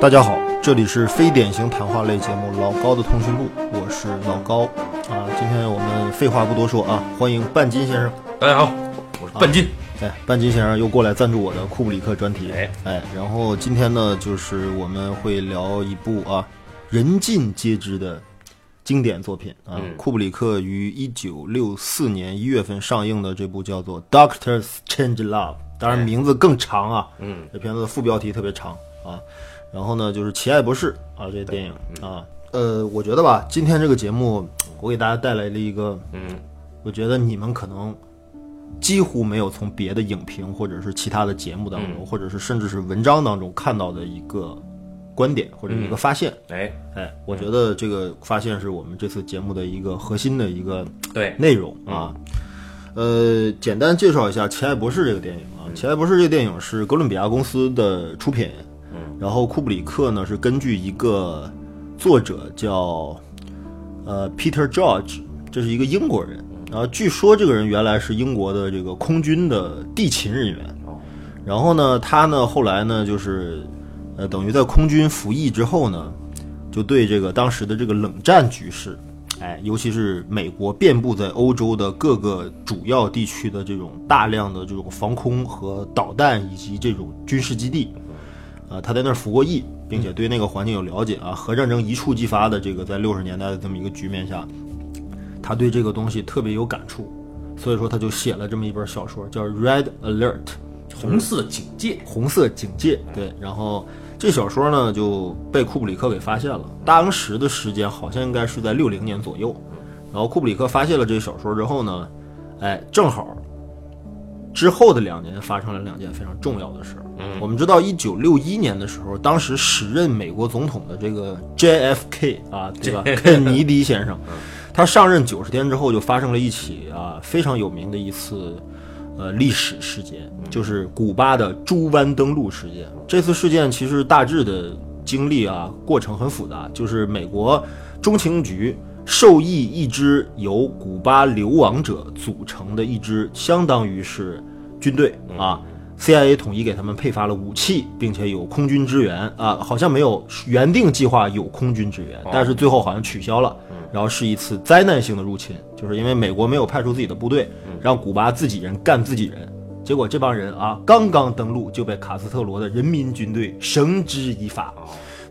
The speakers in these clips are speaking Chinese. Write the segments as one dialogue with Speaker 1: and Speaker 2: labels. Speaker 1: 大家好，这里是非典型谈话类节目《老高的通讯录》，我是老高啊。今天我们废话不多说啊，欢迎半斤先生。
Speaker 2: 大家好，我是半斤。
Speaker 1: 哎，半斤先生又过来赞助我的库布里克专题。
Speaker 2: 哎
Speaker 1: 哎，然后今天呢，就是我们会聊一部啊人尽皆知的经典作品啊，
Speaker 2: 嗯
Speaker 1: 库布里克于一九六四年一月份上映的这部叫做《Doctor Strange Love》，当
Speaker 2: 哎
Speaker 1: 然名字更长啊。嗯，这片子的副标题特别长啊。然后呢，就是《奇爱博士》啊，这电影
Speaker 2: 嗯
Speaker 1: 啊，呃，我觉得吧，今天这个节目我给大家带来了一个，
Speaker 2: 嗯，
Speaker 1: 我觉得你们可能几乎没有从别的影评或者是其他的节目当中，或者是甚至是文章当中看到的一个观点或者一个发现。
Speaker 2: 哎，
Speaker 1: 哎，我觉得这个发现是我们这次节目的一个核心的一个
Speaker 2: 对，
Speaker 1: 内容啊。呃，简单介绍一下《奇爱博士》这个电影啊，奇爱博士》这个电影是哥伦比亚公司的出品，然后库布里克呢是根据一个作者叫呃 Peter George，这是一个英国人，然后据说这个人原来是英国的这个空军的地勤人员，然后呢，他呢后来呢就是呃等于在空军服役之后呢，就对这个当时的这个冷战局势，哎，尤其是美国遍布在欧洲的各个主要地区的这种大量的这种防空和导弹以及这种军事基地，啊，他在那儿服过役，并且对那个环境有了解啊。核战争一触即发的这个在六十年代的这么一个局面下，他对这个东西特别有感触，所以说他就写了这么一本小说，叫《Red Alert》。
Speaker 2: 红色警戒。
Speaker 1: 红色警戒，对，然后这小说呢就被库布里克给发现了。当时的时间好像应该是在六零年左右，然后库布里克发现了这小说之后呢，哎，正好之后的两年发生了两件非常重要的事儿。我们知道，一九六一年的时候，当时时任美国总统的这个 JFK 啊，对吧？肯尼迪先生，他上任九十天之后，就发生了一起啊非常有名的一次呃历史事件，就是古巴的猪湾登陆事件。这次事件其实大致的经历啊过程很复杂，就是美国中情局。授意一支由古巴流亡者组成的一支，相当于是军队啊，CIA 统一给他们配发了武器，并且有空军支援啊，好像没有原定计划有空军支援，但是最后好像取消了。然后是一次灾难性的入侵，就是因为美国没有派出自己的部队，让古巴自己人干自己人。结果这帮人啊，刚刚登陆就被卡斯特罗的人民军队绳之以法。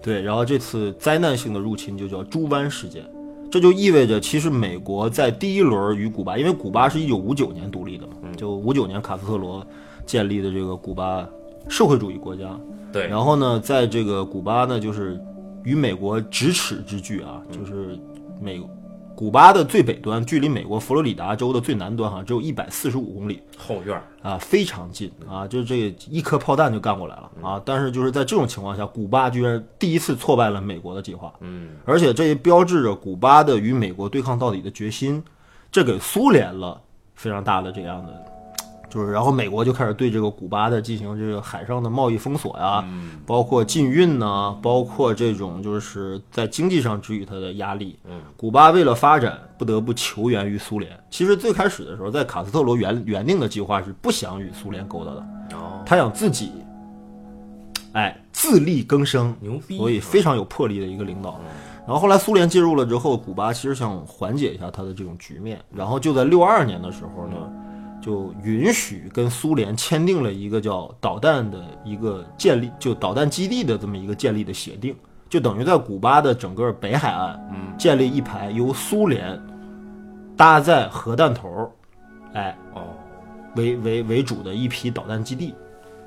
Speaker 1: 对，然后这次灾难性的入侵就叫猪湾事件，这就意味着其实美国在第一轮与古巴，因为古巴是一九五九年独立的嘛，就五九年卡斯特罗建立的这个古巴社会主义国家，
Speaker 2: 对，
Speaker 1: 然后呢，在这个古巴呢，就是与美国咫尺之距啊，就是美古巴的最北端，距离美国佛罗里达州的最南端好像啊只有一百四十五公里
Speaker 2: 后院儿
Speaker 1: 啊，非常近啊，就是这一颗炮弹就干过来了啊。但是就是在这种情况下，古巴居然第一次挫败了美国的计划，嗯，而且这也标志着古巴的与美国对抗到底的决心，这给苏联了非常大的这样的就是然后美国就开始对这个古巴的进行这个海上的贸易封锁呀，包括禁运呐、包括这种就是在经济上给予它的压力。嗯，古巴为了发展，不得不求援于苏联。其实最开始的时候，在卡斯特罗原原定的计划是不想与苏联勾搭的，
Speaker 2: 哦，
Speaker 1: 他想自己，哎，自力更生，
Speaker 2: 牛逼嗯
Speaker 1: 所以非常有魄力的一个领导。然后后来苏联介入了之后，古巴其实想缓解一下他的这种局面，然后就在六二年的时候呢，
Speaker 2: 嗯
Speaker 1: 就允许跟苏联签订了一个叫导弹的一个建立，就导弹基地的这么一个建立的协定，就等于在古巴的整个北海岸，
Speaker 2: 嗯
Speaker 1: 建立一排由苏联搭载核弹头儿，哎，
Speaker 2: 哦，
Speaker 1: 为为为主的一批导弹基地，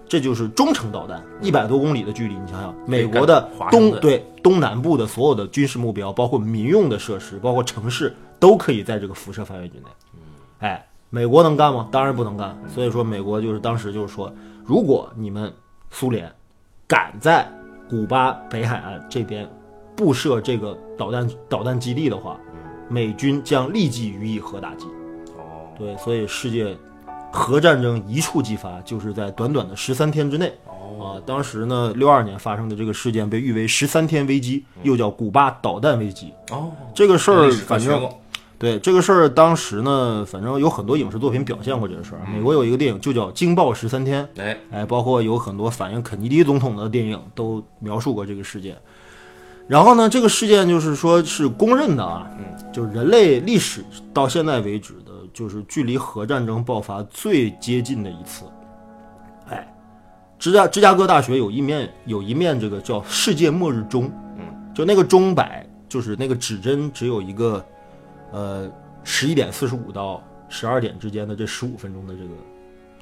Speaker 1: 这就是中程导弹，一百多公里的距离，你想想，美国的
Speaker 2: 华盛
Speaker 1: 东
Speaker 2: 顿
Speaker 1: 对东南部的所有的军事目标，包括民用的设施，包括城市，都可以在这个辐射范围之内。
Speaker 2: 嗯
Speaker 1: 哎，美国能干吗？当然不能干。所以说，美国就是当时就是说，如果你们苏联敢在古巴北海岸这边布设这个导弹导弹基地的话，
Speaker 2: 嗯
Speaker 1: 美军将立即予以核打击。
Speaker 2: 哦，
Speaker 1: 对，所以世界核战争一触即发，就是在短短的十三天之内。
Speaker 2: 哦
Speaker 1: 啊，当时呢，六二年发生的这个事件被誉为“十三天危机”，又叫古巴导弹危机。
Speaker 2: 哦，
Speaker 1: 这个事儿，
Speaker 2: 嗯历史课
Speaker 1: 反
Speaker 2: 学
Speaker 1: 正
Speaker 2: 过
Speaker 1: 对这个事儿，当时呢，反正有很多影视作品表现过这个事儿。啊
Speaker 2: 嗯
Speaker 1: 美国有一个电影就叫《惊爆十三天》，
Speaker 2: 哎，
Speaker 1: 哎，包括有很多反映肯尼迪总统的电影都描述过这个事件。然后呢，这个事件就是说是公认的啊，嗯，就是人类历史到现在为止的，就是距离核战争爆发最接近的一次。哎，芝加芝加哥大学有一面有一面这个叫世界末日钟，嗯，就那个钟摆就是那个指针只有一个，呃，十一点四十五到十二点之间的这十五分钟的这个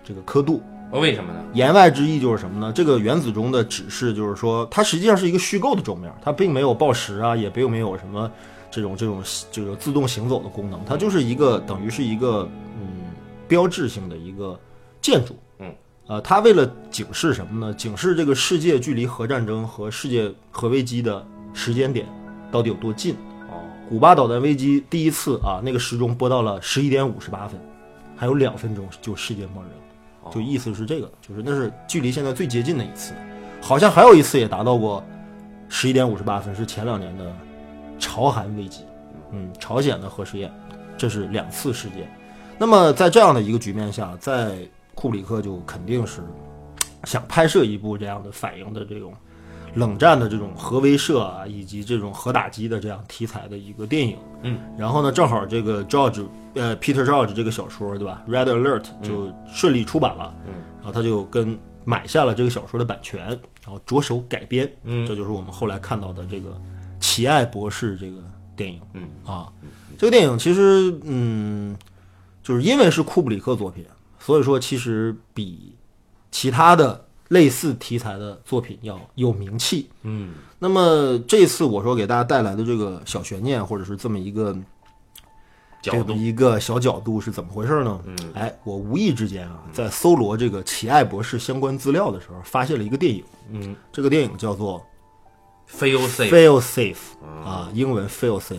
Speaker 1: 这个刻度，
Speaker 2: 哦为什么呢？
Speaker 1: 言外之意就是什么呢？这个原子钟的指示就是说，它实际上是一个虚构的钟面，它并没有报时啊，也并没有什么这种这种这个自动行走的功能，它就是一个等于是一个嗯标志性的一个建筑。
Speaker 2: 嗯，
Speaker 1: 呃，它为了警示什么呢？警示这个世界距离核战争和世界核危机的时间点到底有多近。
Speaker 2: 哦，
Speaker 1: 古巴导弹危机第一次啊，那个时钟播到了十一点五十八分，还有两分钟就世界末日
Speaker 2: 哦
Speaker 1: 了，就意思是这个，就是那是距离现在最接近的一次，好像还有一次也达到过十一点五十八分，是前两年的朝韩危机，嗯，朝鲜的核试验，这是两次事件。那么在这样的一个局面下，在库布里克就肯定是想拍摄一部这样的反映的这种冷战的这种核威慑啊，以及这种核打击的这样题材的一个电影。
Speaker 2: 嗯，
Speaker 1: 然后呢，正好这个 George 呃 Peter George 这个小说对吧，Red Alert 就顺利出版了。
Speaker 2: 嗯，
Speaker 1: 然后他就跟买下了这个小说的版权，然后着手改编。
Speaker 2: 嗯
Speaker 1: 这就是我们后来看到的这个《奇爱博士》这个电影。
Speaker 2: 嗯
Speaker 1: 啊，这个电影其实嗯，就是因为是库布里克作品，所以说其实比其他的类似题材的作品要有名气。
Speaker 2: 嗯，
Speaker 1: 那么这次我说给大家带来的这个小悬念，或者是这么一个
Speaker 2: 角
Speaker 1: 这
Speaker 2: 度
Speaker 1: 么一个小角度是怎么回事呢？嗯，哎，我无意之间啊，在搜罗这个奇爱博士相关资料的时候，发现了一个电影。嗯，这个电影叫做
Speaker 2: 非欧
Speaker 1: 《
Speaker 2: C，
Speaker 1: Fail Safe》啊，英文《Fail Safe》，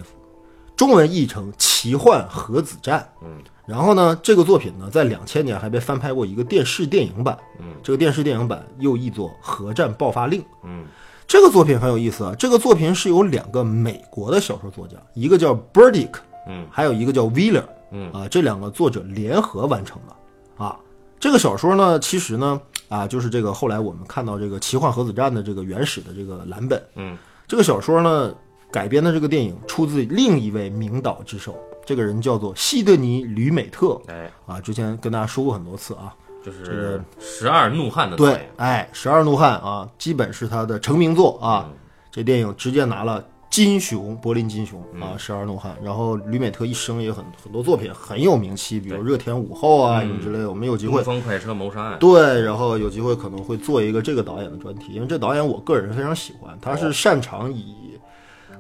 Speaker 1: 中文译成《奇幻核子战》。嗯，然后呢，这个作品呢，在两千年还被翻拍过一个电视电影版。嗯，这个电视电影版又译作《核战爆发令》。
Speaker 2: 嗯，
Speaker 1: 这个作品很有意思啊。这个作品是由两个美国的小说作家，一个叫 Burdick，
Speaker 2: 嗯，
Speaker 1: 还有一个叫 Wheeler，
Speaker 2: 嗯
Speaker 1: 啊，这两个作者联合完成的啊。这个小说呢，其实呢，啊，就是这个后来我们看到这个《奇幻核子战》的这个原始的这个蓝本，
Speaker 2: 嗯，
Speaker 1: 这个小说呢改编的这个电影出自另一位名导之手，这个人叫做西德尼·吕美特
Speaker 2: 哎，
Speaker 1: 啊，之前跟大家说过很多次啊，
Speaker 2: 就是十二怒汉的导
Speaker 1: 对
Speaker 2: 演，，
Speaker 1: 哎，《十二怒汉》啊，基本是他的成名作啊。这电影直接拿了金熊，柏林金熊啊，《十二怒汉》。然后吕美特一生也很很多作品很有名气，比如《热田午后》啊什么之类的。我们有机会
Speaker 2: 东风快车谋杀案，
Speaker 1: 对，然后有机会可能会做一个这个导演的专题，因为这导演我个人非常喜欢，他是擅长以，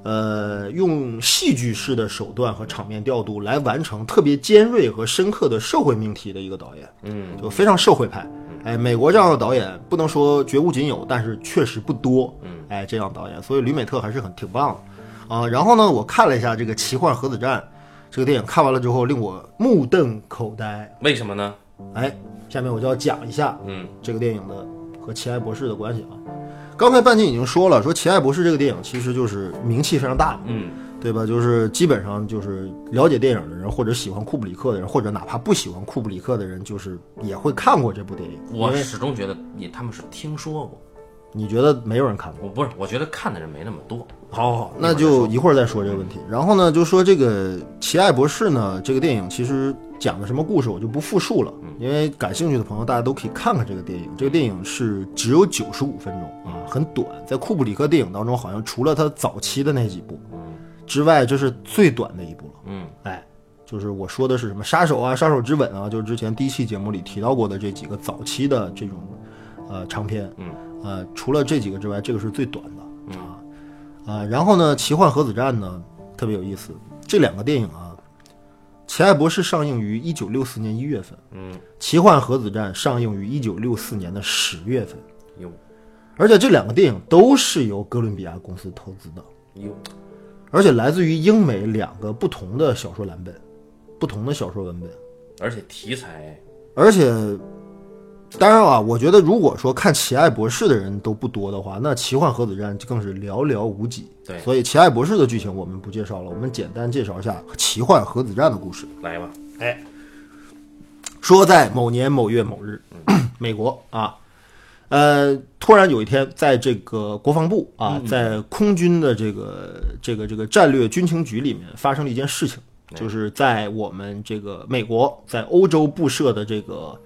Speaker 1: 呃，用戏剧式的手段和场面调度来完成特别尖锐和深刻的社会命题的一个导演，
Speaker 2: 嗯，
Speaker 1: 就非常社会派。哎，美国这样的导演不能说绝无仅有，但是确实不多。
Speaker 2: 嗯，
Speaker 1: 哎，这样导演，所以吕美特还是很挺棒的啊。然后呢，我看了一下这个《奇幻核子战》这个电影，看完了之后令我目瞪口呆。
Speaker 2: 为什么呢？
Speaker 1: 哎，下面我就要讲一下，
Speaker 2: 嗯
Speaker 1: 这个电影的和《奇爱博士》的关系啊。刚才半斤已经说了，说《奇爱博士》这个电影其实就是名气非常大，
Speaker 2: 嗯
Speaker 1: 对吧？就是基本上就是了解电影的人，或者喜欢库布里克的人，或者哪怕不喜欢库布里克的人，就是也会看过这部电影。
Speaker 2: 我
Speaker 1: 因为
Speaker 2: 始终觉得你他们是听说过，
Speaker 1: 你觉得没有人看过？
Speaker 2: 我不是，我觉得看的人没那么多。
Speaker 1: 好好，哦那就一会儿再说这个问题。然后呢，就说这个《奇爱博士》呢，这个电影其实讲的什么故事我就不复述了，因为感兴趣的朋友大家都可以看看这个电影。这个电影是只有九十五分钟啊，很短，在库布里克电影当中，好像除了他早期的那几部
Speaker 2: 嗯
Speaker 1: 之外，这是最短的一部了。
Speaker 2: 嗯
Speaker 1: 哎，就是我说的是什么杀手啊、杀手之吻啊，就是之前第一期节目里提到过的这几个早期的这种呃长篇，
Speaker 2: 嗯，
Speaker 1: 呃，除了这几个之外，这个是最短的、啊，呃，然后呢，《奇幻核子战》呢特别有意思，这两个电影啊，《奇爱博士》上映于一九六四年一月份，
Speaker 2: 嗯，
Speaker 1: 《奇幻核子战》上映于一九六四年的十月份，
Speaker 2: 有
Speaker 1: 而且这两个电影都是由哥伦比亚公司投资的，
Speaker 2: 有，
Speaker 1: 而且来自于英美两个不同的小说蓝本，不同的小说文本，
Speaker 2: 而且题材
Speaker 1: 而且当然啊，我觉得如果说看《奇爱博士》的人都不多的话，那《奇幻核子战》更是寥寥无几。
Speaker 2: 对
Speaker 1: 所以《奇爱博士》的剧情我们不介绍了，我们简单介绍一下《奇幻核子战》的故事。
Speaker 2: 来吧，
Speaker 1: 哎，说在某年某月某日， 美国啊，呃，突然有一天，在这个国防部啊，在空军的这个这个这个战略军情局里面发生了一件事情，就是在我们这个美国在欧洲布设的这个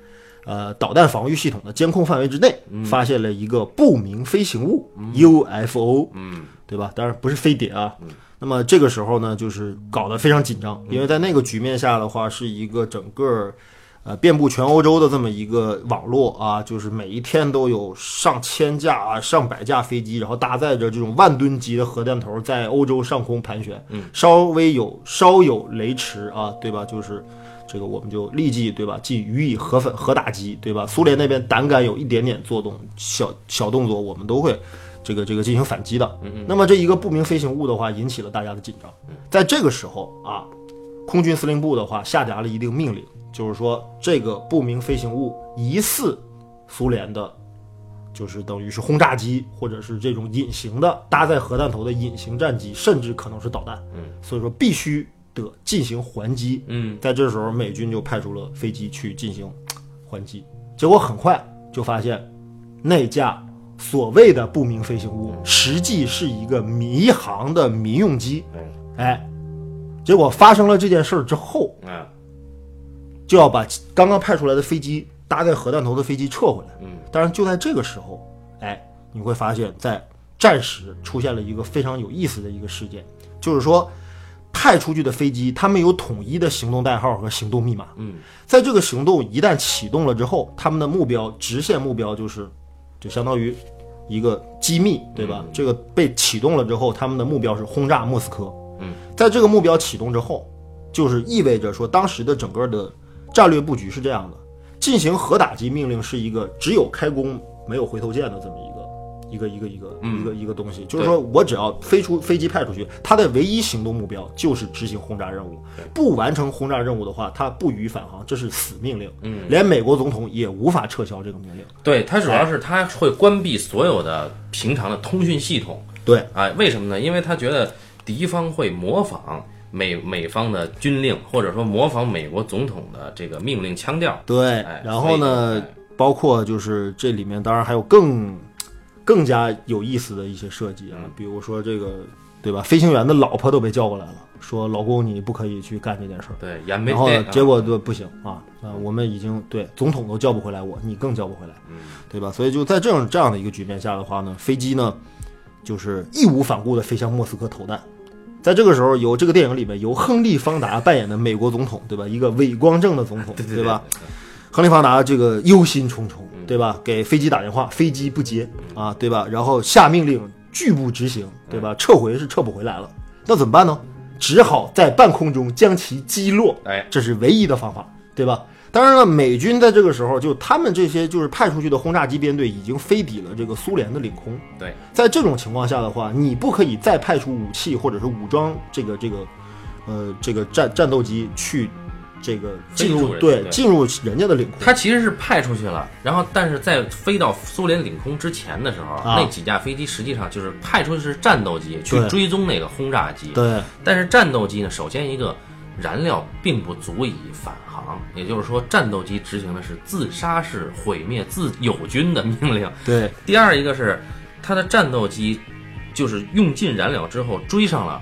Speaker 1: 呃导弹防御系统的监控范围之内，发现了一个不明飞行物 UFO，
Speaker 2: 嗯，
Speaker 1: 对吧？当然不是飞碟啊。那么这个时候呢，就是搞得非常紧张，因为在那个局面下的话，是一个整个呃遍布全欧洲的这么一个网络啊，就是每一天都有上千架、啊、上百架飞机，然后搭载着这种万吨级的核弹头在欧洲上空盘旋。嗯，稍微有稍有雷池啊，对吧？就是。这个我们就立即对吧，即予以核粉核打击，对吧？苏联那边胆敢有一点点做动小小动作，我们都会这个这个进行反击的。那么这一个不明飞行物的话，引起了大家的紧张。在这个时候啊，空军司令部的话下达了一定命令，就是说这个不明飞行物疑似苏联的，就是等于是轰炸机或者是这种隐形的搭载核弹头的隐形战机，甚至可能是导弹。嗯，所以说必须得进行还击。
Speaker 2: 嗯，
Speaker 1: 在这时候，美军就派出了飞机去进行还击，结果很快就发现，那架所谓的不明飞行物
Speaker 2: 嗯
Speaker 1: 实际是一个民航的民用机。
Speaker 2: 哎，
Speaker 1: 哎，结果发生了这件事儿之后，
Speaker 2: 啊，
Speaker 1: 就要把刚刚派出来的飞机搭载核弹头的飞机撤回来。
Speaker 2: 嗯，
Speaker 1: 当然就在这个时候，哎，你会发现在战时出现了一个非常有意思的一个事件，就是说。派出去的飞机，它们有统一的行动代号和行动密码。
Speaker 2: 嗯，
Speaker 1: 在这个行动一旦启动了之后，他们的目标直线目标就是，就相当于一个机密，对
Speaker 2: 嗯
Speaker 1: 吧？这个被启动了之后，他们的目标是轰炸莫斯科。
Speaker 2: 嗯，
Speaker 1: 在这个目标启动之后，就是意味着说，当时的整个的战略布局是这样的：进行核打击命令是一个只有开弓没有回头箭的这么一个。一个一个一个一个一个东西，就是说我只要飞出飞机派出去，它的唯一行动目标就是执行轰炸任务，不完成轰炸任务的话，它不予返航，这是死命令。嗯，连美国总统也无法撤销这个命令。
Speaker 2: 对，它主
Speaker 1: 哎
Speaker 2: 要是它会关闭所有的平常的通讯系统。
Speaker 1: 对，
Speaker 2: 哎，为什么呢？因为他觉得敌方会模仿美美方的军令，或者说模仿美国总统的这个命令腔调。
Speaker 1: 对
Speaker 2: 哎，
Speaker 1: 然后
Speaker 2: 所以
Speaker 1: 呢
Speaker 2: 哎，
Speaker 1: 包括就是这里面当然还有更更加有意思的一些设计啊，
Speaker 2: 嗯
Speaker 1: 比如说这个对吧？飞行员的老婆都被叫过来了，说老公你不可以去干这件事儿。
Speaker 2: 对，也没哎啊
Speaker 1: 然后
Speaker 2: 对
Speaker 1: 呢，结果就不行啊啊！我们已经对总统都叫不回来我，你更叫不回来，
Speaker 2: 嗯
Speaker 1: 对吧？所以就在这种这样的一个局面下的话呢，飞机呢就是义无反顾地飞向莫斯科投弹。在这个时候，由这个电影里面由亨利·方达扮演的美国总统，对吧？一个伪光正的总统，
Speaker 2: 对
Speaker 1: 吧？？亨利·方达这个忧心忡忡，对吧？给飞机打电话，飞机不接啊，对吧？然后下命令拒不执行，对吧？撤回是撤不回来了，那怎么办呢？只好在半空中将其击落，
Speaker 2: 哎，
Speaker 1: 这是唯一的方法，对吧？当然了，美军在这个时候就他们这些就是派出去的轰炸机编队已经飞抵了这个苏联的领空，
Speaker 2: 对，
Speaker 1: 在这种情况下的话，你不可以再派出武器或者是武装这个这个，呃，这个战战斗机去这个进
Speaker 2: 飞入
Speaker 1: 入
Speaker 2: 人
Speaker 1: 对
Speaker 2: 对
Speaker 1: 进入人家的领空。
Speaker 2: 他其实是派出去了，然后但是在飞到苏联领空之前的时候，
Speaker 1: 啊
Speaker 2: 那几架飞机实际上就是派出的是战斗机去
Speaker 1: 对
Speaker 2: 追踪那个轰炸机。
Speaker 1: 对
Speaker 2: 但是战斗机呢，首先一个燃料并不足以返航，也就是说，战斗机执行的是自杀式毁灭自友军的命令。
Speaker 1: 对
Speaker 2: 第二一个是它的战斗机就是用尽燃料之后追上了，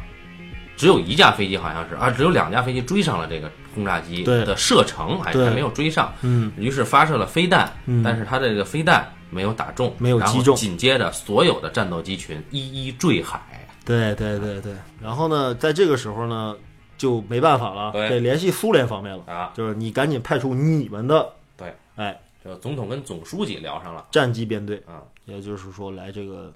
Speaker 2: 只有一架飞机好像是啊，只有两架飞机追上了这个轰炸机
Speaker 1: 对
Speaker 2: 的射程，还
Speaker 1: 对
Speaker 2: 还没有追上，
Speaker 1: 嗯，
Speaker 2: 于是发射了飞弹，
Speaker 1: 嗯
Speaker 2: 但是它这个飞弹没有打中，
Speaker 1: 没有
Speaker 2: 然后
Speaker 1: 击中
Speaker 2: 紧接着所有的战斗机群一一坠海，
Speaker 1: 对对对对。然后呢，在这个时候呢，就没办法了，
Speaker 2: 对
Speaker 1: 得联系苏联方面了
Speaker 2: 啊
Speaker 1: 就是你赶紧派出你们的
Speaker 2: 对，
Speaker 1: 哎
Speaker 2: 这总统跟总书记聊上了
Speaker 1: 战机编队，
Speaker 2: 啊，
Speaker 1: 也就是说来这个。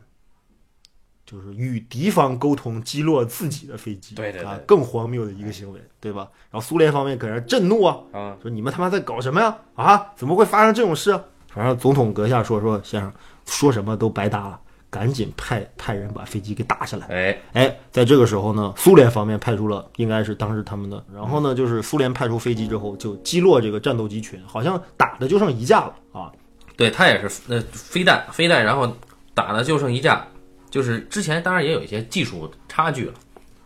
Speaker 1: 就是与敌方沟通击落自己的飞机，
Speaker 2: 对对对哎
Speaker 1: 啊，更荒谬的一个行为，对吧？然后苏联方面给人震怒啊，
Speaker 2: 啊，
Speaker 1: 说你们他妈在搞什么呀？啊，怎么会发生这种事啊？反正总统阁下说说先生，说什么都白搭了，赶紧派派人把飞机给打下来。
Speaker 2: 哎，
Speaker 1: 哎，在这个时候呢，苏联方面派出了应该是当时他们的，然后呢，就是苏联派出飞机之后就击落这个战斗机群，好像打的就剩一架了啊。
Speaker 2: 对他也是那飞弹飞弹，然后打的就剩一架，就是之前当然也有一些技术差距了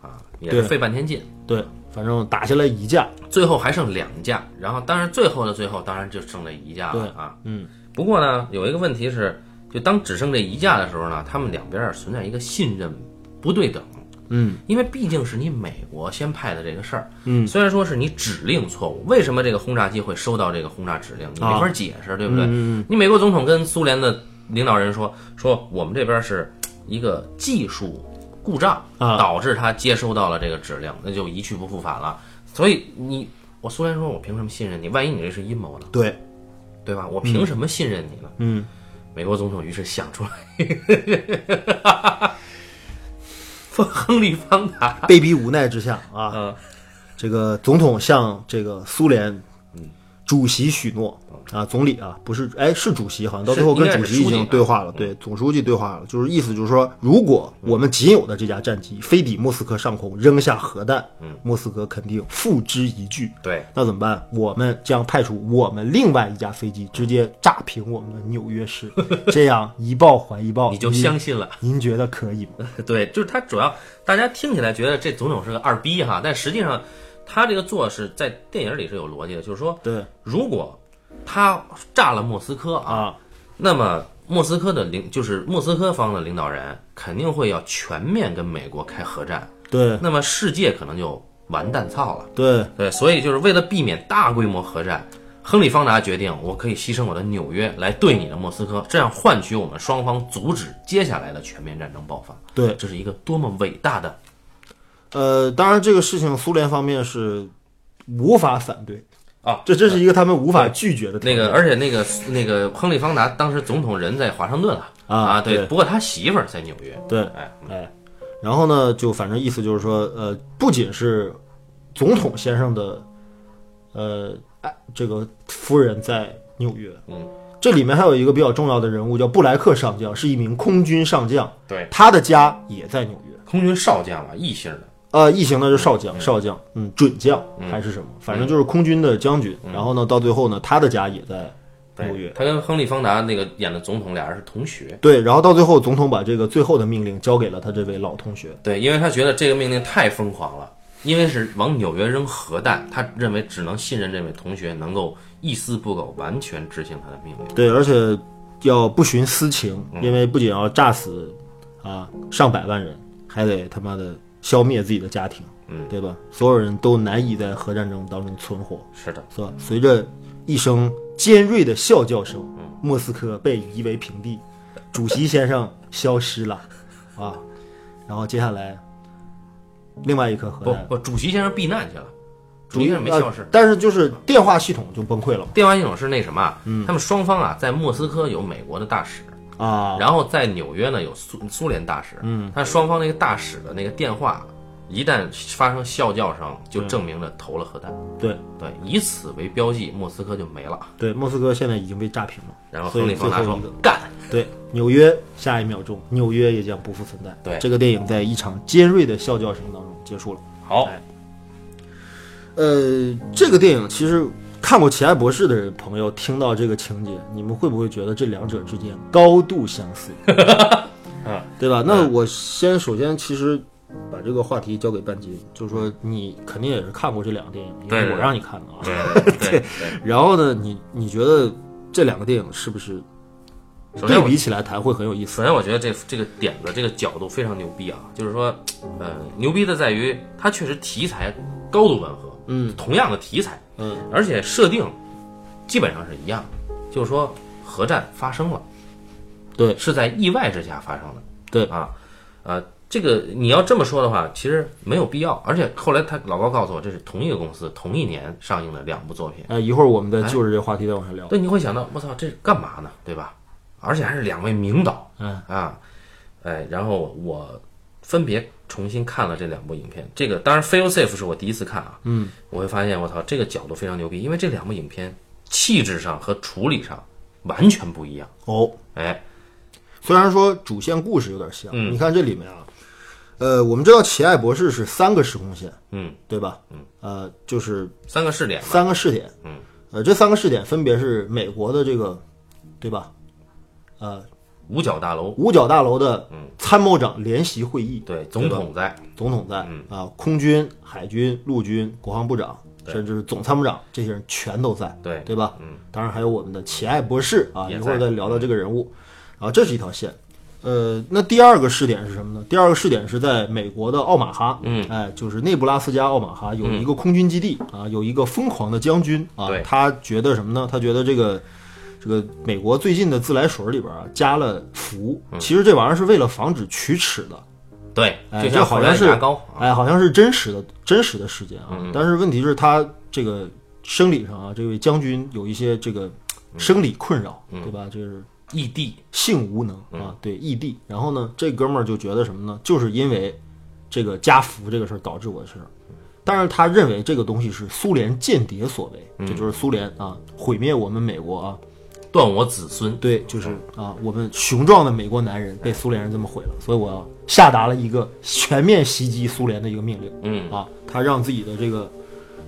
Speaker 2: 啊，也是
Speaker 1: 对
Speaker 2: 费半天劲，
Speaker 1: 对，反正打下来一架，
Speaker 2: 最后还剩两架，然后当然最后的最后当然就剩这一架了啊。
Speaker 1: 嗯，
Speaker 2: 不过呢，有一个问题是，就当只剩这一架的时候呢，他们两边儿存在一个信任不对等。
Speaker 1: 嗯，
Speaker 2: 因为毕竟是你美国先派的这个事儿，
Speaker 1: 嗯，
Speaker 2: 虽然说是你指令错误，为什么这个轰炸机会收到这个轰炸指令，你没
Speaker 1: 啊
Speaker 2: 法解释，对不对？
Speaker 1: 嗯
Speaker 2: 你美国总统跟苏联的领导人说，说我们这边是一个技术故障，
Speaker 1: 啊
Speaker 2: 导致他接收到了这个指令，那就一去不复返了。所以你，我苏联说，我凭什么信任你？万一你这是阴谋呢，
Speaker 1: 对，
Speaker 2: 对吧？我凭什么信任你呢？
Speaker 1: 嗯，
Speaker 2: 美国总统于是想出来， 亨利·方达，
Speaker 1: 被逼无奈之下啊，
Speaker 2: 嗯
Speaker 1: 这个总统向这个苏联
Speaker 2: 嗯
Speaker 1: 主席许诺啊，总理啊，不是哎是主席，好像到最后
Speaker 2: 是应
Speaker 1: 跟
Speaker 2: 该
Speaker 1: 主
Speaker 2: 是
Speaker 1: 席已
Speaker 2: 书记嗯
Speaker 1: 经
Speaker 2: 吧
Speaker 1: 对话了，对总书记对话了，就是意思就是说，如果
Speaker 2: 嗯
Speaker 1: 我们仅有的这架战机飞抵莫斯科上空，扔下核弹，
Speaker 2: 嗯
Speaker 1: 莫斯科肯定付之一炬。
Speaker 2: 对，
Speaker 1: 那怎么办？我们将派出我们另外一架飞机，直接炸平我们的纽约 市，这样一报还一报，
Speaker 2: 你就
Speaker 1: 您
Speaker 2: 相信了。
Speaker 1: 您觉得可以吗？
Speaker 2: 嗯对，就是他主要大家听起来觉得这总统是个二逼哈，但实际上他这个做是在电影里是有逻辑的，就是说，
Speaker 1: 对
Speaker 2: 如果他炸了莫斯科啊，
Speaker 1: 啊，
Speaker 2: 那么莫斯科的领就是莫斯科方的领导人肯定会要全面跟美国开核战，
Speaker 1: 对
Speaker 2: 那么世界可能就完蛋操了。
Speaker 1: 对，
Speaker 2: 对，所以就是为了避免大规模核战，亨利·方达决定，我可以牺牲我的纽约来对你的莫斯科，这样换取我们双方阻止接下来的全面战争爆发。
Speaker 1: 对
Speaker 2: 这是一个多么伟大的！
Speaker 1: 呃，当然这个事情苏联方面是无法反对
Speaker 2: 啊，
Speaker 1: 这这是一个他们无法拒绝的条
Speaker 2: 那
Speaker 1: 件
Speaker 2: 个，而且那个那个亨利·方达当时总统人在华盛顿啊
Speaker 1: 啊
Speaker 2: 对，
Speaker 1: 对
Speaker 2: 不过他媳妇儿在纽约，
Speaker 1: 对，
Speaker 2: 哎，
Speaker 1: 哎，然后呢，就反正意思就是说，呃，不仅是总统先生的，呃，哎这个夫人在纽约，
Speaker 2: 嗯，
Speaker 1: 这里面还有一个比较重要的人物叫布莱克上将，是一名空军上将，
Speaker 2: 对，
Speaker 1: 他的家也在纽约。
Speaker 2: 空军少将嘛，异星的，
Speaker 1: 呃，一行呢是少将，少将，嗯，准将还是什么，反正就是空军的将军。然后呢，到最后呢，他的家也在纽约。
Speaker 2: 他跟亨利·方达那个演的总统俩人是同学，
Speaker 1: 对，然后到最后，总统把这个最后的命令交给了他这位老同学。
Speaker 2: 对，因为他觉得这个命令太疯狂了，因为是往纽约扔核弹，他认为只能信任这位同学能够一丝不苟完全执行他的命令。
Speaker 1: 对，而且要不徇私情，因为不仅要炸死啊上百万人，还得他妈的消灭自己的家庭，
Speaker 2: 嗯，
Speaker 1: 对吧？所有人都难以在核战争当中存活，
Speaker 2: 是的，
Speaker 1: 是吧？随着一声尖锐的啸叫声，
Speaker 2: 嗯
Speaker 1: 莫斯科被夷为平地，主席先生消失了，啊，然后接下来另外一颗核
Speaker 2: 不
Speaker 1: 弹，
Speaker 2: 不，主席先生避难去了，
Speaker 1: 主
Speaker 2: 主席
Speaker 1: 席
Speaker 2: 先生没消失
Speaker 1: 呃。但是就是电话系统就崩溃了
Speaker 2: 电话系统是那什么，
Speaker 1: 嗯
Speaker 2: 他们双方啊，在莫斯科有美国的大使，
Speaker 1: 啊，
Speaker 2: 然后在纽约呢有苏苏联大使，嗯，但双方那个大使的那个电话，一旦发生啸叫声，
Speaker 1: 嗯
Speaker 2: 就证明了投了核弹，
Speaker 1: 对
Speaker 2: 对，以此为标记，莫斯科就没了。
Speaker 1: 对，莫斯科现在已经被炸平了，
Speaker 2: 然后
Speaker 1: 所
Speaker 2: 亨利
Speaker 1: 以
Speaker 2: ·方
Speaker 1: 最
Speaker 2: 达
Speaker 1: 后
Speaker 2: 说
Speaker 1: 一个。：“
Speaker 2: 干！”
Speaker 1: 对，纽约下一秒钟，纽约也将不复存在。
Speaker 2: 对
Speaker 1: 这个电影在一场尖锐的啸叫声当中结束了。
Speaker 2: 好，
Speaker 1: 呃，这个电影其实看过《奇爱博士》的人朋友听到这个情节，你们会不会觉得这两者之间高度相 似？
Speaker 2: 嗯，
Speaker 1: 对吧？那我先首先其实把这个话题交给半斤，就是说你肯定也是看过这两个电影，因
Speaker 2: 对
Speaker 1: 为
Speaker 2: 对
Speaker 1: 我
Speaker 2: 对
Speaker 1: 让你看的啊。
Speaker 2: 对对对，
Speaker 1: 然后呢，你你觉得这两个电影是不是
Speaker 2: 首先
Speaker 1: 对
Speaker 2: 我
Speaker 1: 比起来谈会很有意思？
Speaker 2: 首先我觉得这这个点子这个角度非常牛逼啊，就是说，呃，牛逼的在于它确实题材高度吻合，
Speaker 1: 嗯
Speaker 2: 同样的题材，
Speaker 1: 嗯，
Speaker 2: 而且设定基本上是一样，就是说核战发生了，
Speaker 1: 对
Speaker 2: 是在意外之下发生的，
Speaker 1: 对
Speaker 2: 啊，呃，这个你要这么说的话，其实没有必要，而且后来他老高告诉我，这是同一个公司同一年上映的两部作品。
Speaker 1: 哎，一会儿我们再就着这话题再往下聊。
Speaker 2: 对，你会想到，我操，这干嘛呢？对吧？而且还是两位名导，
Speaker 1: 嗯
Speaker 2: 啊，哎，然后我分别重新看了这两部影片。这个当然《Feel Safe》是我第一次看啊，嗯，我会发现，我操，这个角度非常牛逼，因为这两部影片气质上和处理上完全不一样。
Speaker 1: 哦，
Speaker 2: 哎，
Speaker 1: 虽然说主线故事有点像，
Speaker 2: 嗯
Speaker 1: 你看这里面啊，呃，我们知道奇爱博士是三个时空线，
Speaker 2: 嗯，
Speaker 1: 对吧？嗯，呃，就是
Speaker 2: 三个试点嘛，
Speaker 1: 三个视点，
Speaker 2: 嗯，
Speaker 1: 呃，这三个视点分别是美国的这个对吧？呃，
Speaker 2: 五角大楼，
Speaker 1: 五角大楼的参谋长联席会议，
Speaker 2: 嗯对，总统在，
Speaker 1: 总统在啊、
Speaker 2: 嗯
Speaker 1: 空军、海军、陆军、国防部长，甚至是总参谋长，这些人全都在，
Speaker 2: 对
Speaker 1: 对吧？嗯，当然还有我们的齐爱博士啊，
Speaker 2: 也
Speaker 1: 一
Speaker 2: 在嗯
Speaker 1: 会儿再聊到这个人物。然后这是一条线，呃，那第二个试点是什么呢？第二个试点是在美国的奥马哈，嗯，哎，就是内布拉斯加奥马
Speaker 2: 嗯
Speaker 1: 哈有一个空军基地、啊，有一个疯狂的将军啊
Speaker 2: 对，
Speaker 1: 他觉得什么呢？他觉得这个。这个美国最近的自来水里边啊加了氟，
Speaker 2: 嗯
Speaker 1: 其实这玩意儿是为了防止龋齿的，
Speaker 2: 对，
Speaker 1: 哎，
Speaker 2: 就
Speaker 1: 这
Speaker 2: 像
Speaker 1: 好
Speaker 2: 好
Speaker 1: 像
Speaker 2: 像
Speaker 1: 是
Speaker 2: 牙膏，啊
Speaker 1: 哎，好像是真实的真实的事件啊。但是问题是，他这个生理上啊，这位将军有一些这个生理困扰，对吧？就是
Speaker 2: 异地，
Speaker 1: 性无能啊，对异地。然后呢，这哥们儿就觉得什么呢？就是因为这个加福这个事儿导致我的事儿。但是他认为这个东西是苏联间谍所为，这就是苏联啊毁灭我们美国啊，
Speaker 2: 断我子孙，
Speaker 1: 对，就是啊，我们雄壮的美国男人被苏联人这么毁了，所以我要下达了一个全面袭击苏联的一个命令。
Speaker 2: 嗯
Speaker 1: 啊，他让自己的这个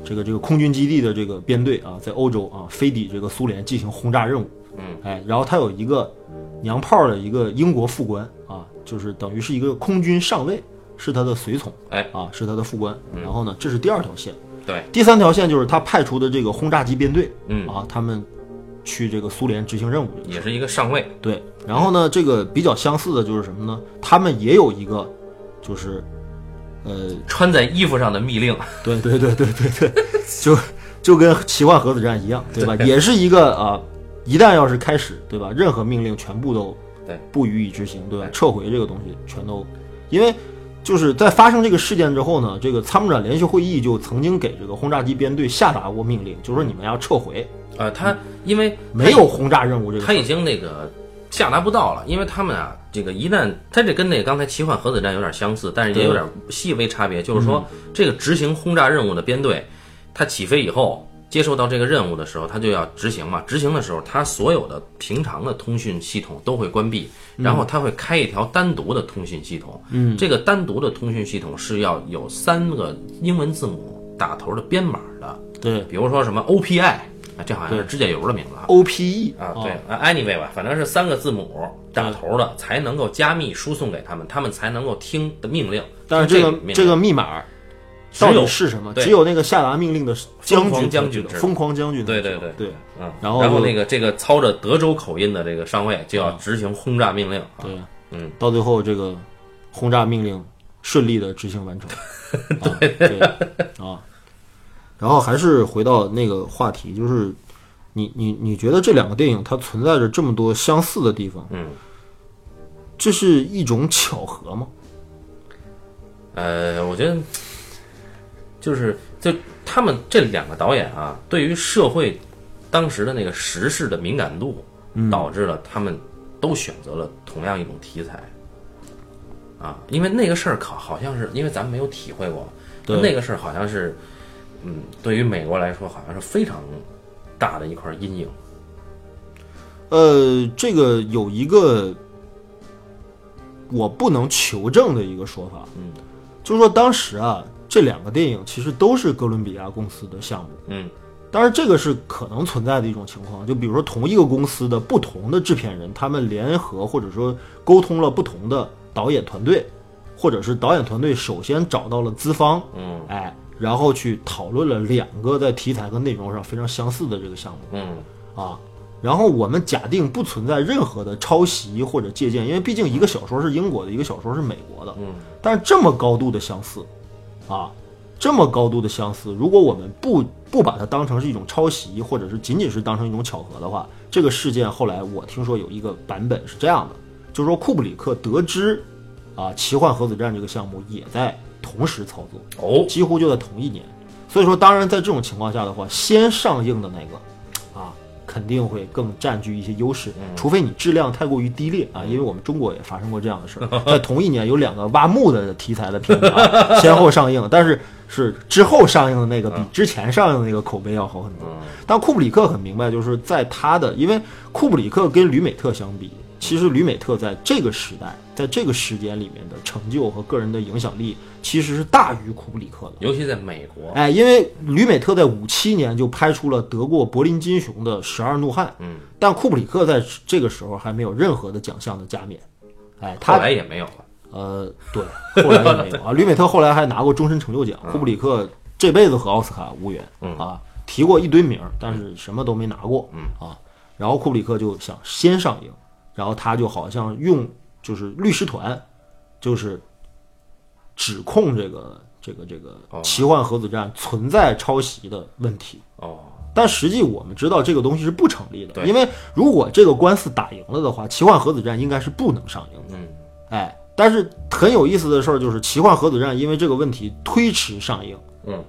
Speaker 1: 这个这个空军基地的这个编队啊，在欧洲啊飞抵这个苏联进行轰炸任务。
Speaker 2: 嗯，
Speaker 1: 哎，然后他有一个娘炮的一个英国副官啊，就是等于是一个空军上尉，是他的随从。
Speaker 2: 哎
Speaker 1: 啊，是他的副官。
Speaker 2: 嗯
Speaker 1: 然后呢，这是第二条线。
Speaker 2: 对，
Speaker 1: 第三条线就是他派出的这个轰炸机编队，
Speaker 2: 嗯
Speaker 1: 啊，他们去这个苏联执行任务去了
Speaker 2: 也是一个上尉，
Speaker 1: 对，然后呢，这个比较相似的就是什么呢？他们也有一个，就是，呃，
Speaker 2: 穿在衣服上的密令，
Speaker 1: 对对对对对对，就就跟奇幻核子战一样，对吧？也是一个啊、一旦要是开始，对吧？任何命令全部都
Speaker 2: 对
Speaker 1: 不予以执行，对吧？撤回这个东西全都，因为就是在发生这个事件之后呢，这个参谋长联席会议就曾经给这个轰炸机编队下达过命令，就说你们要撤回，
Speaker 2: 呃，他因为
Speaker 1: 嗯没有轰炸任务这个
Speaker 2: 他已经那个下达不到了，因为他们啊，这个一旦他这跟那个刚才奇幻核子战有点相似，但是也有点细微差别，就
Speaker 1: 嗯
Speaker 2: 是说这个执行轰炸任务的编队，他起飞以后。接收到这个任务的时候，他就要执行嘛。执行的时候，他所有的平常的通讯系统都会关闭，
Speaker 1: 嗯
Speaker 2: 然后他会开一条单独的通讯系统。嗯，这个单独的通讯系统是要有三个英文字母打头的编码的，
Speaker 1: 对
Speaker 2: 比如说什么 OPI 啊，这好像是指甲油的名字啊。
Speaker 1: O P E
Speaker 2: 啊，对啊，anyway 吧，反正是三个字母打头的才能够加密输送给他们，他们才能够听的命令。
Speaker 1: 但是
Speaker 2: 这
Speaker 1: 这个
Speaker 2: 命令
Speaker 1: 这个密码
Speaker 2: 只
Speaker 1: 到底
Speaker 2: 有
Speaker 1: 是什么？
Speaker 2: 对
Speaker 1: 只有那个下达命令的将军才
Speaker 2: 将
Speaker 1: 知
Speaker 2: 军
Speaker 1: 道
Speaker 2: 知道
Speaker 1: 疯狂将军才
Speaker 2: 对
Speaker 1: 知
Speaker 2: 对
Speaker 1: 道，
Speaker 2: 对
Speaker 1: 对
Speaker 2: 嗯，
Speaker 1: 然后
Speaker 2: 然后
Speaker 1: 就嗯
Speaker 2: 那个这个操着德州口音的这个上尉就要执行轰炸命令啊，
Speaker 1: 对，
Speaker 2: 嗯，
Speaker 1: 到最后这个轰炸命令顺利的执行 完成，啊对啊，然后还是回到那个话题，就是你你你觉得这两个电影它存在着这么多相似的地方，
Speaker 2: 嗯，
Speaker 1: 这是一种巧合吗？
Speaker 2: 呃，我觉得就是就他们这两个导演啊，对于社会当时的那个时事的敏感度，
Speaker 1: 嗯
Speaker 2: 导致了他们都选择了同样一种题材。啊，因为那个事儿好好像是，因为咱们没有体会过，
Speaker 1: 对
Speaker 2: 那个事儿好像是，嗯，对于美国来说好像是非常大的一块阴影。
Speaker 1: 呃，这个有一个我不能求证的一个说法，
Speaker 2: 嗯，
Speaker 1: 就是说当时啊，这两个电影其实都是哥伦比亚公司的项目，
Speaker 2: 嗯，
Speaker 1: 当然这个是可能存在的一种情况，就比如说同一个公司的不同的制片人，他们联合或者说沟通了不同的导演团队，或者是导演团队首先找到了资方，
Speaker 2: 嗯，
Speaker 1: 哎，然后去讨论了两个在题材和内容上非常相似的这个项目。
Speaker 2: 嗯，
Speaker 1: 啊。然后我们假定不存在任何的抄袭或者借鉴，因为毕竟一个小说是英国的，一个小说是美国的。
Speaker 2: 嗯，
Speaker 1: 但是这么高度的相似，啊，这么高度的相似，如果我们不不把它当成是一种抄袭，或者是仅仅是当成一种巧合的话，这个事件后来我听说有一个版本是这样的，就是说库布里克得知，啊，奇幻核子战这个项目也在同时操作，
Speaker 2: 哦，
Speaker 1: 几乎就在同一年。所以说，当然在这种情况下的话，先上映的那个，啊，肯定会更占据一些优势，除非你质量太过于低劣啊，因为我们中国也发生过这样的事儿，在同一年有两个挖墓的题材的片子、啊、先后上映，但是是之后上映的那个比之前上映的那个口碑要好很多。但库布里克很明白，就是在他的，因为库布里克跟吕美特相比，其实吕美特在这个时代，在这个时间里面的成就和个人的影响力，其实是大于库布里克的。
Speaker 2: 尤其在美国，
Speaker 1: 哎，因为吕美特在五七年就拍出了得过柏林金熊的《十二怒汉》，
Speaker 2: 嗯，
Speaker 1: 但库布里克在这个时候还没有任何的奖项的加冕。哎，
Speaker 2: 后
Speaker 1: 他
Speaker 2: 来也没有了。
Speaker 1: 呃，对，后来也没有啊。吕美特后来还拿过终身成就奖，库布里克这辈子和奥斯卡无缘啊，提过一堆名儿，但是什么都没拿过，嗯啊。然后库布里克就想先上映，然后他就好像用就是律师团，就是指控这个这个这个奇幻核子战存在抄袭的问题。
Speaker 2: 哦，
Speaker 1: 但实际我们知道这个东西是不成立的，
Speaker 2: 对
Speaker 1: 因为如果这个官司打赢了的话，奇幻核子战应该是不能上映的。
Speaker 2: 嗯，
Speaker 1: 哎，但是很有意思的事儿就是，奇幻核子战因为这个问题推迟上映。
Speaker 2: 嗯，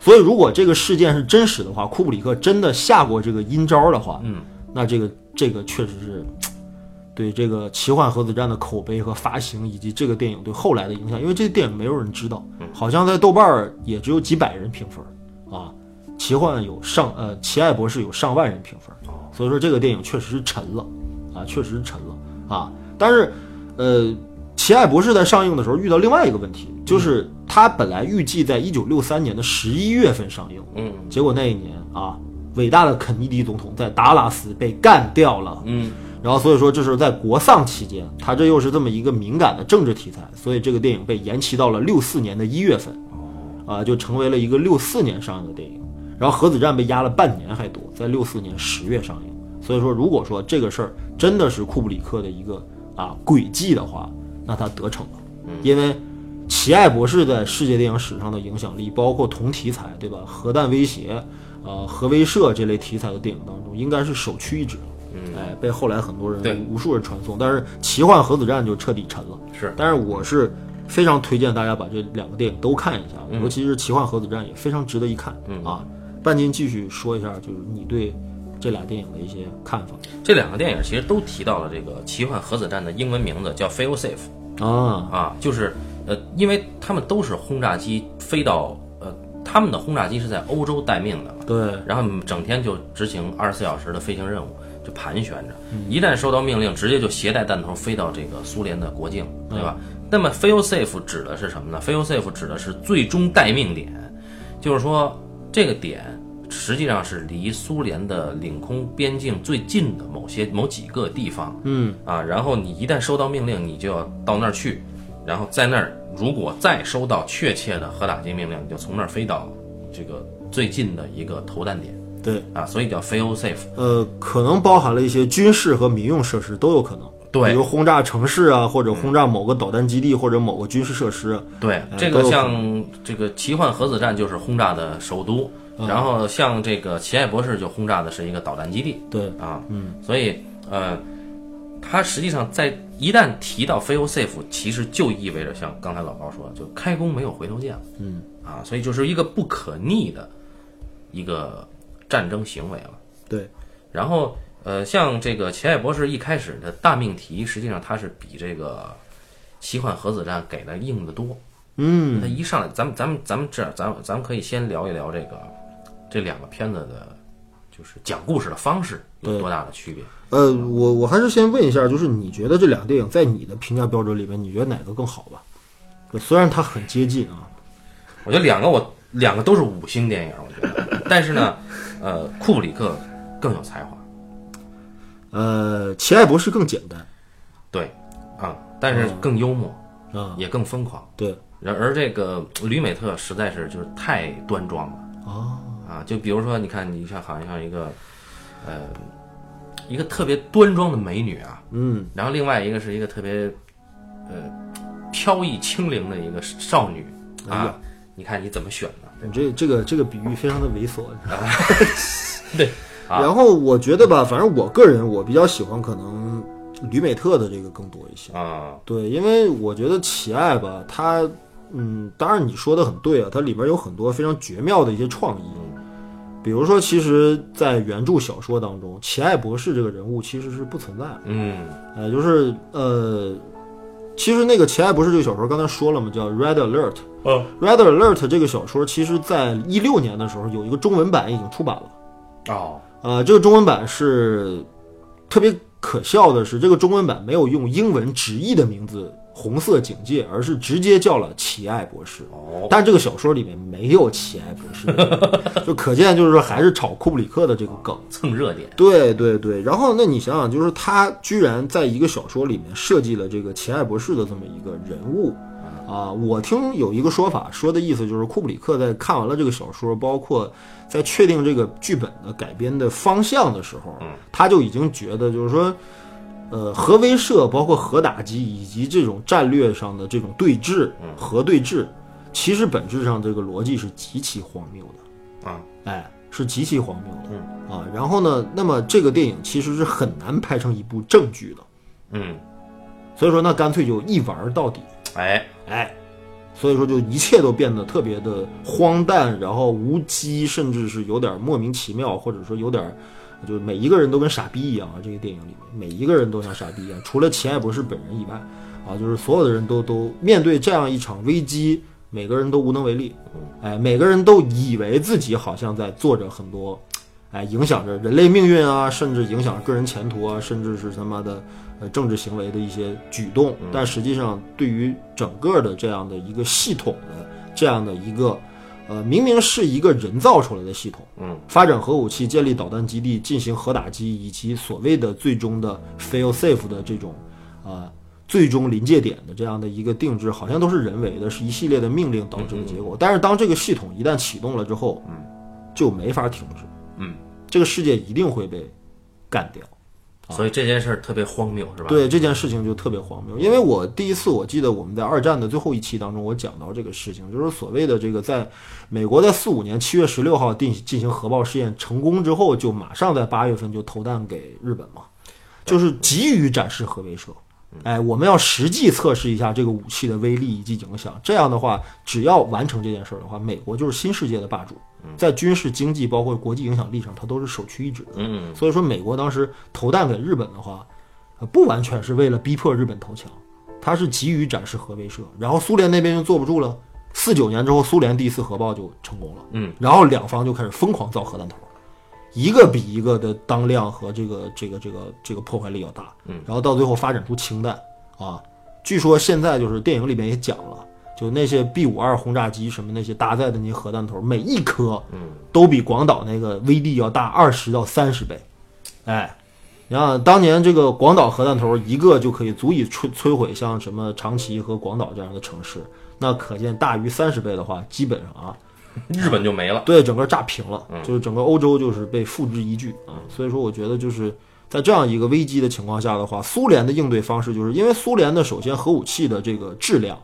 Speaker 1: 所以如果这个事件是真实的话，库布里克真的下过这个阴招的话，
Speaker 2: 嗯，
Speaker 1: 那这个这个确实是对这个奇幻核子战的口碑和发行，以及这个电影对后来的影响，因为这个电影没有人知道，
Speaker 2: 嗯
Speaker 1: 好像在豆瓣儿也只有几百人评分啊。奇幻有上呃，奇爱博士有上万人评分，所以说这个电影确实是沉了，啊，确实是沉了啊。但是，呃，奇爱博士在上映的时候遇到另外一个问题，就是他本来预计在一九六三年的十一月份上映，
Speaker 2: 嗯，
Speaker 1: 结果那一年啊，伟大的肯尼迪总统在达拉斯被干掉了，
Speaker 2: 嗯，
Speaker 1: 然后所以说这是在国丧期间，他这又是这么一个敏感的政治题材，所以这个电影被延期到了六四年的一月份，啊，就成为了一个六四年上映的电影。然后核子战被压了半年还多，在六四年十月上映。所以说，如果说这个事儿真的是库布里克的一个啊轨迹的话，那他得逞了，因为奇爱博士在世界电影史上的影响力，包括同题材对吧，核弹威胁、呃核威慑这类题材的电影当中，应该是首屈一指。哎，被后来很多
Speaker 2: 对
Speaker 1: 人无数人传颂，但是奇幻核子战就彻底沉了。
Speaker 2: 是
Speaker 1: 但是我是非常推荐大家把这两个电影都看一下，尤其是《奇幻核子战》也非常值得一看、啊。半斤继续说一下，就是你对这俩电影的一些看法
Speaker 2: 这两个电影其实都提到了这个奇幻核子战的英文名字叫 Fail Safe
Speaker 1: 啊。
Speaker 2: 啊，就是呃，因为他们都是轰炸机飞到呃，他们的轰炸机是在欧洲待命的嘛，
Speaker 1: 对，
Speaker 2: 然后整天就执行二十四小时的飞行任务，就盘旋着。一旦收到命令，直接就携带弹头飞到这个苏联的国境，对吧？那么 fail safe 指的是什么呢？fail safe 指的是最终待命点，就是说这个点实际上是离苏联的领空边境最近的某些某几个地方。
Speaker 1: 嗯
Speaker 2: 啊，然后你一旦收到命令，你就要到那儿去，然后在那儿，如果再收到确切的核打击命令，你就从那儿飞到这个最近的一个投弹点
Speaker 1: 对，
Speaker 2: 啊，所以叫 fail safe。
Speaker 1: 呃，可能包含了一些军事和民用设施都有可能，
Speaker 2: 对
Speaker 1: 比如轰炸城市啊，或者轰炸某个导弹基地或者某个军事设施。
Speaker 2: 对，这
Speaker 1: 嗯都
Speaker 2: 个
Speaker 1: 有可
Speaker 2: 像这个奇幻核子战就是轰炸的首都，
Speaker 1: 嗯
Speaker 2: 然后像这个奇爱博士就轰炸的是一个导弹基地
Speaker 1: 对，
Speaker 2: 啊，嗯，所以呃，它实际上在一旦提到 fail safe，其实就意味着像刚才老高说，的，就开弓没有回头箭了，嗯，啊，所以就是一个不可逆的一个战争行为了。
Speaker 1: 对，
Speaker 2: 然后呃，像这个奇爱博士一开始的大命题，实际上它是比这个奇幻核子战给的硬得多。嗯，他一上来，咱们咱们咱们这样，咱们咱们可以先聊一聊这个这两个片子的，就是讲故事的方式有多大的区别。
Speaker 1: 呃，我我还是先问一下，就是你觉得这俩电影在你的评价标准里面，你觉得哪个更好吧？虽然它很接近啊，
Speaker 2: 我觉得两个我两个都是五星电影，我觉得，但 是呢，呃，库布里克更有才华，
Speaker 1: 呃，奇爱博士更简单
Speaker 2: 对，啊，但是更幽默，
Speaker 1: 啊，
Speaker 2: 也更疯狂。
Speaker 1: 对，
Speaker 2: 然而这个吕美特实在是就是太端庄了。
Speaker 1: 哦，
Speaker 2: 啊，就比如说，你看，你看，好像像一个，呃，一个特别端庄的美女啊，
Speaker 1: 嗯，
Speaker 2: 然后另外一个是一个特别，呃，飘逸轻灵的一个少女
Speaker 1: 哎
Speaker 2: 啊
Speaker 1: 呀，
Speaker 2: 你看你怎么选的？
Speaker 1: 你这这个这个比喻非常的猥琐。
Speaker 2: 对，啊
Speaker 1: 然后我觉得吧，反正我个人我比较喜欢可能吕美特的这个更多一些。
Speaker 2: 啊，
Speaker 1: 对，因为我觉得奇爱吧，它嗯，当然你说的很对啊，它里面有很多非常绝妙的一些创意。比如说，其实，在原著小说当中，奇爱博士这个人物其实是不存在的。
Speaker 2: 嗯，
Speaker 1: 呃，就是呃，其实那个《奇爱博士》这个小说，刚才说了嘛，叫《Red Alert》。
Speaker 2: 哦，
Speaker 1: 《Red Alert》这个小说，其实在一六年的时候有一个中文版已经出版了。
Speaker 2: 哦，
Speaker 1: 呃，这个中文版是特别可笑的是，这个中文版没有用英文直译的名字红色警戒，而是直接叫了奇爱博士。
Speaker 2: 哦，
Speaker 1: 但这个小说里面没有奇爱博士，就可见就是说还是炒库布里克的这个梗。
Speaker 2: 蹭热点，
Speaker 1: 对对对，然后那你想想，就是他居然在一个小说里面设计了这个奇爱博士的这么一个人物啊！我听有一个说法，说的意思就是库布里克在看完了这个小说，包括在确定这个剧本的改编的方向的时候，他就已经觉得就是说。呃，核威慑，包括核打击，以及这种战略上的这种对峙、核对峙，其实本质上这个逻辑是极其荒谬的
Speaker 2: 啊，
Speaker 1: 哎，是极其荒谬的，嗯啊，然后呢，那么这个电影其实是很难拍成一部正剧的，
Speaker 2: 嗯，
Speaker 1: 所以说那干脆就一玩儿到底，
Speaker 2: 哎，
Speaker 1: 哎，所以说就一切都变得特别的荒诞，然后无稽，甚至是有点莫名其妙，或者说有点，就是每一个人都跟傻逼一样啊！这个电影里面每一个人都像傻逼一样，除了钱爱博士本人以外，啊，就是所有的人都都面对这样一场危机，每个人都无能为力，哎，每个人都以为自己好像在做着很多。哎，影响着人类命运啊，甚至影响个人前途啊，甚至是他妈的呃政治行为的一些举动。但实际上，对于整个的这样的一个系统的这样的一个呃，明明是一个人造出来的系统，
Speaker 2: 嗯，
Speaker 1: 发展核武器、建立导弹基地、进行核打击，以及所谓的最终的 fail safe 的这种呃最终临界点的这样的一个定制，好像都是人为的，是一系列的命令导致的结果。但是当这个系统一旦启动了之后，嗯，就没法停止。这个世界一定会被干掉。
Speaker 2: 所以这件事儿特别荒谬，是吧？
Speaker 1: 对这件事情就特别荒谬，因为我第一次我记得我们在二战的最后一期当中，我讲到这个事情，就是所谓的这个在美国在四五年七月十六号进进行核爆试验成功之后，就马上在八月份就投弹给日本嘛，就是急于展示核威慑。
Speaker 2: 嗯
Speaker 1: 哎，我们要实际测试一下这个武器的威力以及影响。这样的话，只要完成这件事儿的话，美国就是新世界的霸主，
Speaker 2: 嗯
Speaker 1: 在军事、经济包括国际影响力上，它都是首屈一指的。
Speaker 2: 嗯，
Speaker 1: 所以说，美国当时投弹给日本的话，呃不完全是为了逼迫日本投降，它是急于展示核威慑。然后苏联那边就坐不住了，四九年之后，苏联第一次核爆就成功了。
Speaker 2: 嗯，
Speaker 1: 然后两方就开始疯狂造核弹头，一个比一个的当量和这个这个这个这个破坏力要大。
Speaker 2: 嗯，
Speaker 1: 然后到最后发展出氢弹啊，据说现在就是电影里面也讲了。就那些 B 五二轰炸机什么那些搭载的那些核弹头，每一颗，
Speaker 2: 嗯
Speaker 1: 都比广岛那个威力要大二十到三十倍，哎，你看当年这个广岛核弹头一个就可以足以摧摧毁像什么长崎和广岛这样的城市，那可见大于三十倍的话，基本上啊，
Speaker 2: 日本就没了，
Speaker 1: 对整个炸平了，就是整个欧洲就是被付之一炬啊。所以说，我觉得就是在这样一个危机的情况下的话，苏联的应对方式就是因为苏联的首先核武器的这个质量，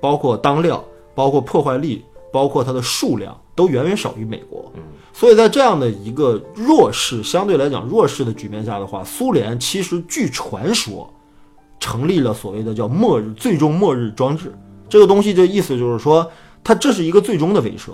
Speaker 1: 包括当量，包括破坏力，包括它的数量，都远远少于美国。所以在这样的一个弱势，相对来讲弱势的局面下的话，苏联其实据传说成立了所谓的叫末日最终末日装置。这个东西的意思就是说，它这是一个最终的威慑，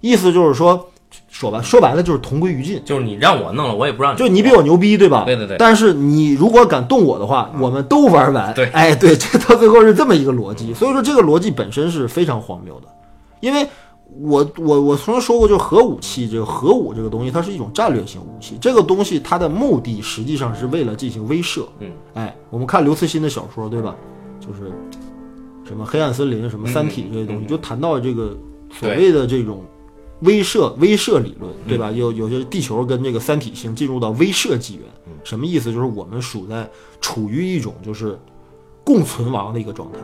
Speaker 1: 意思就是说，说白说白了就是同归于尽。
Speaker 2: 就是你让我弄了，我也不让你，
Speaker 1: 就你比我牛逼，对吧？
Speaker 2: 对对对嗯
Speaker 1: 但是你如果敢动我的话，我们都玩完。
Speaker 2: 对
Speaker 1: 哎，对， 这到最后是这么一个逻辑。所以说，这个逻辑本身是非常荒谬的，因为我我我曾经说过，就是核武器，这个核武这个东西，它是一种战略性武器。这个东西它的目的实际上是为了进行威慑。
Speaker 2: 嗯，
Speaker 1: 哎，我们看刘慈欣的小说，对吧？就是什么黑暗森林、什么三
Speaker 2: 嗯
Speaker 1: 体这些东西，就谈到这个所谓的这种威慑威慑理论，对吧？有有些地球跟这个三体星进入到威慑纪元，什么意思？就是我们处在处于一种就是共存亡的一个状态，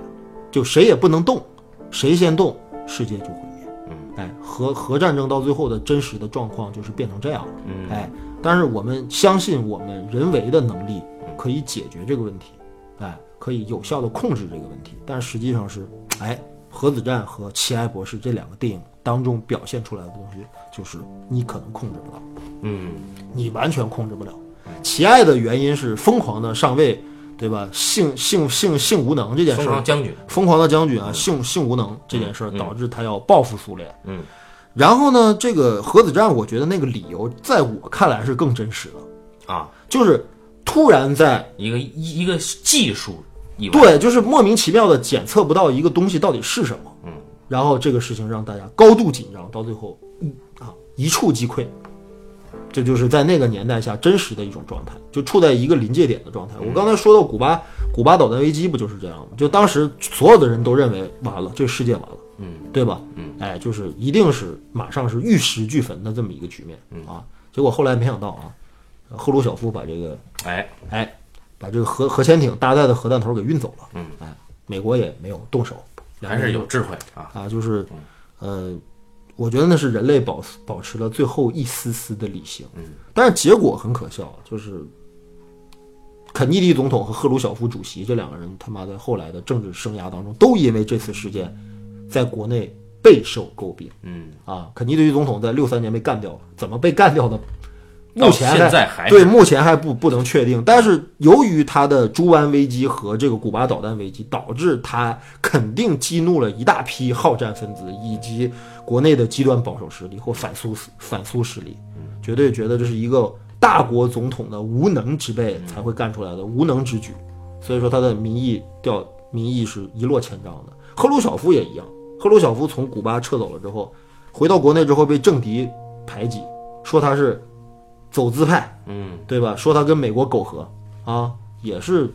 Speaker 1: 就谁也不能动，谁先动，世界就毁灭。哎，核核战争到最后的真实的状况就是变成这样了。
Speaker 2: 嗯
Speaker 1: 哎，但是我们相信我们人为的能力可以解决这个问题，哎，可以有效的控制这个问题。但实际上是，哎，核子战和奇爱博士这两个电影当中表现出来的东西，就是你可能控制不到。
Speaker 2: 嗯，
Speaker 1: 你完全控制不了。其爱的原因是疯狂的上位，对吧？性性性性无能这件
Speaker 2: 疯
Speaker 1: 事
Speaker 2: 狂嗯
Speaker 1: 儿，
Speaker 2: 将军，
Speaker 1: 疯狂的将军啊，性性无能这件事儿导致他要报复苏联。
Speaker 2: 嗯，
Speaker 1: 然后呢，这个核子战，我觉得那个理由在我看来是更真实的，
Speaker 2: 啊，
Speaker 1: 就是突然在
Speaker 2: 一个一一个技术意外，
Speaker 1: 对，就是莫名其妙的检测不到一个东西到底是什么，嗯，然后这个事情让大家高度紧张，到最后一啊一触即溃，这就是在那个年代下真实的一种状态，就处在一个临界点的状态。
Speaker 2: 嗯
Speaker 1: 我刚才说到古巴，古巴导弹危机不就是这样吗？就当时所有的人都认为完了，这世界完了，
Speaker 2: 嗯，
Speaker 1: 对吧？嗯，哎，就是一定是马上是玉石俱焚的这么一个局面
Speaker 2: 嗯
Speaker 1: 啊。结果后来没想到啊，赫鲁晓夫把这个
Speaker 2: 哎，
Speaker 1: 哎，把这个核核潜艇搭载的核弹头给运走了，
Speaker 2: 嗯，
Speaker 1: 哎，美国也没有动手，
Speaker 2: 还是有智慧啊，
Speaker 1: 啊，就是，呃，我觉得那是人类保保持了最后一丝丝的理性。嗯，但是结果很可笑，啊就是肯尼迪总统和赫鲁晓夫主席这两个人，他妈在后来的政治生涯当中，都因为这次事件，在国内备受诟病。
Speaker 2: 嗯，
Speaker 1: 啊，肯尼迪总统在六三年被干掉了，怎么被干掉的？目
Speaker 2: 到
Speaker 1: 前
Speaker 2: 现在还
Speaker 1: 对，
Speaker 2: 是
Speaker 1: 目前还不不能确定。但是由于他的猪湾危机和这个古巴导弹危机，导致他肯定激怒了一大批好战分子以及国内的极端保守势力或反苏反苏势力，
Speaker 2: 嗯
Speaker 1: 绝对觉得这是一个大国总统的无能之辈才会干出来的无能之举。所以说他的民意调民意是一落千丈的。赫鲁晓夫也一样，赫鲁晓夫从古巴撤走了之后，回到国内之后被政敌排挤，说他是走资派，
Speaker 2: 嗯，
Speaker 1: 对吧？说他跟美国苟合啊，也是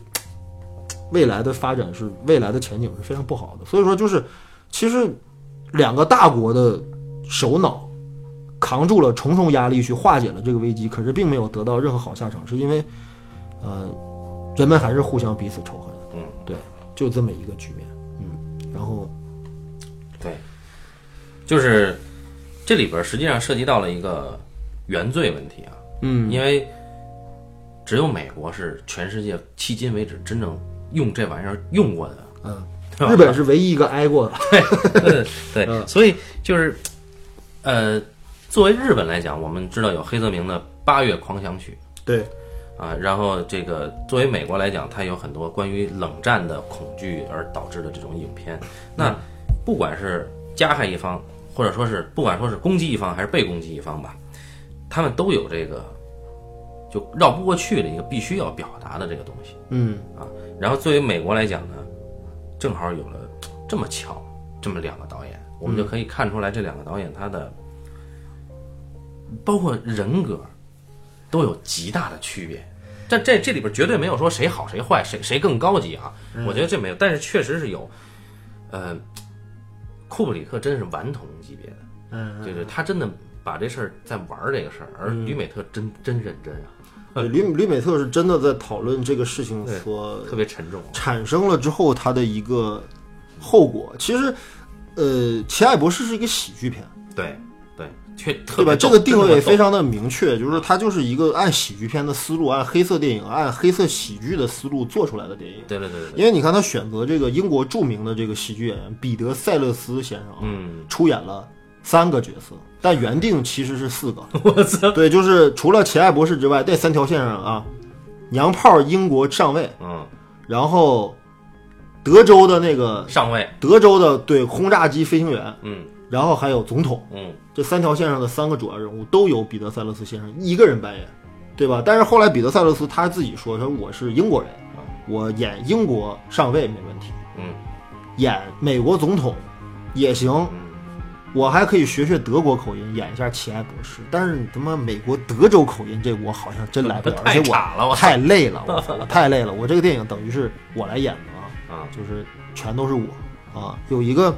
Speaker 1: 未来的发展是未来的前景是非常不好的。所以说，就是其实两个大国的首脑扛住了重重压力去化解了这个危机，可是并没有得到任何好下场，是因为呃，人们还是互相彼此仇恨。
Speaker 2: 嗯，
Speaker 1: 对，就这么一个局面。嗯，然 后
Speaker 2: 对，就是这里边实际上涉及到了一个原罪问题啊，
Speaker 1: 嗯，
Speaker 2: 因为只有美国是全世界迄今为止真正用这玩意儿用过的，
Speaker 1: 嗯
Speaker 2: 对吧
Speaker 1: 日本是唯一一个挨过的。
Speaker 2: 对，所以就是，呃，作为日本来讲，我们知道有黑泽明的《八月狂想曲
Speaker 1: 对，》
Speaker 2: 啊，然后这个作为美国来讲，它有很多关于冷战的恐惧而导致的这种影片。那不管是加害一方，或者说是不管说是攻击一方还是被攻击一方吧，他们都有这个就绕不过去的一个必须要表达的这个东西。啊
Speaker 1: 嗯
Speaker 2: 然后作为美国来讲呢，正好有了这么巧，这么两个导演，我们就可以看出来这两个导演他的，包括人格，都有极大的区别。但这这里边绝对没有说谁好谁坏，谁谁更高级啊，
Speaker 1: 嗯
Speaker 2: 我觉得这没有。但是确实是有，呃，库布里克真是顽童级别的，
Speaker 1: 嗯，
Speaker 2: 就是他真的把这事儿在玩儿这个事儿，而吕美特真真认真啊，
Speaker 1: 对吕吕美特是真的在讨论这个事情
Speaker 2: 对
Speaker 1: 所
Speaker 2: 特别沉重。啊
Speaker 1: 产生了之后，它的一个后果。其实，呃，奇爱博士是一个喜剧片，
Speaker 2: 对对，确特
Speaker 1: 对吧？
Speaker 2: 别
Speaker 1: 这
Speaker 2: 逗
Speaker 1: 个定位非
Speaker 2: 真的逗
Speaker 1: 常的明确，就是它就是一个按喜剧片的思路，按黑色电影、按黑色喜剧的思路做出来的电影。
Speaker 2: 对对对对对，
Speaker 1: 因为你看，他选择这个英国著名的这个喜剧演员彼得·塞勒斯先生啊，
Speaker 2: 嗯，
Speaker 1: 出演了三个角色，但原定其实是四个。
Speaker 2: 我操，
Speaker 1: 对，就是除了奇爱博士之外，这三条线上啊，娘炮英国上尉，
Speaker 2: 嗯，
Speaker 1: 然后德州的那个
Speaker 2: 上位，
Speaker 1: 德州的对轰炸机飞行员，
Speaker 2: 嗯
Speaker 1: 然后还有总统，
Speaker 2: 嗯，
Speaker 1: 这三条线上的三个主要人物都由彼得·塞勒斯先生一个人扮演，对吧？但是后来彼得·塞勒斯他自己说，他说我是英国人，我演英国上尉没问题，
Speaker 2: 嗯，
Speaker 1: 演美国总统也行，
Speaker 2: 嗯
Speaker 1: 我还可以学学德国口音演一下奇爱博士，但是你他妈美国德州口音这我好像真来不了，而
Speaker 2: 太
Speaker 1: 且我
Speaker 2: 差了，我操
Speaker 1: 太累了，我操我太累了，我这个电影等于是我来演的啊。
Speaker 2: 啊，
Speaker 1: 就是全都是我啊。有一个，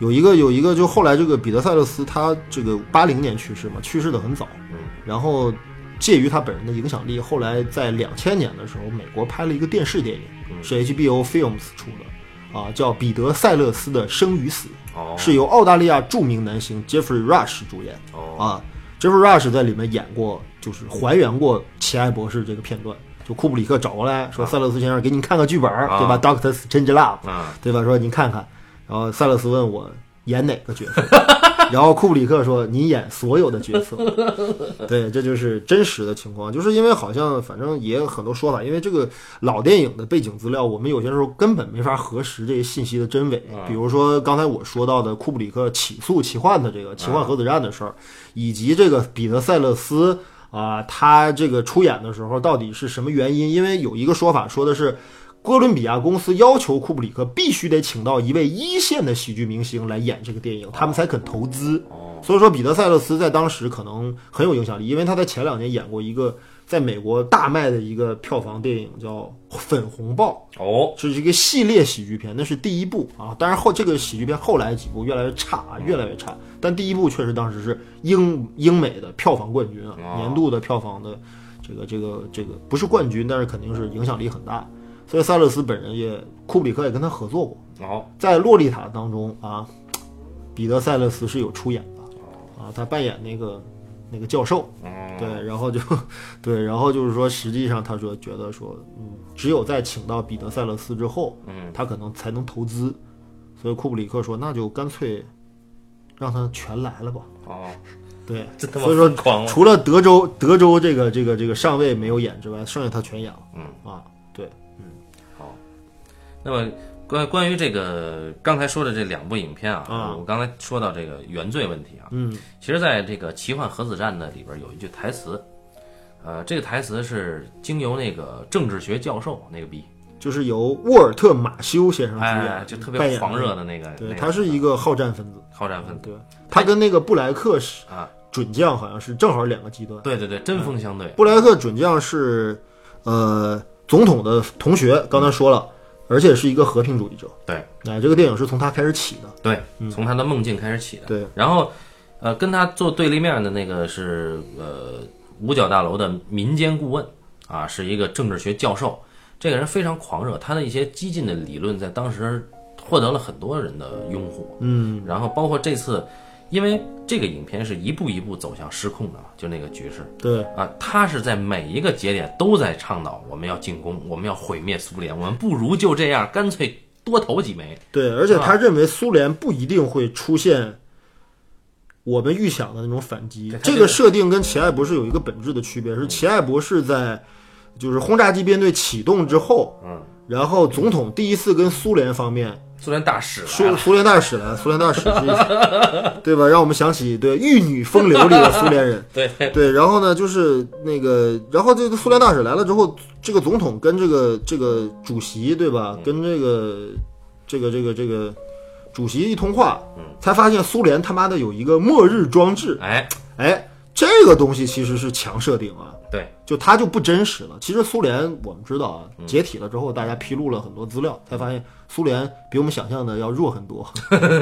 Speaker 1: 有一个，有一个，就后来这个彼得·塞勒斯他这个八零年去世嘛，去世的很早，
Speaker 2: 嗯
Speaker 1: 然后介于他本人的影响力，后来在两千年的时候，美国拍了一个电视电影，
Speaker 2: 嗯
Speaker 1: 是 HBO Films 出的啊，叫《彼得·塞勒斯的生与死
Speaker 2: 哦》，
Speaker 1: 是由澳大利亚著名男星 Jeffrey Rush 主演
Speaker 2: 哦，
Speaker 1: 啊。Jeffrey Rush 在里面演过，就是还原过《奇爱博士》这个片段。就库布里克找过来说：“塞勒斯先生，给你看个剧本儿，对吧
Speaker 2: 啊
Speaker 1: ？Doctor Strange Love，
Speaker 2: 啊，
Speaker 1: 对吧？说您看看，然后塞勒斯问我演哪个角色， 然后库布里克说你演所有的角色。对，这就是真实的情况，就是因为好像反正也有很多说法，因为这个老电影的背景资料，我们有些时候根本没法核实这些信息的真伪。比如说刚才我说到的库布里克起诉奇幻的这个奇幻核子战的事儿，以及这个彼得塞勒斯。啊，他这个出演的时候到底是什么原因？因为有一个说法说的是，哥伦比亚公司要求库布里克必须得请到一位一线的喜剧明星来演这个电影，他们才肯投资。
Speaker 2: 哦，哦
Speaker 1: 所以说，彼得·塞勒斯在当时可能很有影响力，因为他在前两年演过一个在美国大卖的一个票房电影，叫《粉红豹
Speaker 2: 哦，》，
Speaker 1: 这是一个系列喜剧片，那是第一部啊。当然后这个喜剧片后来几部越来越差，啊，越来越差，但第一部确实当时是英英美的票房冠军啊，
Speaker 2: 哦
Speaker 1: 年度的票房的这个这个这个不是冠军，但是肯定是影响力很大。所以塞勒斯本人也，库布里克也跟他合作过。
Speaker 2: 哦，
Speaker 1: 在《洛丽塔》当中啊，彼得·塞勒斯是有出演的啊，他扮演那个那个教授，
Speaker 2: 嗯，
Speaker 1: 对，然后就对，然后就是说，实际上他说觉得说，嗯，只有在请到彼得·塞勒斯之后，
Speaker 2: 嗯，
Speaker 1: 他可能才能投资，所以库布里克说，那就干脆让他全来了吧，
Speaker 2: 哦，
Speaker 1: 对，
Speaker 2: 真他妈
Speaker 1: 所以说
Speaker 2: 疯狂啊了，
Speaker 1: 除了德州德州这个这个这个上尉没有演之外，剩下他全演了，
Speaker 2: 嗯
Speaker 1: 啊，对，
Speaker 2: 好。那么关关于这个刚才说的这两部影片啊，
Speaker 1: 啊
Speaker 2: 我刚才说到这个原罪问题啊，
Speaker 1: 嗯
Speaker 2: 其实在这个《奇幻核子战》呢里边有一句台词，呃，这个台词是经由那个政治学教授那个逼，
Speaker 1: 就是由沃尔特·马修先生主演，
Speaker 2: 哎，就特
Speaker 1: 啊扮
Speaker 2: 别
Speaker 1: 演
Speaker 2: 狂
Speaker 1: 的
Speaker 2: 热的那个，
Speaker 1: 对
Speaker 2: 那
Speaker 1: 他是一个好战分子，
Speaker 2: 好战分子
Speaker 1: 对，嗯他跟那个布莱克是
Speaker 2: 嗯啊，
Speaker 1: 准将好像是正好两个极端。
Speaker 2: 对对对，针锋相对，
Speaker 1: 布莱克准将是，呃，总统的同学，刚才说了，而且是一个和平主义者。
Speaker 2: 嗯对，
Speaker 1: 哎，这个电影是从他开始起的。
Speaker 2: 对，从他的梦境开始起的，
Speaker 1: 对，
Speaker 2: 然后，呃，跟他做对立面的那个是呃五角大楼的民间顾问啊，是一个政治学教授。这个人非常狂热，他的一些激进的理论在当时获得了很多人的拥护。嗯，然后包括这次，因为这个影片是一步一步走向失控的嘛，就那个局势
Speaker 1: 对，
Speaker 2: 啊，他是在每一个节点都在倡导我们要进攻，我们要毁灭苏联，我们不如就这样，干脆多投几枚。
Speaker 1: 对，而且他认为苏联不一定会出现我们预想的那种反击
Speaker 2: 对。他
Speaker 1: 这
Speaker 2: 这
Speaker 1: 个
Speaker 2: 个嗯
Speaker 1: 设定跟奇爱博士有一个本质的区别，是奇爱博士在就是轰炸机编队启动之后，
Speaker 2: 嗯，
Speaker 1: 然后总统第一次跟苏联方面
Speaker 2: 苏联大使来
Speaker 1: 苏
Speaker 2: 了，
Speaker 1: 苏联大使来，苏联大使是一个，对吧？让我们想起对《玉女风流》里的苏联人，
Speaker 2: 对，
Speaker 1: 对。然后呢，就是那个，然后这个苏联大使来了之后，这个总统跟这个这个主席，对
Speaker 2: 嗯
Speaker 1: 吧？跟这个这个这个这个主席一通话，
Speaker 2: 嗯
Speaker 1: 才发现苏联他妈的有一个末日装置，
Speaker 2: 哎，
Speaker 1: 哎，这个东西其实是强设定啊。
Speaker 2: 对。
Speaker 1: 就它就不真实了。其实苏联我们知道啊，
Speaker 2: 嗯
Speaker 1: 解体了之后，大家披露了很多资料，才发现苏联比我们想象的要弱很 多。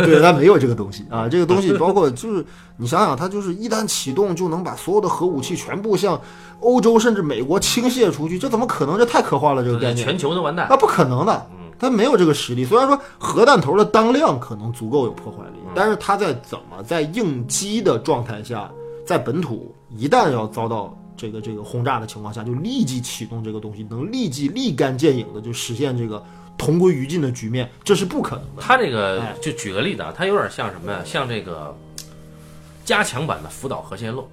Speaker 1: 对，它没有这个东西啊，这个东西包括就是你想想，它就是一旦启动就能把所有的核武器全部向欧洲甚至美国倾泻出去，这怎么可能？这太科幻了，这个概
Speaker 2: 对，
Speaker 1: 念。
Speaker 2: 呃全球都完蛋。
Speaker 1: 那不可能的，
Speaker 2: 嗯
Speaker 1: 他没有这个实力。虽然说核弹头的当量可能足够有破坏力，
Speaker 2: 嗯
Speaker 1: 但是他在怎么在应激的状态下，在本土一旦要遭到这个这个轰炸的情况下，就立即启动这个东西，能立即立竿见影的就实现这个同归于尽的局面，这是不可能的。
Speaker 2: 他这个就举个例子啊，他有点像什么呀？像这个加强版的福岛核泄漏，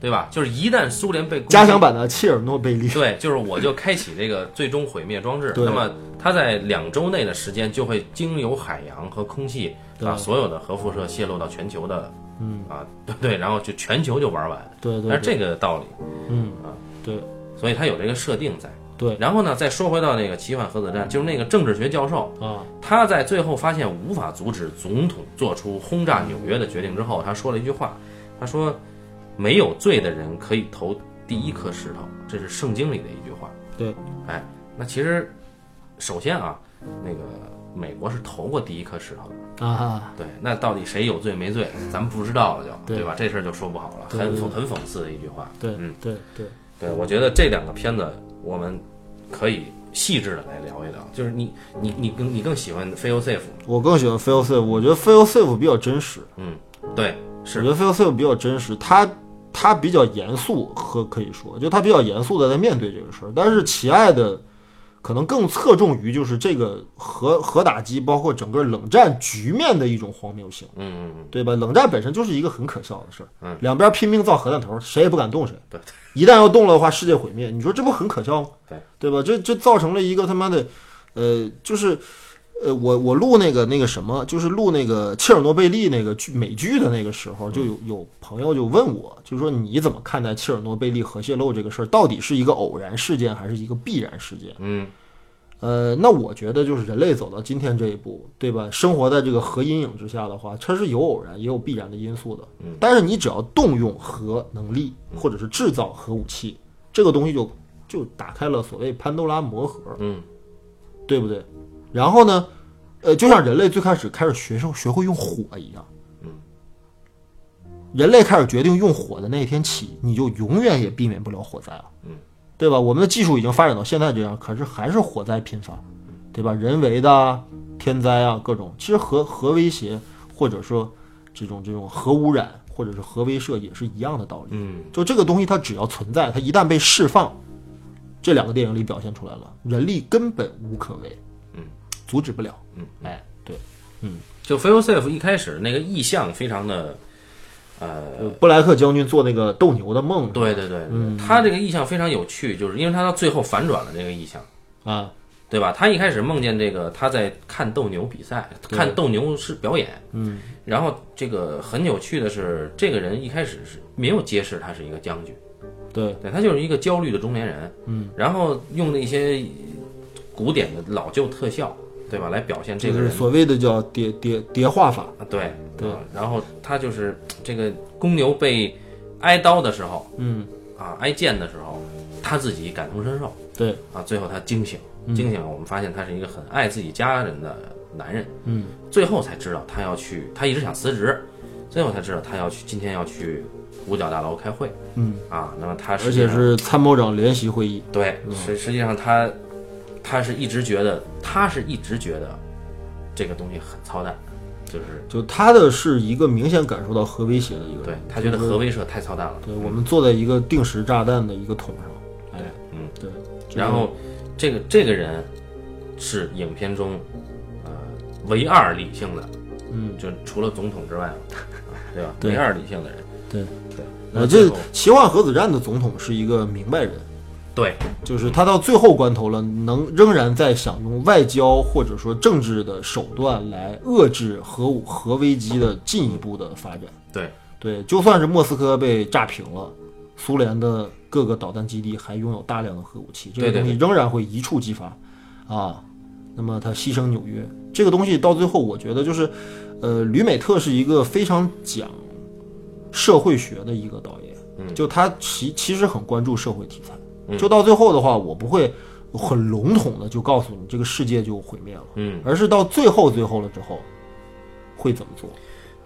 Speaker 2: 对吧？ 就是一旦苏联被攻击
Speaker 1: 加强，版的切尔诺贝利，
Speaker 2: 对，就是我就开启这个最终毁灭装置。
Speaker 1: 对
Speaker 2: 那么它在两周内的时间就会经由海洋和空气，把所有的核辐射泄漏到全球的，嗯啊，对对，然后就全球就玩完。
Speaker 1: 对
Speaker 2: 但
Speaker 1: 对
Speaker 2: 是这啊个道理，
Speaker 1: 嗯，对
Speaker 2: 所以它有这个设定在。
Speaker 1: 对
Speaker 2: 然后呢，再说回到那个奇幻核子战，就是那个政治学教授，
Speaker 1: 啊，
Speaker 2: 他在最后发现无法阻止总统做出轰炸纽约的决定之后，他说了一句话，他说：“没有罪的人可以投第一颗石头。”这是圣经里的一句话。
Speaker 1: 对，
Speaker 2: 哎，那其实，首先啊，那个美国是投过第一颗石头的。
Speaker 1: 啊，
Speaker 2: 对，那到底谁有罪没罪，咱们不知道了就，
Speaker 1: 对
Speaker 2: 对吧？这事儿就说不好了，
Speaker 1: 对
Speaker 2: 很
Speaker 1: 对
Speaker 2: 讽很讽刺的一句话。
Speaker 1: 对
Speaker 2: 嗯
Speaker 1: 对对，
Speaker 2: 对，我觉得这两个片子我们可以细致的来聊一聊。就是你你你更你更喜欢《非 o safe》？
Speaker 1: 我更喜欢 fail safe，我觉得 fail safe 比较真实。
Speaker 2: 嗯，对，是
Speaker 1: 我觉得 Phil Sip 比较真实，他他比较严肃和可以说，就他比较严肃的在面对这个事儿。但是奇爱的可能更侧重于就是这个核核打击，包括整个冷战局面的一种荒谬性，
Speaker 2: 嗯，嗯
Speaker 1: 对吧？冷战本身就是一个很可笑的事儿，
Speaker 2: 嗯
Speaker 1: 两边拼命造核弹头，谁也不敢动谁。
Speaker 2: 对，
Speaker 1: 一旦要动了的话，世界毁灭，你说这不很可笑吗？
Speaker 2: 对，
Speaker 1: 对吧？这这造成了一个他妈的，呃，就是。呃，我我录那个那个什么，就是录那个切尔诺贝利那个剧美剧的那个时候，就有
Speaker 2: 嗯
Speaker 1: 有朋友就问我，就说你怎么看待切尔诺贝利核泄漏这个事儿，到底是一个偶然事件还是一个必然事件？
Speaker 2: 嗯
Speaker 1: 呃，那我觉得就是人类走到今天这一步，对吧？生活在这个核阴影之下的话，它是有偶然也有必然的因素的。但是你只要动用核能力，或者是制造核武器，这个东西就就打开了所谓潘多拉魔盒，
Speaker 2: 嗯，
Speaker 1: 对不对？然后呢，呃，就像人类最开始开始学生学会用火一样，人类开始决定用火的那一天起，你就永远也避免不了火灾了，
Speaker 2: 嗯，
Speaker 1: 对吧？我们的技术已经发展到现在这样，可是还是火灾频发，对吧？人为的啊天灾啊，各种，其实核核威胁或者说这种这种核污染或者是核威慑也是一样的道理，
Speaker 2: 嗯，
Speaker 1: 就这个东西它只要存在，它一旦被释放，这两个电影里表现出来了，人力根本无可为，
Speaker 2: 嗯，
Speaker 1: 阻止不了，
Speaker 2: 嗯，
Speaker 1: 哎，对，
Speaker 2: 就 f e l Safe 一开始那个意象非常的，
Speaker 1: 呃，布莱克将军做那个斗牛的梦，
Speaker 2: 对对对，他这个意象非常有趣，就是因为他到最后反转了这个意象，
Speaker 1: 啊，
Speaker 2: 对吧？他一开始梦见这个他在看斗牛比赛，看斗牛是表演，嗯，然后这个很有趣的是，这个人一开始是没有揭示他是一个将军，
Speaker 1: 对，
Speaker 2: 对他就是一个焦虑的中年人，嗯，然后用那些古典的老旧特效，对吧，来表现这
Speaker 1: 这
Speaker 2: 个
Speaker 1: 个是
Speaker 2: 人
Speaker 1: 所谓的叫叠叠叠化法，
Speaker 2: 啊，对
Speaker 1: 对
Speaker 2: 啊然后他就是这个公牛被挨刀的时候
Speaker 1: 嗯，
Speaker 2: 啊，挨剑的时候，他自己感同身受
Speaker 1: 对，
Speaker 2: 啊，最后他惊醒，
Speaker 1: 嗯
Speaker 2: 惊醒了，我们发现他是一个很爱自己家人的男人，
Speaker 1: 嗯，
Speaker 2: 最后才知道他要去，他一直想辞职，最后才知道他要去，今天要去五角大楼开会，
Speaker 1: 嗯
Speaker 2: 啊，那么他
Speaker 1: 而
Speaker 2: 实际
Speaker 1: 且
Speaker 2: 上
Speaker 1: 是嗯参谋长联席会议，
Speaker 2: 对，实实际上他他是一直觉得，他是一直觉得这个东西很操蛋，就是
Speaker 1: 就他的是一个明显感受到核威胁的一个
Speaker 2: 对
Speaker 1: 人，
Speaker 2: 他觉得核威慑太操蛋了。
Speaker 1: 对我们坐在一个定时炸弹的一个桶上，哎，
Speaker 2: 嗯，
Speaker 1: 对，这
Speaker 2: 然
Speaker 1: 个
Speaker 2: 后这个这个人是影片中呃唯二理性的，
Speaker 1: 嗯，
Speaker 2: 就除了总统之外嘛，对吧？
Speaker 1: 对
Speaker 2: 唯二理性的人，
Speaker 1: 对
Speaker 2: 对，那
Speaker 1: 呃，
Speaker 2: 最
Speaker 1: 这
Speaker 2: 后
Speaker 1: 奇幻核子战的总统是一个明白人，
Speaker 2: 对
Speaker 1: 就是他到最后关头了，能仍然在想用外交或者说政治的手段来遏制核武核危机的进一步的发展。
Speaker 2: 对
Speaker 1: 对，就算是莫斯科被炸平了，苏联的各个导弹基地还拥有大量的核武器，这个
Speaker 2: 对对
Speaker 1: 东西
Speaker 2: 对
Speaker 1: 仍然会一触即发，啊，那么他牺牲纽约，这个东西到最后，我觉得就是，呃，吕美特是一个非常讲社会学的一个导演，
Speaker 2: 嗯
Speaker 1: 就他其其实很关注社会题材，就到最后的话，我不会很笼统的就告诉你这个世界就毁灭了，
Speaker 2: 嗯
Speaker 1: 而是到最后最后了之后会怎么做，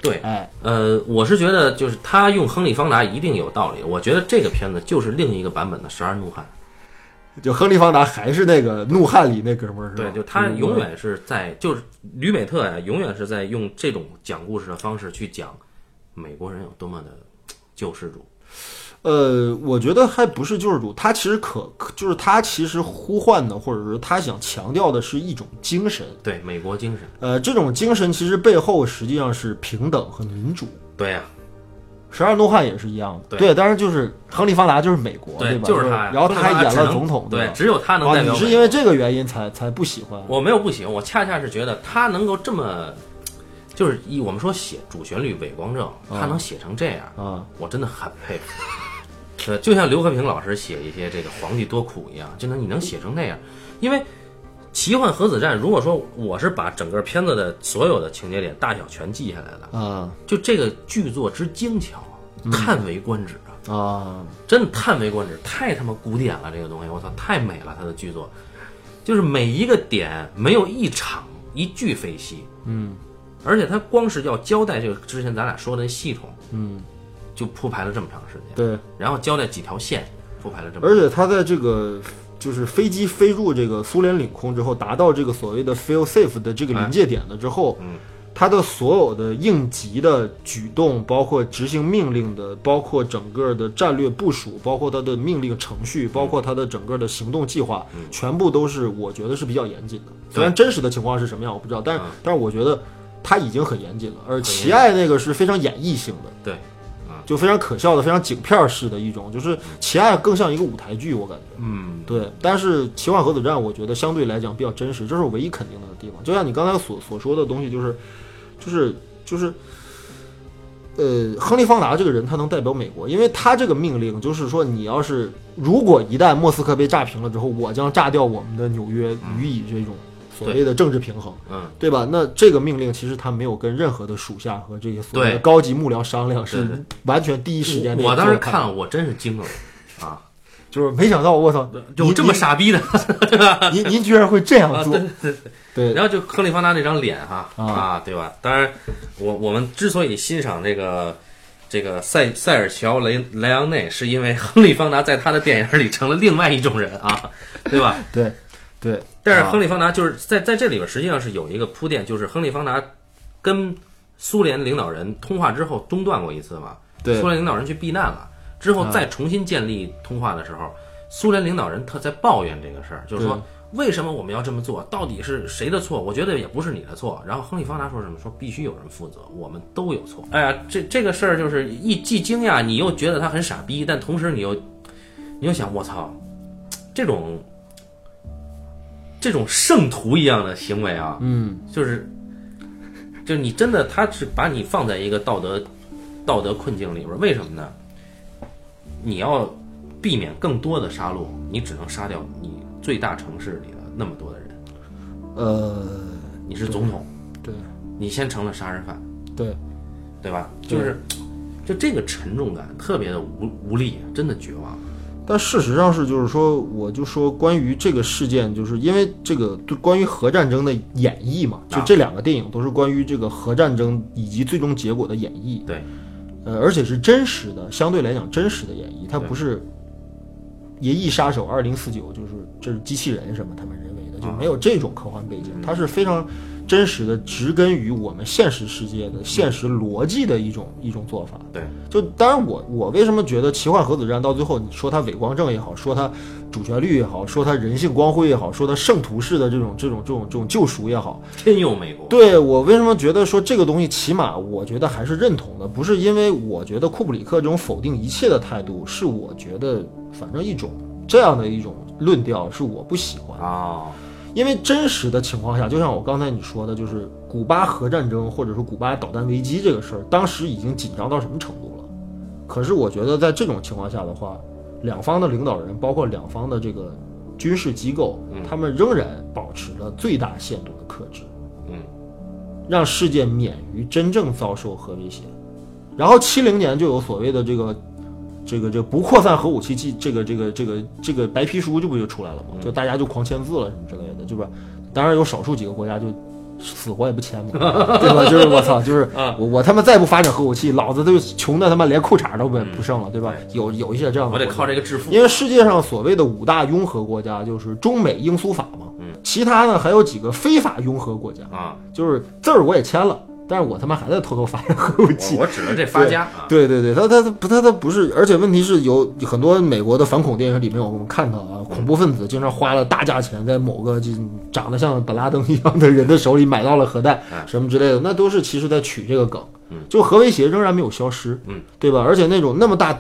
Speaker 2: 对，
Speaker 1: 哎，
Speaker 2: 呃，我是觉得就是他用亨利·方达一定有道理，我觉得这个片子就是另一个版本的《十二怒汉》。
Speaker 1: 就亨利·方达还是那个《怒汉》里那哥们儿，是吧嗯
Speaker 2: 对，就他永远是在，就是吕美特呀、永远是在用这种讲故事的方式去讲美国人有多么的救世主。
Speaker 1: 呃，我觉得还不是救世主，他其实可可就是他其实呼唤的，或者是他想强调的是一种精神。
Speaker 2: 对，美国精神。
Speaker 1: 呃，这种精神其实背后实际上是平等和民主。
Speaker 2: 对啊呀、
Speaker 1: 十二怒汉也是一样的，
Speaker 2: 对
Speaker 1: 对。但是就是亨利·方达就是美国，对吧？
Speaker 2: 就是他呀。
Speaker 1: 然后
Speaker 2: 亨
Speaker 1: 他还
Speaker 2: 利方达
Speaker 1: 演
Speaker 2: 只
Speaker 1: 了
Speaker 2: 能
Speaker 1: 总统，
Speaker 2: 对，
Speaker 1: 吧
Speaker 2: 只有他能
Speaker 1: 啊，
Speaker 2: 代
Speaker 1: 你
Speaker 2: 表
Speaker 1: 是
Speaker 2: 美
Speaker 1: 因为
Speaker 2: 国。
Speaker 1: 这个原因才才不喜欢？
Speaker 2: 我没有不喜欢，我恰恰是觉得他能够这么，就是以我们说写主旋律伪光正，
Speaker 1: 嗯
Speaker 2: 他能写成这样，
Speaker 1: 啊，
Speaker 2: 我真的很佩服。 呃，就像刘和平老师写一些这个皇帝多苦一样，真的你能写成那样，因为《奇幻核子战》，如果说我是把整个片子的所有的情节点大小全记下来的，
Speaker 1: 啊
Speaker 2: 就这个剧作之精巧啊，
Speaker 1: 嗯
Speaker 2: 叹为观止啊，
Speaker 1: 啊，
Speaker 2: 真的叹为观止，太他妈古典了，这个东西，我操，太美了，它的剧作，就是每一个点没有一场一句废戏，嗯，而且它光是要交代这个之前咱俩说的系统，嗯，就铺排了这么长时间，
Speaker 1: 对。
Speaker 2: 然后交代几条线，铺排了这么，
Speaker 1: 而且他在这个就是飞机飞入这个苏联领空之后，达到这个所谓的 fail safe 的这个临界点了之后，
Speaker 2: 嗯
Speaker 1: 他的所有的应急的举动，包括执行命令的，包括整个的战略部署，包括他的命令程序，包括他的整个的行动计划，全部都是我觉得是比较严谨的。虽然真实的情况是什么样我不知道，但是、但是我觉得他已嗯经很严谨了。而奇爱那个是非常演绎性的。
Speaker 2: 对，
Speaker 1: 就非常可笑的、非常景片儿式的一种，就是《奇爱》更像一个舞台剧，我感觉。
Speaker 2: 嗯，
Speaker 1: 对，但是《奇幻核子战》我觉得相对来讲比较真实，这是我唯一肯定的地方。就像你刚才所所说的东西、就是，就是就是呃，亨利·方达这个人他能代表美国，因为他这个命令就是说，你要是如果一旦莫斯科被炸平了之后，我将炸掉我们的纽约，予以这种所谓的政治平衡，
Speaker 2: 嗯，
Speaker 1: 对吧？那这个命令其实他没有跟任何的属下和这些所谓的
Speaker 2: 对
Speaker 1: 高级幕僚商量，
Speaker 2: 对对
Speaker 1: 是完全第一时间
Speaker 2: 我我当时看
Speaker 1: 看，
Speaker 2: 了，我真是惊了啊！
Speaker 1: 就是没想到，我操，
Speaker 2: 有
Speaker 1: 您
Speaker 2: 这么傻逼的，
Speaker 1: 您您居然会这样
Speaker 2: 啊
Speaker 1: 做，对
Speaker 2: 然后就亨利·方达那张脸哈
Speaker 1: 啊
Speaker 2: 啊，对吧？当然，我我们之所以欣赏这个这个塞塞尔乔雷莱昂内，是因为亨利·方达在他的电影里成了另外一种人 啊，对吧？
Speaker 1: 对对，
Speaker 2: 但是
Speaker 1: 啊
Speaker 2: 亨利·方达就是在在这里边实际上是有一个铺垫，就是亨利·方达跟苏联领导人通话之后中断过一次嘛，
Speaker 1: 对啊
Speaker 2: 苏联领导人去避难了，之后再重新建立通话的时候，苏联领导人他在抱怨这个事儿，就是说
Speaker 1: 对
Speaker 2: 为什么我们要这么做？到底是谁的错？我觉得也不是你的错。然后亨利·方达说什么？说必须有人负责，我们都有错。哎呀，这这个事儿就是一既惊讶，你又觉得他很傻逼，但同时你又你又想，我操，这种这种圣徒一样的行为啊，
Speaker 1: 嗯，
Speaker 2: 就是就是你真的他是把你放在一个道德道德困境里边儿，为什么呢？你要避免更多的杀戮，你只能杀掉你最大城市里的那么多的人。
Speaker 1: 呃，
Speaker 2: 你是总统，
Speaker 1: 对
Speaker 2: 你先成了杀人犯，
Speaker 1: 对，
Speaker 2: 对吧？就是就这个沉重感特别的无无力，真的绝望。
Speaker 1: 但事实上是，就是说，我就说关于这个事件，就是因为这个对关于核战争的演绎嘛，就
Speaker 2: 啊
Speaker 1: 这两个电影都是关于这个核战争以及最终结果的演绎，
Speaker 2: 对，
Speaker 1: 呃，而且是真实的，相对来讲真实的演绎，它
Speaker 2: 对
Speaker 1: 不是《银翼杀手二零四九》，就是这是机器人什么他们人为的，就
Speaker 2: 啊嗯
Speaker 1: 没有这种科幻背景，它是非常真实的，植根于我们现实世界的现
Speaker 2: 嗯
Speaker 1: 实逻辑的一种一种做法。
Speaker 2: 对，
Speaker 1: 就当然我我为什么觉得《奇幻核子战》到最后，你说它伪光正也好，说它主旋律也好，说它人性光辉也好，说它圣徒式的这种这种这种这种救赎也好，
Speaker 2: 天佑美国，
Speaker 1: 对我为什么觉得说这个东西，起码我觉得还是认同的，不是因为我觉得库布里克这种否定一切的态度，是我觉得反正一种这样的一种论调是我不喜欢的。
Speaker 2: 哦，
Speaker 1: 因为真实的呃情况下，就像我刚才你说的，就是古巴核战争或者说古巴导弹危机这个事儿，当时已经紧张到什么程度了？可是我觉得在这种情况下的话，两方的领导人，包括两方的这个军事机构，他们仍然保持了最大限度的克制，
Speaker 2: 嗯，
Speaker 1: 让世界免于真正遭受核威胁。然后七零年就有所谓的这个这个这个不扩散核武器计这个这个这个这个白皮书这不就出来了吗？就大家就狂签字了什么之类的，对吧？当然有少数几个国家就死活也不签 嘛，对吧？就是我操，就是
Speaker 2: 啊
Speaker 1: 我我他妈再不发展核武器，老子都穷的他妈连裤衩都不不剩了，对吧？有有一些这样的，
Speaker 2: 嗯我得靠这个致富。
Speaker 1: 因为世界上所谓的五大拥核国家就是中美英苏法嘛，
Speaker 2: 嗯
Speaker 1: 其他呢还有几个非法拥核国家，
Speaker 2: 啊，
Speaker 1: 就是字儿我也签了，但是我他妈还在偷偷发展核武器
Speaker 2: 我。我指着这发家啊，
Speaker 1: 对对对，他他他不他他不是，而且问题是有很多美国的反恐电影里面，我们看到啊，恐怖分子经常花了大价钱在某个就长得像本拉登一样的人的手里买到了核 弹
Speaker 2: 哎
Speaker 1: 什么之类的，那都是其实在取这个梗，就核威胁仍然没有消失，
Speaker 2: 嗯，
Speaker 1: 对吧？而且那种那么大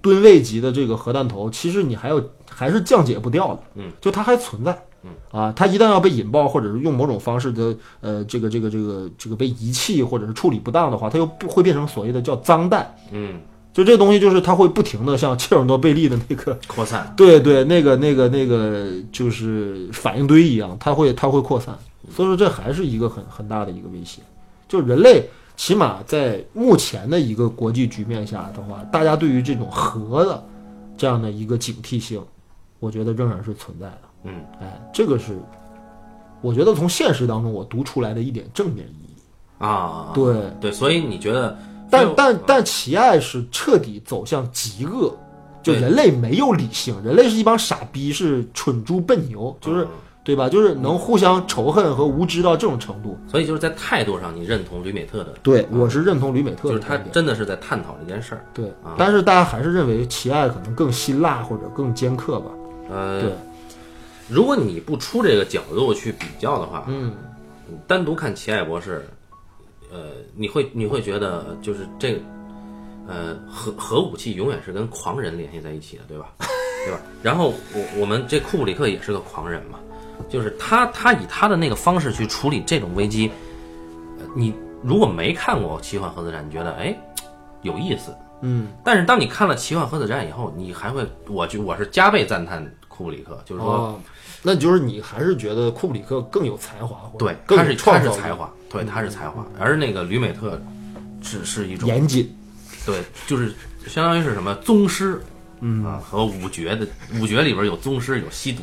Speaker 1: 吨位级的这个核弹头，其实你还有还是降解不掉的，
Speaker 2: 嗯，
Speaker 1: 就它还存在。啊，它一旦要被引爆，或者是用某种方式的呃，这个这个这个这个被遗弃，或者是处理不当的话，它又不会变成所谓的叫脏弹，
Speaker 2: 嗯，
Speaker 1: 就这东西，就是它会不停的像切尔诺贝利的那个，
Speaker 2: 扩散，
Speaker 1: 对对，那个那个那个，就是反应堆一样，它会它会扩散，所以说这还是一个很很大的一个威胁。就人类起码在目前的一个国际局面下的话，大家对于这种核的这样的一个警惕性，我觉得仍然是存在的。
Speaker 2: 嗯，
Speaker 1: 哎，这个是我觉得从现实当中我读出来的一点正面意义。
Speaker 2: 啊，
Speaker 1: 对，
Speaker 2: 对，所以你觉得，
Speaker 1: 但
Speaker 2: 嗯
Speaker 1: 但但奇爱是彻底走向极恶，就
Speaker 2: 对
Speaker 1: 人类没有理性，人类是一帮傻逼，是蠢猪笨牛，
Speaker 2: 哦
Speaker 1: 就是对吧？就是能互相仇恨和无知到这种程度。
Speaker 2: 所以就是在态度上，你认同吕美特的，
Speaker 1: 嗯对，我是认同吕美特
Speaker 2: 就
Speaker 1: 的
Speaker 2: 是
Speaker 1: 观
Speaker 2: 他
Speaker 1: 点，
Speaker 2: 真的是在探讨这件事儿。
Speaker 1: 对
Speaker 2: 啊，
Speaker 1: 但是大家还是认为奇爱可能更辛辣或者更尖刻吧？对啊
Speaker 2: 呃，，如果你不出这个角度去比较的话，
Speaker 1: 嗯，
Speaker 2: 你单独看奇爱博士，呃，你会你会觉得就是这个，呃，核核武器永远是跟狂人联系在一起的，对吧？对吧？然后我我们这库布里克也是个狂人嘛，就是他他以他的那个方式去处理这种危机，呃你如果没看过《奇幻核子战》，你觉得哎，有意思。
Speaker 1: 嗯，
Speaker 2: 但是当你看了《奇幻核子战》以后，你还会，我就我是加倍赞叹库布里克，就是说，
Speaker 1: 哦，那就是你还是觉得库布里克更有才华，或者
Speaker 2: 对，
Speaker 1: 更
Speaker 2: 他
Speaker 1: 有
Speaker 2: 是他
Speaker 1: 创
Speaker 2: 是
Speaker 1: 造
Speaker 2: 才
Speaker 1: 力，嗯
Speaker 2: 华，对，他是才华，而那个吕美特只是一种
Speaker 1: 严谨，
Speaker 2: 对，就是相当于是什么宗师，嗯啊，和五绝的五绝里边有宗师，有吸毒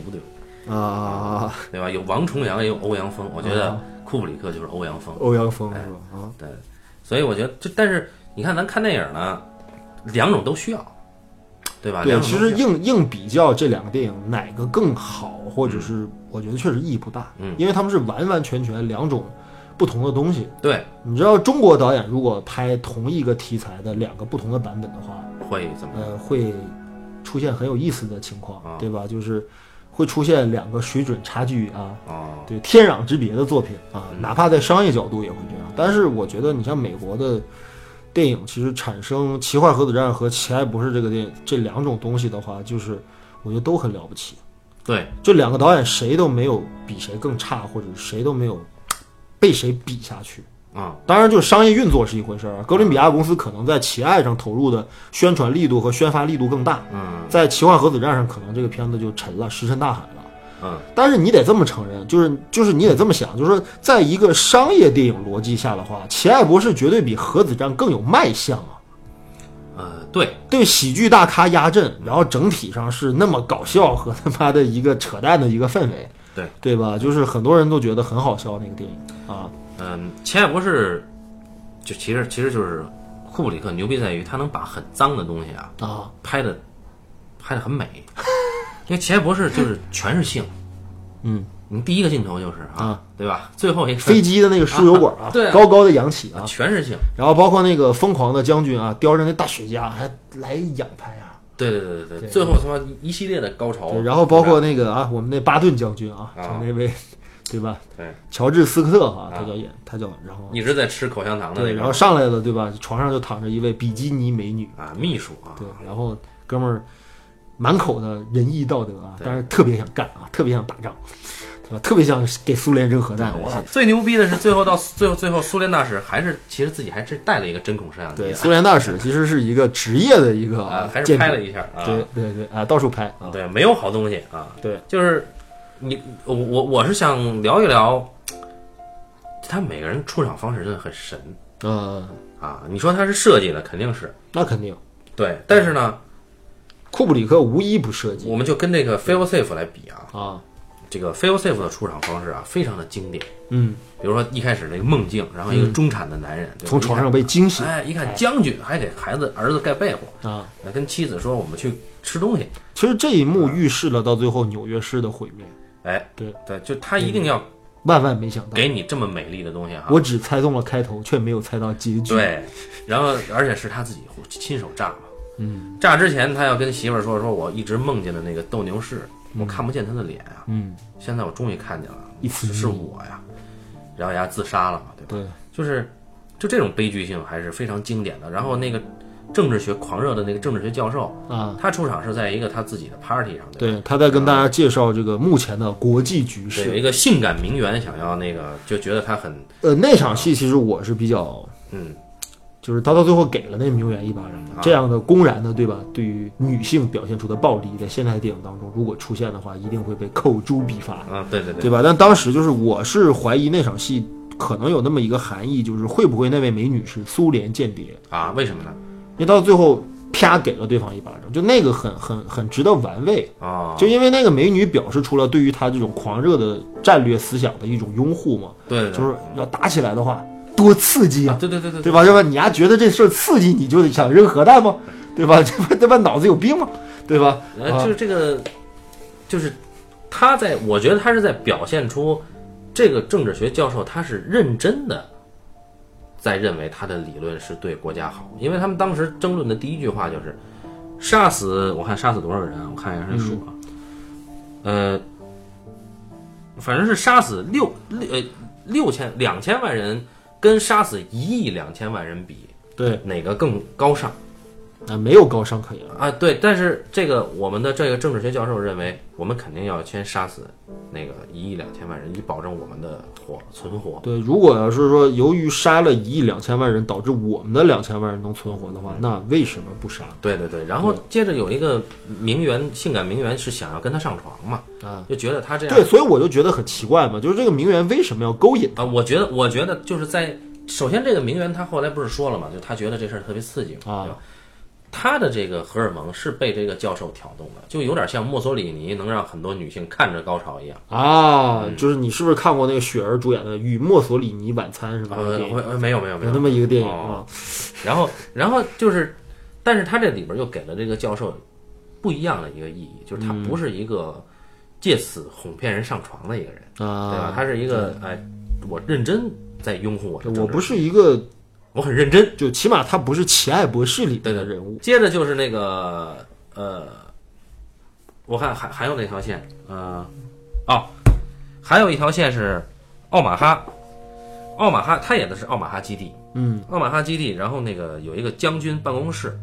Speaker 2: 的，
Speaker 1: 啊，
Speaker 2: 对吧？有王重阳，也有欧阳锋，我觉
Speaker 1: 嗯
Speaker 2: 得库布里克就是欧阳锋。
Speaker 1: 欧阳锋
Speaker 2: 哎
Speaker 1: 是吧？啊，
Speaker 2: 对，所以我觉得这，但是你看咱看电影呢，两种都需要，对吧？
Speaker 1: 对，
Speaker 2: 两种
Speaker 1: 其
Speaker 2: 都
Speaker 1: 实
Speaker 2: 需要
Speaker 1: 硬硬比较这两个电影哪个更好，或者是我觉得确实意义不大，
Speaker 2: 嗯
Speaker 1: 因为他们是完完全全两种不同的东西。
Speaker 2: 对
Speaker 1: 你知道中国导演如果拍同一个题材的两个不同的版本的话，
Speaker 2: 会怎么样？
Speaker 1: 呃，会出现很有意思的情况
Speaker 2: 嗯啊，
Speaker 1: 对吧？就是会出现两个水准差距啊，
Speaker 2: 哦，
Speaker 1: 对天壤之别的作品啊，哪怕在商业角度也会这样。但是我觉得，你像美国的电影，其实产生《奇幻核子战》和《奇爱博士》这个电影这两种东西的话，就是我觉得都很了不起。
Speaker 2: 对，
Speaker 1: 这两个导演谁都没有比谁更差，或者谁都没有被谁比下去。
Speaker 2: 啊、
Speaker 1: 当然，就是商业运作是一回事儿啊。哥伦比亚公司可能在《奇爱》上投入的宣传力度和宣发力度更大，
Speaker 2: 嗯
Speaker 1: 在《奇幻核子战》上，可能这个片子就沉了，石沉大海了。
Speaker 2: 嗯
Speaker 1: 但是你得这么承认，就是就是你得这么想，就是说，在一个商业电影逻辑下的话，《奇爱博士》绝对比《核子战》更有卖相啊。
Speaker 2: 呃，对，
Speaker 1: 对喜剧大咖压阵，然后整体上是那么搞笑和他妈的一个扯淡的一个氛围，
Speaker 2: 对
Speaker 1: 对吧？就是很多人都觉得很好笑那个电影啊，
Speaker 2: 嗯，《奇爱博士》就其实其实就是库布里克牛逼在于他能把很脏的东西啊
Speaker 1: 啊，
Speaker 2: 拍的拍的很美， 因为《奇爱博士》就是全是性，
Speaker 1: 嗯，
Speaker 2: 你第一个镜头就是啊，
Speaker 1: 啊
Speaker 2: 对吧？最后一个
Speaker 1: 飞机的那个输油管啊，
Speaker 2: 啊对啊
Speaker 1: 高高的扬起啊，
Speaker 2: 全是性，
Speaker 1: 然后包括那个疯狂的将军啊，叼着那大雪茄还来一仰拍啊，
Speaker 2: 对对对对对，最后他妈一一系列的高潮
Speaker 1: 对，，然后包括那个啊，我们那巴顿将军啊，就那位，对吧？
Speaker 2: 对，
Speaker 1: 乔治斯科特哈、他
Speaker 2: 啊
Speaker 1: 叫演，他叫，然后
Speaker 2: 一直在吃口香糖的那
Speaker 1: 对，
Speaker 2: 个
Speaker 1: 然后上来了，对吧？床上就躺着一位比基尼美女，
Speaker 2: 啊，秘书啊，
Speaker 1: 对，然后哥们儿满口的仁义道德啊，
Speaker 2: 对
Speaker 1: 但是特别想干啊，特别想打仗，对吧？特别想给苏联扔核弹，我操！
Speaker 2: 最牛逼的是最后到最后最后苏联大使还是其实自己还真带了一个针孔摄像
Speaker 1: 对，
Speaker 2: 机
Speaker 1: 苏联大使其实是一个职业的一个
Speaker 2: 啊，还是
Speaker 1: 建筑
Speaker 2: 拍了一下啊，
Speaker 1: 对对对啊，到处拍啊，
Speaker 2: 对，没有好东西啊，
Speaker 1: 对，
Speaker 2: 就是你我我我是想聊一聊，他每个人出场方式真的很神
Speaker 1: 嗯，
Speaker 2: 啊，你说他是设计的肯定是
Speaker 1: 那肯定，
Speaker 2: 对，但是呢，
Speaker 1: 库布里克无一不涉及
Speaker 2: 我们就跟这个 fail safe 来比啊，
Speaker 1: 啊，
Speaker 2: 这个 fail safe 的出场方式啊，非常的经典。
Speaker 1: 嗯，
Speaker 2: 比如说一开始那个梦境，然后一个中产的男人、对吧
Speaker 1: 从床上被惊
Speaker 2: 一看
Speaker 1: 醒
Speaker 2: 哎，一看将军还给孩子儿子盖被窝，
Speaker 1: 啊。
Speaker 2: 那跟妻子说我们去吃东西，
Speaker 1: 其实这一幕预示了到最后纽约市的毁灭，
Speaker 2: 哎，
Speaker 1: 对
Speaker 2: 对，就他一定要
Speaker 1: 万万没想到，
Speaker 2: 给你这么美丽的东西哈。啊
Speaker 1: 我只猜中了开头，却没有猜到结局。
Speaker 2: 对，然后而且是他自己亲手炸嘛，嗯，炸之前他要跟媳妇儿说，说我一直梦见的那个斗牛士，我看不见他的脸啊，
Speaker 1: 嗯，
Speaker 2: 现在我终于看见了，
Speaker 1: 一嗯次
Speaker 2: 是是我呀，然后人家自杀了嘛，对吧？
Speaker 1: 对，
Speaker 2: 就是就这种悲剧性还是非常经典的。然后那个政治学狂热的那个政治学教授，
Speaker 1: 啊，
Speaker 2: 他出场是在一个他自己的 party 上，吧，
Speaker 1: 对，他在跟大家介绍这个目前的国际局
Speaker 2: 对有
Speaker 1: 势。
Speaker 2: 一个性感名媛想要那个，就觉得他很
Speaker 1: 呃，那场戏其实我是比较，
Speaker 2: 嗯，
Speaker 1: 就是他到最后给了那名媛一巴
Speaker 2: 啊
Speaker 1: 掌，这样的公然的，对吧？对于女性表现出的暴力，在现代电影当中，如果出现的话，一定会被扣诛必罚，
Speaker 2: 啊，对对对，
Speaker 1: 对吧？但当时就是我是怀疑那场戏可能有那么一个含义，就是会不会那位美女是苏联间谍？
Speaker 2: 啊，为什么呢？
Speaker 1: 因为到最后啪给了对方一巴掌，就那个很很很值得玩味。
Speaker 2: 啊，
Speaker 1: 就因为那个美女表示出了对于他这种狂热的战略思想的一种拥护嘛，
Speaker 2: 对对，
Speaker 1: 就
Speaker 2: 对
Speaker 1: 是要打起来的话多刺激
Speaker 2: 啊
Speaker 1: 啊，，
Speaker 2: 对对对对
Speaker 1: 对吧？要不然你丫觉得这事儿刺激，你就想扔核弹吗？对吧？ 这不他妈脑子有病吗？对吧？啊
Speaker 2: 呃，就是这个，就是他在，我觉得他是在表现出这个政治学教授他是认真的，在认为他的理论是对国家好，因为他们当时争论的第一句话就是杀死，我看杀死多少个人啊，我看一下这数啊，呃，反正是杀死六六呃六千两千万人，跟杀死一亿两千万人比，
Speaker 1: 对
Speaker 2: 哪个更高尚？
Speaker 1: 那没有高尚可言。
Speaker 2: 啊，对，但是这个我们的这个政治学教授认为，我们肯定要先杀死那个一亿两千万人，以保证我们的活存活。
Speaker 1: 对，如果要是说由于杀了一亿两千万人，导致我们的两千万人能存活的话，那为什么不杀？
Speaker 2: 对对对，然后
Speaker 1: 嗯
Speaker 2: 接着有一个名媛，性感名媛是想要跟他上床嘛，
Speaker 1: 啊，
Speaker 2: 就觉得他这样
Speaker 1: 对，所以我就觉得很奇怪嘛，就是这个名媛为什么要勾引
Speaker 2: 啊，我觉得我觉得就是在首先这个名媛她后来不是说了嘛，就她觉得这事儿特别刺激嘛，
Speaker 1: 啊
Speaker 2: 对吧？她的这个荷尔蒙是被这个教授挑动的，就有点像墨索里尼能让很多女性看着高潮一样。
Speaker 1: 啊？就是你是不是看过那个雪儿主演的《与墨索里尼晚餐》是吧？
Speaker 2: 呃，我呃没有没有
Speaker 1: 啊
Speaker 2: 没
Speaker 1: 有那
Speaker 2: 有。
Speaker 1: 么一个电影啊
Speaker 2: 哦，然后然后就是，但是他这里边又给了这个教授不一样的一个意义，就
Speaker 1: 嗯
Speaker 2: 是他不是一个借此哄骗人上床的一个人，对吧？
Speaker 1: 啊，
Speaker 2: 他是一个哎，我认真在拥护我的政治，
Speaker 1: 我不是一个
Speaker 2: 我很认真。
Speaker 1: 就起码他不是《奇爱博士》里
Speaker 2: 对
Speaker 1: 面的
Speaker 2: 对
Speaker 1: 人物
Speaker 2: 接着就是那个呃，我看还还有哪条线？呃，哦，还有一条线是奥马哈，奥马哈他演的是奥马哈基地，
Speaker 1: 嗯，
Speaker 2: 奥马哈基地，然后那个有一个将军办公室，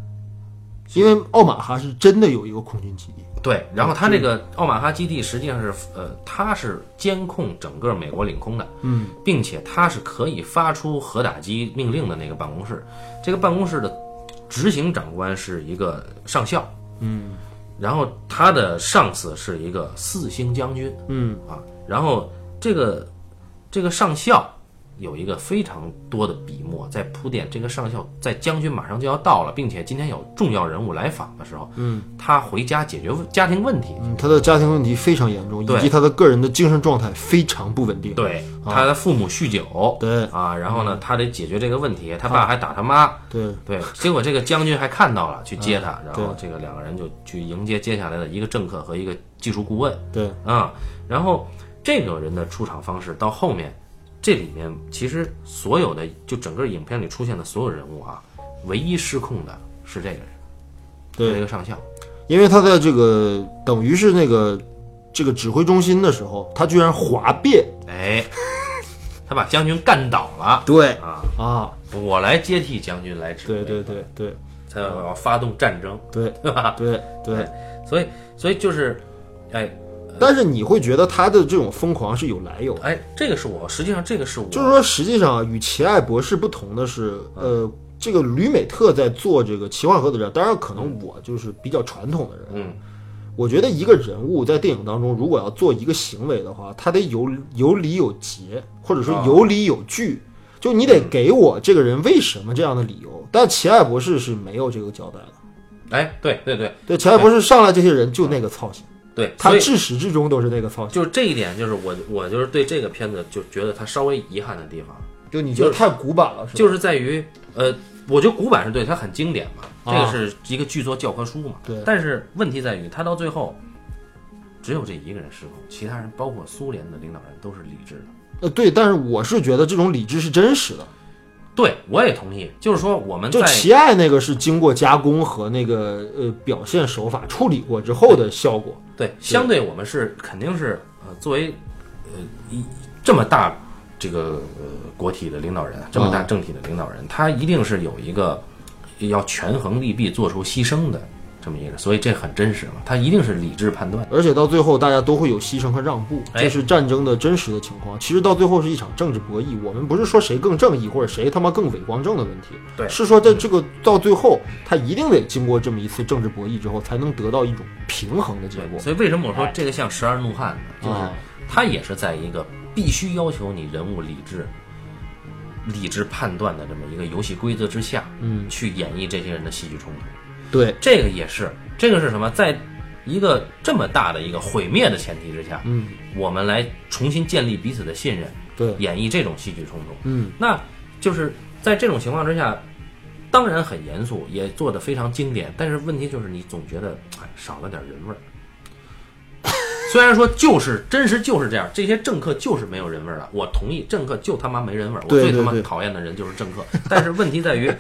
Speaker 1: 因为奥马哈是真的有一个空军基地，
Speaker 2: 对，然后他这个奥马哈基地实际上是呃，它是监控整个美国领空的，
Speaker 1: 嗯，
Speaker 2: 并且它是可以发出核打击命令的那个办公室，这个办公室的执行长官是一个上校，嗯，然后他的上司是一个四星将军
Speaker 1: 嗯
Speaker 2: 啊，然后这个这个上校有一个非常多的笔墨在铺垫，这个上校在将军马上就要到了，并且今天有重要人物来访的时候，
Speaker 1: 嗯，
Speaker 2: 他回家解决问家庭问题。
Speaker 1: 嗯，他的家庭问题非常严重，以
Speaker 2: 对
Speaker 1: 及他的个人的精神状态非常不稳定。
Speaker 2: 对，他的父母酗酒，
Speaker 1: 对
Speaker 2: 啊，然后呢，他得解决这个问题，他爸还打他妈，
Speaker 1: 对
Speaker 2: 对，结果这个将军还看到了，去接他，然后
Speaker 1: 对
Speaker 2: 这个两个人就去迎接接下来的一个政客和一个技术顾问
Speaker 1: 对，
Speaker 2: 啊，然后这个人的出场方式到后面，这里面其实所有的就整个影片里出现的所有人物啊，唯一失控的是这个人，
Speaker 1: 对
Speaker 2: 是这个上校，
Speaker 1: 因为他在这个等于是那个这个指挥中心的时候，他居然哗变。
Speaker 2: 哎， 他把将军干倒了
Speaker 1: 对
Speaker 2: 啊，
Speaker 1: 啊，
Speaker 2: 我来接替将军来指挥，
Speaker 1: 对对对对
Speaker 2: 才
Speaker 1: 嗯
Speaker 2: 要发动战争，
Speaker 1: 对
Speaker 2: 对吧？
Speaker 1: 对对。
Speaker 2: 所以，所以就是，哎
Speaker 1: 但是你会觉得他的这种疯狂是有来由的，
Speaker 2: 哎，这个是我，实际上这个是我，
Speaker 1: 就是说，实际上与奇爱博士不同的是，呃。这个吕美特在做这个奇幻合作战，当然可能我就是比较传统的人，啊
Speaker 2: 嗯，
Speaker 1: 我觉得一个人物在电影当中，如果要做一个行为的话，他得有有理有节，或者说
Speaker 2: 啊嗯
Speaker 1: 有理有据。就你得给我这个人为什么这样的理由。但奇爱博士是没有这个交代的。
Speaker 2: 哎，对对对
Speaker 1: 对，奇爱博士上来这些人就那个操性，
Speaker 2: 对，
Speaker 1: 他
Speaker 2: 所以
Speaker 1: 至始至终都是那个操性。
Speaker 2: 就是这一点，就是我我就是对这个片子就觉得它稍微遗憾的地方，
Speaker 1: 就你觉得太古板了，是吧？
Speaker 2: 就是在于，呃，我觉得古板是对它很经典嘛，这
Speaker 1: 啊
Speaker 2: 个是一个剧作教科书嘛，
Speaker 1: 对
Speaker 2: 但是问题在于，它到最后只有这一个人失控，其他人包括苏联的领导人都是理智的。
Speaker 1: 呃，对，但是我是觉得这种理智是真实的。
Speaker 2: 对，我也同意，就是说我们
Speaker 1: 就
Speaker 2: 在
Speaker 1: 奇爱那个是经过加工和那个呃表现手法处理过之后的效果。
Speaker 2: 对，相对我们是肯定是呃，作为呃一这么大这个呃国体的领导人，啊这么大政体的领导人，他一定是有一个要权衡利弊、做出牺牲的这么一个人，所以这很真实嘛，他一定是理智判断。
Speaker 1: 而且到最后，大家都会有牺牲和让步，
Speaker 2: 哎
Speaker 1: 这是战争的真实的情况。其实到最后是一场政治博弈，我们不是说谁更正义或者谁他妈更伪光正的问题，
Speaker 2: 对
Speaker 1: 是说在这个到最后，他一定得经过这么一次政治博弈之后，才能得到一种平衡的结果。
Speaker 2: 所以为什么我说这个像《十二怒汉》呢？就是
Speaker 1: 啊
Speaker 2: 他也是在一个必须要求你人物理智、理智判断的这么一个游戏规则之下，
Speaker 1: 嗯，
Speaker 2: 去演绎这些人的戏剧冲突。
Speaker 1: 对，
Speaker 2: 这个也是，这个是什么？在一个这么大的一个毁灭的前提之下，
Speaker 1: 嗯，
Speaker 2: 我们来重新建立彼此的信任，
Speaker 1: 对，
Speaker 2: 演绎这种戏剧冲突。
Speaker 1: 嗯，
Speaker 2: 那就是在这种情况之下，当然很严肃，也做得非常经典，但是问题就是你总觉得哎少了点人味儿。虽然说就是真实就是这样，这些政客就是没有人味儿了。我同意，政客就他妈没人味儿。我
Speaker 1: 对
Speaker 2: 最他
Speaker 1: 对
Speaker 2: 妈
Speaker 1: 对
Speaker 2: 讨厌的人就是政客。但是问题 在于，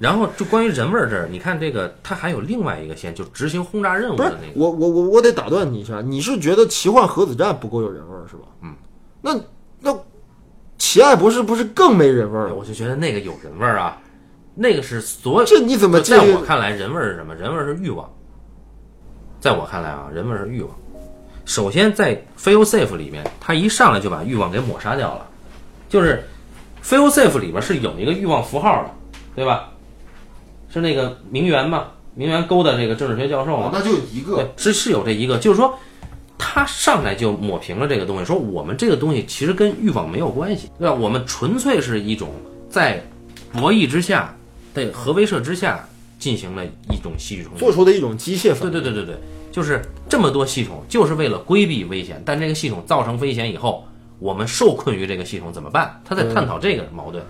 Speaker 2: 然后就关于人味儿这儿，你看这个他还有另外一个线，就执行轰炸任务
Speaker 1: 不是
Speaker 2: 的那个。
Speaker 1: 我我我我得打断你一下，你是觉得奇幻核子战不够有人味儿是吧？嗯，那那奇爱博士不是更没人味儿了？
Speaker 2: 我就觉得那个有人味儿啊，那个是所有
Speaker 1: 这你怎么
Speaker 2: 在
Speaker 1: 这
Speaker 2: 我看来，人味儿是什么？人味儿是欲望。在我看来啊，人味儿是欲望。首先，在《Feel Safe》里面，他一上来就把欲望给抹杀掉了。就是《Feel Safe》里边是有一个欲望符号的，对吧？是那个名媛嘛？名媛勾搭这个政治学教授嘛？
Speaker 1: 那就一个
Speaker 2: 对，是是有这一个，就是说他上来就抹平了这个东西，说我们这个东西其实跟欲望没有关系，对吧？我们纯粹是一种在博弈之下，在核威慑之下进行了一种戏剧冲突。
Speaker 1: 做出的一种机械反
Speaker 2: 对
Speaker 1: 应。
Speaker 2: 对对对对，就是这么多系统，就是为了规避危险，但这个系统造成危险以后，我们受困于这个系统怎么办？他在探讨这个矛盾，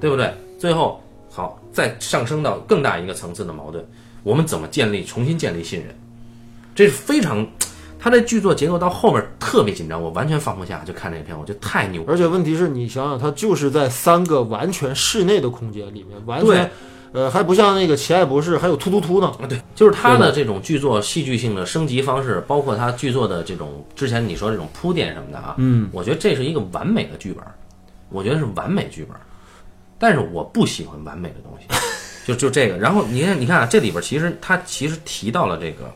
Speaker 2: 对不对？最后好再上升到更大一个层次的矛盾，我们怎么建立重新建立信任？这是非常，他这剧作结构到后面特别紧张，我完全放不下，就看这个片，我觉得太牛了。
Speaker 1: 而且问题是你想想，它就是在三个完全室内的空间里面，完全
Speaker 2: 对，
Speaker 1: 呃，还不像那个《奇爱博士》还有突突突呢。对，
Speaker 2: 就是他的这种剧作戏剧性的升级方式，包括他剧作的这种之前你说这种铺垫什么的啊，嗯，我觉得这是一个完美的剧本，我觉得是完美剧本，但是我不喜欢完美的 东西，就就这个。然后你看，你看啊，这里边其实他其实提到了这个，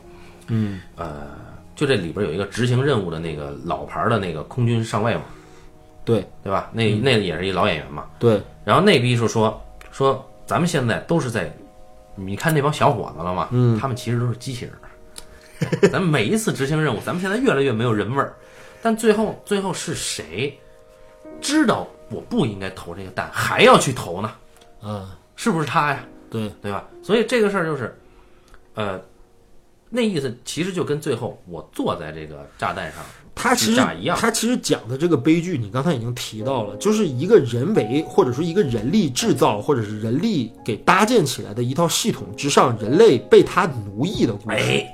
Speaker 2: 嗯，呃，就这里边有一个执行任务的那个老牌的那个空军上尉嘛，
Speaker 1: 对，
Speaker 2: 对吧？那那也是一老演员嘛，
Speaker 1: 对，
Speaker 2: 然后那逼就说说咱们现在都是在，你看那帮小伙子了吗？嗯，他们其实都是机器人儿。 咱们每一次执行任务，咱们现在越来越没有人味儿。但最后最后是谁知道我不应该投这个蛋，还要去投呢？
Speaker 1: 嗯，
Speaker 2: 是不是他呀？
Speaker 1: 对，
Speaker 2: 对吧？所以这个事儿就是，呃，那意思其实就跟最后我坐在这个炸弹上，
Speaker 1: 它其实
Speaker 2: 炸一样
Speaker 1: 它其实讲的这个悲剧，你刚才已经提到了，就是一个人为或者说一个人力制造或者是人力给搭建起来的一套系统之上，人类被它奴役的故事。
Speaker 2: 哎，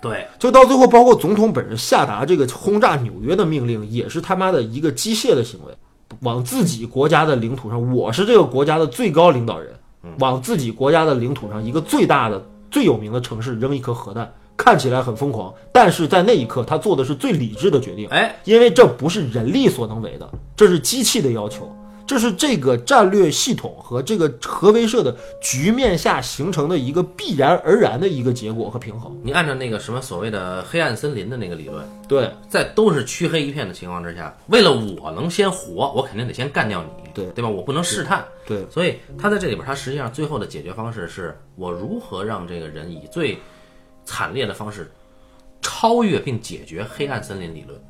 Speaker 2: 对，
Speaker 1: 就到最后，包括总统本人下达这个轰炸纽约的命令，也是他妈的一个机械的行为，往自己国家的领土上，我是这个国家的最高领导人，
Speaker 2: 嗯
Speaker 1: 往自己国家的领土上一个最大的、最有名的城市扔一颗核弹，看起来很疯狂，但是在那一刻，他做的是最理智的决定，
Speaker 2: 哎，
Speaker 1: 因为这不是人力所能为的，这是机器的要求。这是这个战略系统和这个核威慑的局面下形成的一个必然而然的一个结果和平衡。
Speaker 2: 你按照那个什么所谓的黑暗森林的那个理论，
Speaker 1: 对，
Speaker 2: 在都是黢黑一片的情况之下，为了我能先活，我肯定得先干掉你，
Speaker 1: 对
Speaker 2: 对吧？我不能试探，
Speaker 1: 对，
Speaker 2: 所以他在这里边，他实际上最后的解决方式是我如何让这个人以最惨烈的方式超越并解决黑暗森林理论。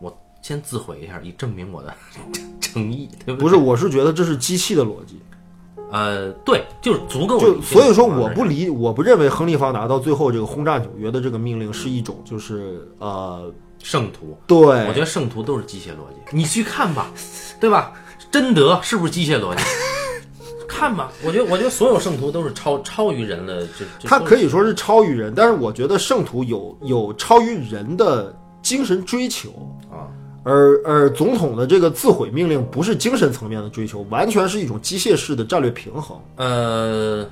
Speaker 2: 我先自毁一下，以证明我的 诚意，对
Speaker 1: 不
Speaker 2: 对？
Speaker 1: 是，我是觉得这是机器的逻辑，
Speaker 2: 呃，对，就是足够理
Speaker 1: 就
Speaker 2: 性。
Speaker 1: 所以说我不理，我不认为亨利·方达到最后这个轰炸纽约的这个命令是一种就是呃，
Speaker 2: 圣徒，我觉
Speaker 1: 对，
Speaker 2: 得圣徒都是机械逻辑，你去看吧，对吧？贞德是不是机械逻辑？ 看吧，我觉得，我觉得所有圣徒都是超超于人的，就就
Speaker 1: 他
Speaker 2: 都
Speaker 1: 可以说是超于人，但是我觉得圣徒有有超于人的精神追求，
Speaker 2: 啊，
Speaker 1: 而而总统的这个自毁命令不是精神层面的追求，完全是一种机械式的战略平衡。
Speaker 2: 呃，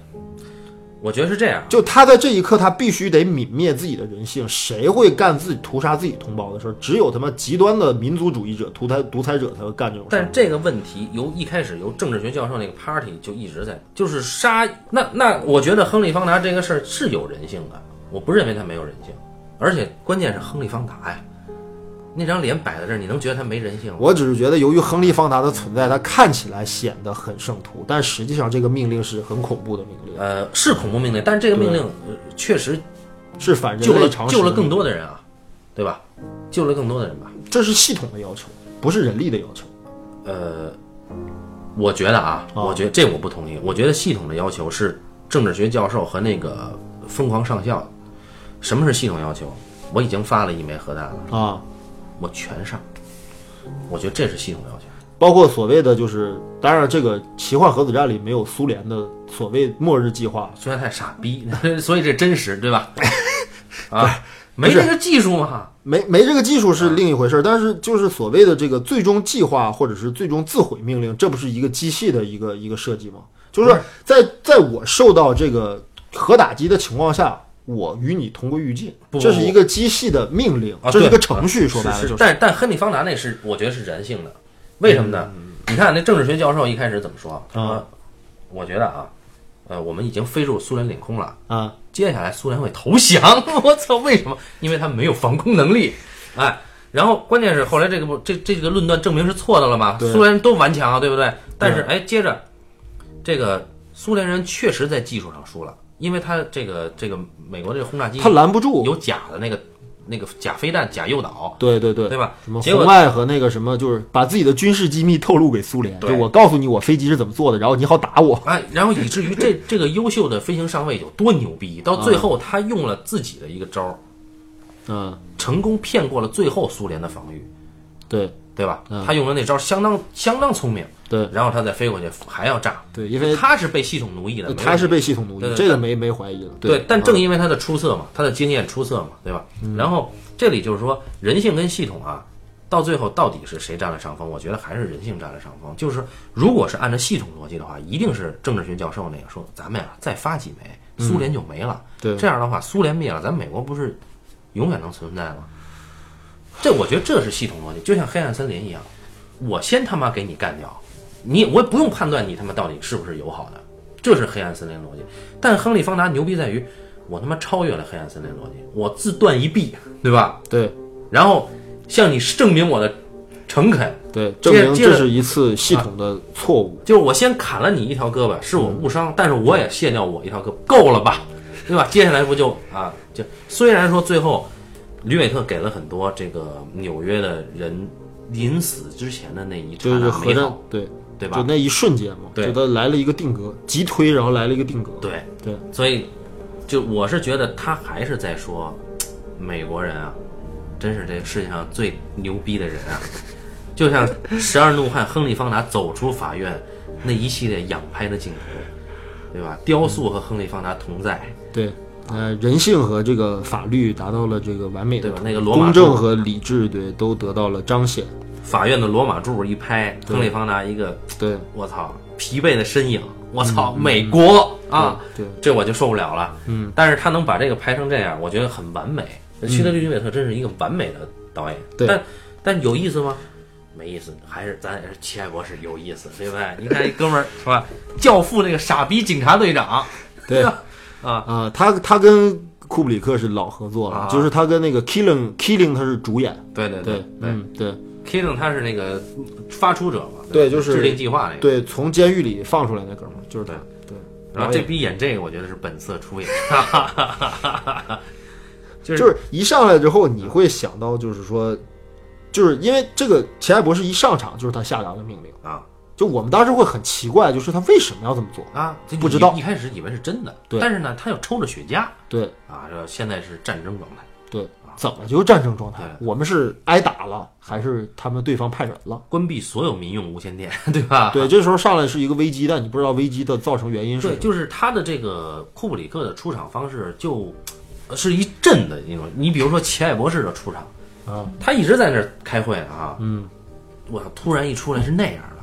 Speaker 2: 我觉得是这样，啊
Speaker 1: 就他在这一刻，他必须得泯灭自己的人性。谁会干自己屠杀自己同胞的事儿？只有他妈极端的民族主义者、独裁独裁者才会干这种事
Speaker 2: 但
Speaker 1: 儿。
Speaker 2: 这个问题由一开始由政治学教授那个 party 就一直在，就是杀那那，我觉得亨利方达这个事儿是有人性的，我不认为他没有人性，而且关键是亨利方达呀，那张脸摆在这儿，你能觉得他没人性吗？
Speaker 1: 我只是觉得，由于亨利·方达的存在，他看起来显得很圣徒，但实际上这个命令是很恐怖的命令，
Speaker 2: 呃，是恐怖命令，但是这个命令、呃确实
Speaker 1: 是反人
Speaker 2: 救
Speaker 1: 类
Speaker 2: 了
Speaker 1: 常识。
Speaker 2: 救了更，多的人啊，对吧？救了更多的人吧。
Speaker 1: 这是系统的要求，不是人力的要求。
Speaker 2: 呃，我觉得啊，
Speaker 1: 哦
Speaker 2: 我觉得这我不同意。我觉得系统的要求是政治学教授和那个疯狂上校。什么是系统要求？我已经发了一枚核弹了，
Speaker 1: 啊，
Speaker 2: 我全上。我觉得这是系统要求。
Speaker 1: 包括所谓的就是，当然这个奇幻核子战里没有苏联的所谓末日计划，
Speaker 2: 虽然太傻逼， 所以这真实对吧？ 啊，没这个技术嘛。
Speaker 1: 没没这个技术是另一回事儿，但是就是所谓的这个最终计划或者是最终自毁命令，这不是一个机器的一个一个设计吗？就是说在在我受到这个核打击的情况下，我与你同归于尽，
Speaker 2: 不不
Speaker 1: 这是一个机器的命令，
Speaker 2: 啊
Speaker 1: 这是一
Speaker 2: 对
Speaker 1: 个程序，说白了
Speaker 2: 是
Speaker 1: 就是
Speaker 2: 是，但但亨利·方
Speaker 1: 嗯啊
Speaker 2: 达那是我觉得是人性的，为什么呢？你看那政治学教授一开始怎么说？他说我觉得啊，呃，我们已经飞入苏联领空了，
Speaker 1: 啊，
Speaker 2: 接下来苏联会投降。 我操，为什么？因为他们没有防空能力。哎，然后关键是后来这个不这这个论断证明是错的了嘛？
Speaker 1: 对
Speaker 2: 苏联人都顽强啊，对不对？但是哎，接着这个苏联人确实在技术上输了，因为他这个这个美国这个轰炸机
Speaker 1: 他拦不住。
Speaker 2: 有假的那个那个假飞弹、假诱导，
Speaker 1: 对对对，
Speaker 2: 对吧？
Speaker 1: 什么
Speaker 2: 结果
Speaker 1: 红外和那个什么，就是把自己的军事机密透露给苏联，
Speaker 2: 对
Speaker 1: 就我告诉你我飞机是怎么做的，然后你好打我。
Speaker 2: 哎，然后以至于这这个优秀的飞行上尉有多牛逼，到最后他用了自己的一个招儿，
Speaker 1: 嗯，
Speaker 2: 成功骗过了最后苏联的防御，
Speaker 1: 对
Speaker 2: 对吧？
Speaker 1: 嗯
Speaker 2: 他用的那招儿相当相当聪明，
Speaker 1: 对
Speaker 2: 然后他再飞过去还要炸，
Speaker 1: 对，因为
Speaker 2: 他是被系统奴役的，没有
Speaker 1: 呃他是被系统奴
Speaker 2: 对
Speaker 1: 役，
Speaker 2: 对
Speaker 1: 这个没没怀疑了。嗯
Speaker 2: 对，但正因为他的出色嘛，他的经验出色嘛，对吧？然后这里就是说，人性跟系统啊，到最后到底是谁占了上风？我觉得还是人性占了上风。就是如果是按照系统逻辑的话，一定是政治学教授那个说，咱们呀、再发几枚，苏联就没了。
Speaker 1: 对
Speaker 2: 这样的话，苏联灭了，咱美国不是永远能存在吗？这我觉得这是系统逻辑，就像黑暗森林一样，我先他妈给你干掉，你我也不用判断你他妈到底是不是友好的，这是黑暗森林逻辑。但亨利·方达牛逼在于，我他妈超越了黑暗森林逻辑，我自断一臂，对吧？
Speaker 1: 对
Speaker 2: 然后向你证明我的诚恳，
Speaker 1: 对，
Speaker 2: 接
Speaker 1: 证明
Speaker 2: 接着
Speaker 1: 这是一次系统的错误。
Speaker 2: 就是我先砍了你一条胳膊，是我误伤，但是我也卸掉我一条胳膊，够了吧？对吧？接下来不就啊，就虽然说最后，吕伟特给了很多这个纽约的人临死之前的那一刹
Speaker 1: 就是
Speaker 2: 那
Speaker 1: 核
Speaker 2: 美
Speaker 1: 战
Speaker 2: 好，，
Speaker 1: 对
Speaker 2: 对
Speaker 1: 就
Speaker 2: 吧？
Speaker 1: 那一瞬间嘛，
Speaker 2: 对
Speaker 1: 觉得来了一个定格，急推，然后来了一个定格。
Speaker 2: 对，
Speaker 1: 对
Speaker 2: 所以就我是觉得他还是在说，美国人啊，真是这世界上最牛逼的人啊，就像《十二怒汉》亨利·方达走出法院那一系列仰拍的镜头，对吧？雕塑和亨利·方达同在。
Speaker 1: 对，呃，人性和这个法律达到了这个完美的
Speaker 2: 对吧
Speaker 1: 统
Speaker 2: 那个
Speaker 1: 一
Speaker 2: 罗马
Speaker 1: 公
Speaker 2: 柱
Speaker 1: 正和理智，对，都得到了彰显。
Speaker 2: 法院的罗马柱一拍，亨利·方达一个，
Speaker 1: 对
Speaker 2: 我操，疲惫的身影，我操，美国
Speaker 1: 嗯
Speaker 2: 啊，
Speaker 1: 对，
Speaker 2: 这我就受不了了。嗯，但是他能把这个拍成这样，我觉得很完美。希德利·吕韦特真是一个完美的导演，
Speaker 1: 嗯对
Speaker 2: 但但有意思吗？没意思，还是咱也是七爱国是有意思，对不对？ 你看一哥们儿是吧？教父那个傻逼警察队长，
Speaker 1: 对
Speaker 2: 啊
Speaker 1: 啊、他他跟库布里克是老合作了，
Speaker 2: 啊
Speaker 1: 就是他跟那个 Killing Killing 他是主演，
Speaker 2: 对对
Speaker 1: 对，
Speaker 2: 对
Speaker 1: 嗯，对
Speaker 2: k i n g 他是那个发出者嘛，
Speaker 1: 对
Speaker 2: 吧
Speaker 1: 就是
Speaker 2: 制定计划那个。
Speaker 1: 对，从监狱里放出来那哥们儿就是他，对，
Speaker 2: 然后这逼演这个，我觉得是本色出演，哈哈哈哈哈哈。 就是
Speaker 1: 就是一上来之后，你会想到就是说，就是因为这个钱爱博士一上场就是他下达的命令，
Speaker 2: 啊
Speaker 1: 就我们当时会很奇怪，就是他为什么要这么做？
Speaker 2: 啊，这
Speaker 1: 不知
Speaker 2: 你
Speaker 1: 道
Speaker 2: 一开始以为是真的，
Speaker 1: 对
Speaker 2: 但是呢，他又抽着雪茄
Speaker 1: 对
Speaker 2: 啊，这现在是战争状态。
Speaker 1: 对，怎么就战争状态
Speaker 2: 对？
Speaker 1: 我们是挨打了，还是他们对方派人了？
Speaker 2: 关闭所有民用无线电， 对吧？
Speaker 1: 对，这时候上来是一个危机，但你不知道危机的造成原因是
Speaker 2: 对，
Speaker 1: 什么。
Speaker 2: 就是他的这个库布里克的出场方式就，呃是一阵的那种。你比如说奇爱博士的出场，
Speaker 1: 啊，
Speaker 2: 他一直在那儿开会啊，
Speaker 1: 嗯，
Speaker 2: 我突然一出来是那样的，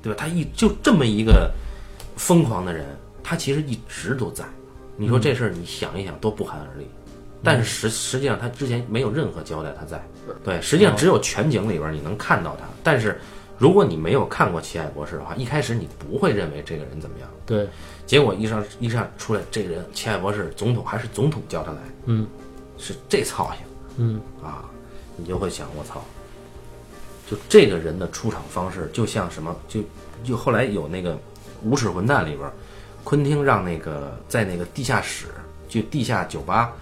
Speaker 2: 对吧？他一就这么一个疯狂的人，他其实一直都在。你说这事儿，你想一想，多不寒而栗。
Speaker 1: 嗯
Speaker 2: 但是实实际上，他之前没有任何交代，他在对，实
Speaker 1: 哦
Speaker 2: 际上只有全景里边你能看到他。但是如果你没有看过《奇爱博士》的话，一开始你不会认为这个人怎么样。
Speaker 1: 对
Speaker 2: 结果一上一上出来，这个人奇爱博士总统还是总统叫他来，
Speaker 1: 嗯，
Speaker 2: 是这操性，
Speaker 1: 嗯
Speaker 2: 啊，你就会想我操，就这个人的出场方式就像什么，就就后来有那个《无耻混蛋》里边，昆汀让那个在那个地下室，就地下酒吧，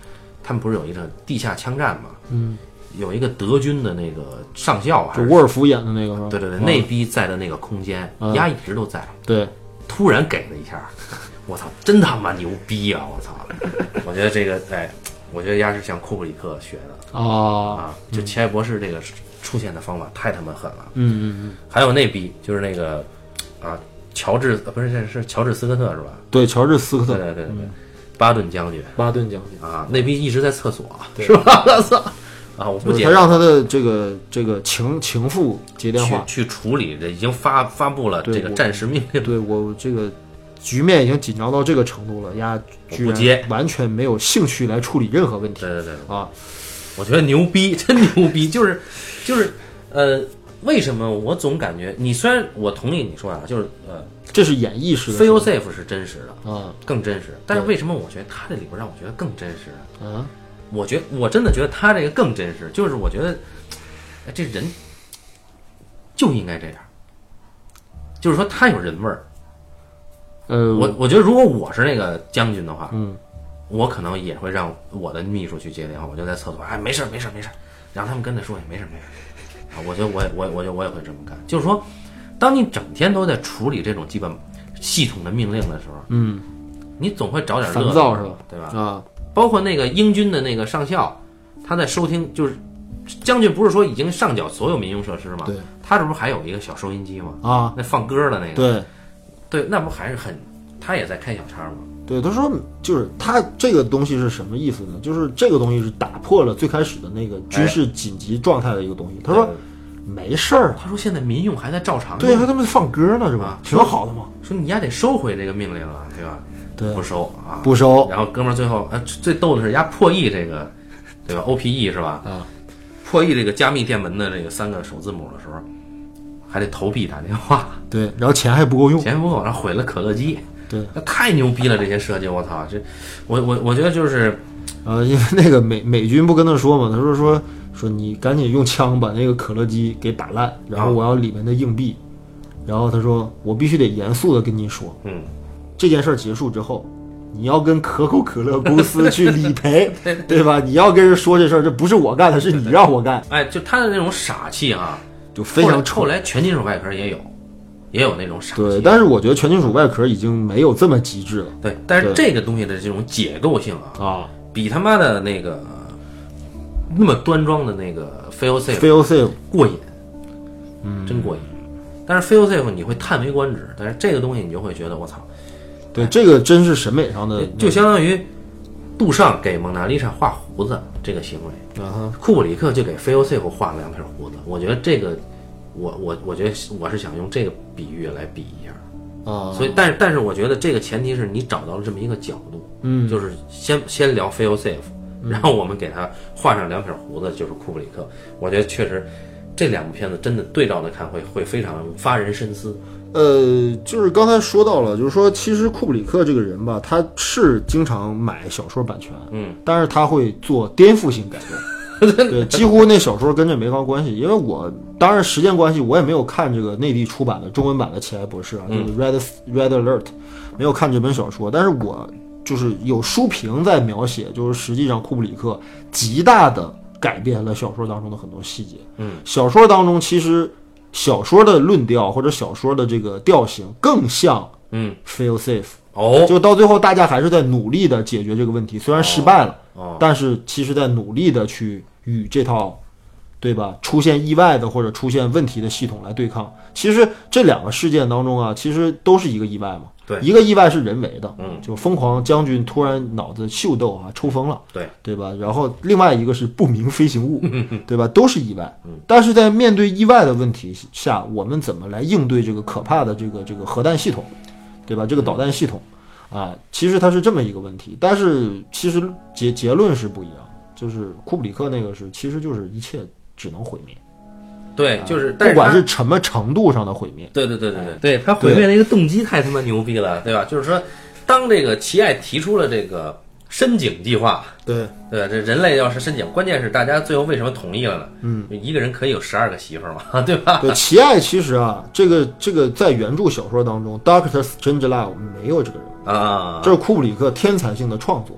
Speaker 2: 他们不是有一个地下枪战嘛，
Speaker 1: 嗯，
Speaker 2: 有一个德军的那个上校啊
Speaker 1: 就，沃尔夫演的那个是吧？
Speaker 2: 对对对，
Speaker 1: 啊
Speaker 2: 那逼在的那个空间，
Speaker 1: 嗯
Speaker 2: 丫一直都在。
Speaker 1: 对
Speaker 2: 突然给了一下，我操，真他妈牛逼啊！ 我操，我觉得这个，哎，我觉得丫是向库布里克学的
Speaker 1: 啊，
Speaker 2: 啊，就奇爱博士这个出现的方法太他妈狠了。
Speaker 1: 嗯嗯嗯，
Speaker 2: 还有那逼就是那个啊，乔治呃不是这是乔治斯科特是吧？
Speaker 1: 对，嗯乔治斯科
Speaker 2: 对
Speaker 1: 特
Speaker 2: 对对对对，巴顿将军
Speaker 1: 巴顿将军，
Speaker 2: 啊，那逼一直在厕所是吧？我操啊，我不
Speaker 1: 就是
Speaker 2: 解
Speaker 1: 他
Speaker 2: 释。
Speaker 1: 让他的这个这个情情妇接电
Speaker 2: 去
Speaker 1: 话，
Speaker 2: 去处理这已经发发布了这个
Speaker 1: 对我
Speaker 2: 战时命令，
Speaker 1: 对我这个局面已经紧张到这个程度了，呀，居
Speaker 2: 我不接
Speaker 1: 然完全没有兴趣来处理任何问题
Speaker 2: 对对对，
Speaker 1: 啊！
Speaker 2: 我觉得牛逼，真牛逼，就是就是呃，为什么我总感觉你虽然我同意你说啊，就是呃
Speaker 1: 这是演绎式的
Speaker 2: ，Feel Safe 是真实的，
Speaker 1: 啊
Speaker 2: 更真实。但是为什么我觉得他这里边让我觉得更真实呢？
Speaker 1: 啊，
Speaker 2: 我觉我真的觉得他这个更真实，就是我觉得哎这人就应该这样，就是说他有人味儿。
Speaker 1: 呃，
Speaker 2: 我我觉得如果我是那个将军的话，
Speaker 1: 嗯，
Speaker 2: 我可能也会让我的秘书去接电话，我就在厕所，哎，没事儿没事儿没事儿，让他们跟他说，没事儿没事儿。啊，我觉得我也我也我觉得我也会这么干，就是说，当你整天都在处理这种基本系统的命令的时候，
Speaker 1: 嗯，
Speaker 2: 你总会找点乐
Speaker 1: 烦
Speaker 2: 子，
Speaker 1: 躁是吧？
Speaker 2: 对吧？
Speaker 1: 啊，
Speaker 2: 包括那个英军的那个上校，他在收听，就是将军不是说已经上缴所有民用设施吗？
Speaker 1: 对
Speaker 2: 他这不是还有一个小收音机吗？
Speaker 1: 啊，
Speaker 2: 那放歌的那个，
Speaker 1: 对
Speaker 2: 对，那不还是很，他也在开小差吗？
Speaker 1: 对，他说就是他这个东西是什么意思呢？就是这个东西是打破了最开始的那个军事紧急状态的一个东西。他说
Speaker 2: 哎对
Speaker 1: 没事儿啊，
Speaker 2: 他说现在民用还在照常用，
Speaker 1: 对啊，他们放歌呢是吧
Speaker 2: 啊？
Speaker 1: 挺好的嘛，
Speaker 2: 说你丫得收回这个命令啊，对吧？
Speaker 1: 对
Speaker 2: 不收啊，
Speaker 1: 不收
Speaker 2: 然后哥们儿最后啊，最逗的是丫破译这个，对吧？OPE 是吧？
Speaker 1: 啊，
Speaker 2: 破译这个加密电门的这个三个首字母的时候，还得投币打电话，
Speaker 1: 对，然后钱还不够用，
Speaker 2: 钱不够，然后毁了可乐机。
Speaker 1: 对，
Speaker 2: 那太牛逼了！这些设计，我操，这我我我觉得就是
Speaker 1: 呃，因为那个美美军不跟他说嘛，他说说说你赶紧用枪把那个可乐机给打烂，然
Speaker 2: 啊
Speaker 1: 后我要里面的硬币，然后他说我必须得严肃的跟你说，
Speaker 2: 嗯，
Speaker 1: 这件事儿结束之后，你要跟可口可乐公司 去理赔，
Speaker 2: 哎
Speaker 1: 对吧？你要跟人说这事儿，这不是我干的，是你让我干，
Speaker 2: 哎，就他的那种傻气啊，
Speaker 1: 就非常
Speaker 2: 后
Speaker 1: 臭。
Speaker 2: 来后来全金属外壳也有，也有那种傻气。
Speaker 1: 对，但是我觉得全金属外壳已经没有这么极致了
Speaker 2: 对，但是
Speaker 1: 对
Speaker 2: 这个东西的这种解构性啊，
Speaker 1: 啊。
Speaker 2: 比他妈的那个那么端庄的那个 Feel Safe
Speaker 1: Feel safe，
Speaker 2: 过瘾，嗯，真过瘾。但是 Feel Safe 你会叹为观止，但是这个东西你就会觉得我操，
Speaker 1: 对，这个真是审美上的
Speaker 2: 就相当于杜尚给蒙娜丽莎画胡子这个行为，
Speaker 1: 啊哈
Speaker 2: 库布里克就给 Feel Safe 画了两撇胡子。我觉得这个，我我我觉得我是想用这个比喻来比一下。
Speaker 1: 啊，
Speaker 2: 所以，但是但是，我觉得这个前提是你找到了这么一个角度，
Speaker 1: 嗯，
Speaker 2: 就是先先聊 Feel Safe，然后我们给他画上两撇胡子，就是库布里克。我觉得确实，这两部片子真的对照着看会会非常发人深思。
Speaker 1: 呃，就是刚才说到了，就是说，其实库布里克这个人吧，他是经常买小说版权，
Speaker 2: 嗯，
Speaker 1: 但是他会做颠覆性改动， 对，几乎那小说跟这没啥关系。因为我当然时间关系，我也没有看这个内地出版的中文版的《奇爱博士》啊，
Speaker 2: 嗯
Speaker 1: 就是 Red Red Alert，没有看这本小说，但是我就是有书评在描写，就是实际上库布里克极大的改变了小说当中的很多细节。
Speaker 2: 嗯，
Speaker 1: 小说当中其实小说的论调或者小说的这个调性更像
Speaker 2: 嗯，
Speaker 1: fail safe，
Speaker 2: 哦
Speaker 1: 就到最后大家还是在努力的解决这个问题，虽然失败了，
Speaker 2: 哦，
Speaker 1: 但是其实在努力的去与这套。对吧？出现意外的或者出现问题的系统来对抗，其实这两个事件当中啊，其实都是一个意外嘛。
Speaker 2: 对
Speaker 1: 一个意外是人为的，
Speaker 2: 嗯，
Speaker 1: 就疯狂将军突然脑子秀逗啊，抽风了，
Speaker 2: 对
Speaker 1: 对吧？然后另外一个是不明飞行 物，对吧？都是意外。
Speaker 2: 嗯
Speaker 1: 但是在面对意外的问题下，我们怎么来应对这个可怕的这个这个核弹系统，对吧？这个导弹系统啊，其实它是这么一个问题，但是其实结结论是不一样，就是库布里克那个是，其实就是一切只能毁灭，
Speaker 2: 对，就是，但
Speaker 1: 啊不
Speaker 2: 是
Speaker 1: 管
Speaker 2: 他
Speaker 1: 是什么程度上的毁灭。
Speaker 2: 对对对对对，对他毁灭的一个动机太他妈牛逼了，对吧？就是说，当这个奇爱提出了这个深井计划，
Speaker 1: 对，
Speaker 2: 对吧？这人类要是深井，关键是大家最后为什么同意了呢？
Speaker 1: 嗯，
Speaker 2: 一个人可以有十二个媳妇儿嘛， 对吧？
Speaker 1: 对，奇爱其实啊，这个这个在原著小说当中，Doctor Strange Love 没有这个人，
Speaker 2: 啊，
Speaker 1: 这是库布里克天才性的创作。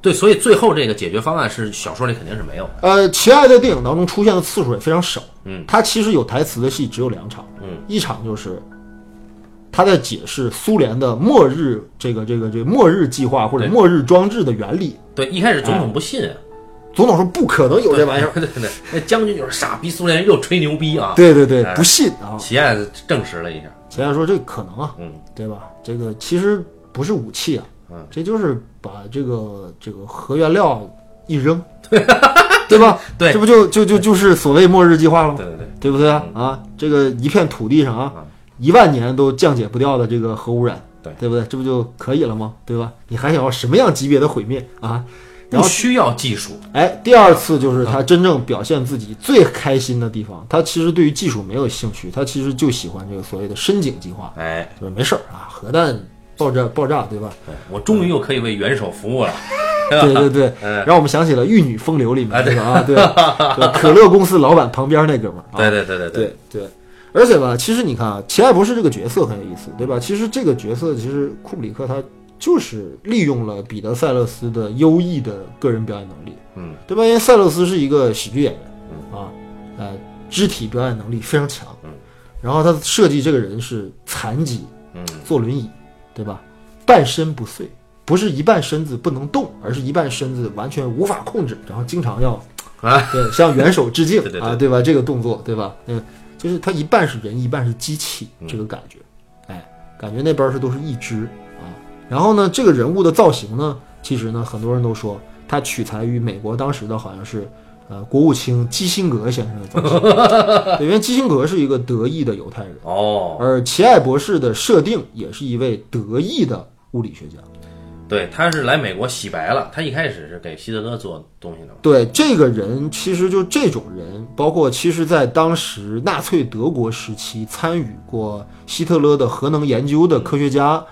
Speaker 2: 对，所以最后这个解决方案是小说里肯定是没有的。
Speaker 1: 呃，奇爱在电影当中出现的次数也非常少。
Speaker 2: 嗯，
Speaker 1: 他其实有台词的戏只有两场。
Speaker 2: 嗯，
Speaker 1: 一场就是他在解释苏联的末日这个这个这个末日计划或者
Speaker 2: 对
Speaker 1: 末日装置的原理。
Speaker 2: 对，一开始总统不信啊，
Speaker 1: 嗯总统说不可能有这玩意儿。
Speaker 2: 对对对，那将军就是傻逼，苏联人又吹牛逼啊。
Speaker 1: 对对对
Speaker 2: 哎，
Speaker 1: 不信啊！
Speaker 2: 奇爱证实了一下，
Speaker 1: 奇爱说这可能啊，
Speaker 2: 嗯，
Speaker 1: 对吧？这个其实不是武器啊，
Speaker 2: 嗯
Speaker 1: 这就是把这个这个核原料一扔， 对吧？
Speaker 2: 对
Speaker 1: 这不就就就就是所谓末日计划了吗？
Speaker 2: 对对对，
Speaker 1: 对不对啊？啊，这个一片土地上啊
Speaker 2: 嗯，
Speaker 1: 一万年都降解不掉的这个核污染，
Speaker 2: 对
Speaker 1: 对不对？这不就可以了吗？对吧？你还想要什么样级别的毁灭啊？
Speaker 2: 不需要技术，
Speaker 1: 哎，第二次就是他真正表现自己最开心的地方。他其实对于技术没有兴趣，他其实就喜欢这个所谓的深井计划，
Speaker 2: 哎，
Speaker 1: 就是没事儿啊，核弹爆炸爆炸，对吧？
Speaker 2: 哎我终于又可以为元首服务了，
Speaker 1: 对对对，让我们想起了《玉女风流》里面那个啊，对，对可乐公司老板旁边那哥们儿啊，
Speaker 2: 对对对对对，
Speaker 1: 对对，而且吧，其实你看啊，奇爱博士这个角色很有意思，对吧？其实这个角色，其实库布里克他就是利用了彼得·塞勒斯的优异的个人表演能力，
Speaker 2: 嗯，
Speaker 1: 对吧？因为塞勒斯是一个喜剧演员啊，呃，肢体表演能力非常强，
Speaker 2: 嗯，
Speaker 1: 然后他设计这个人是残疾，
Speaker 2: 嗯，
Speaker 1: 坐轮椅，对吧？半身不遂，不是一半身子不能动，而是一半身子完全无法控制，然后经常要
Speaker 2: 啊，
Speaker 1: 对，向元首致敬
Speaker 2: 对对对
Speaker 1: 啊，对吧？这个动作，对吧？嗯，就是他一半是人，一半是机器，
Speaker 2: 嗯
Speaker 1: 这个感觉，哎，感觉那边是都是一只啊。然后呢，这个人物的造型呢，其实呢，很多人都说他取材于美国当时的好像是。呃，国务卿基辛格先生的造 型，对，因为基辛格是一个德裔的犹太人，
Speaker 2: 哦，
Speaker 1: 而奇爱博士的设定也是一位德裔的物理学家。
Speaker 2: 对，他是来美国洗白了，他一开始是给希特勒做东西的嘛，
Speaker 1: 对这个人，其实就这种人，包括其实，在当时纳粹德国时期参与过希特勒的核能研究的科学家，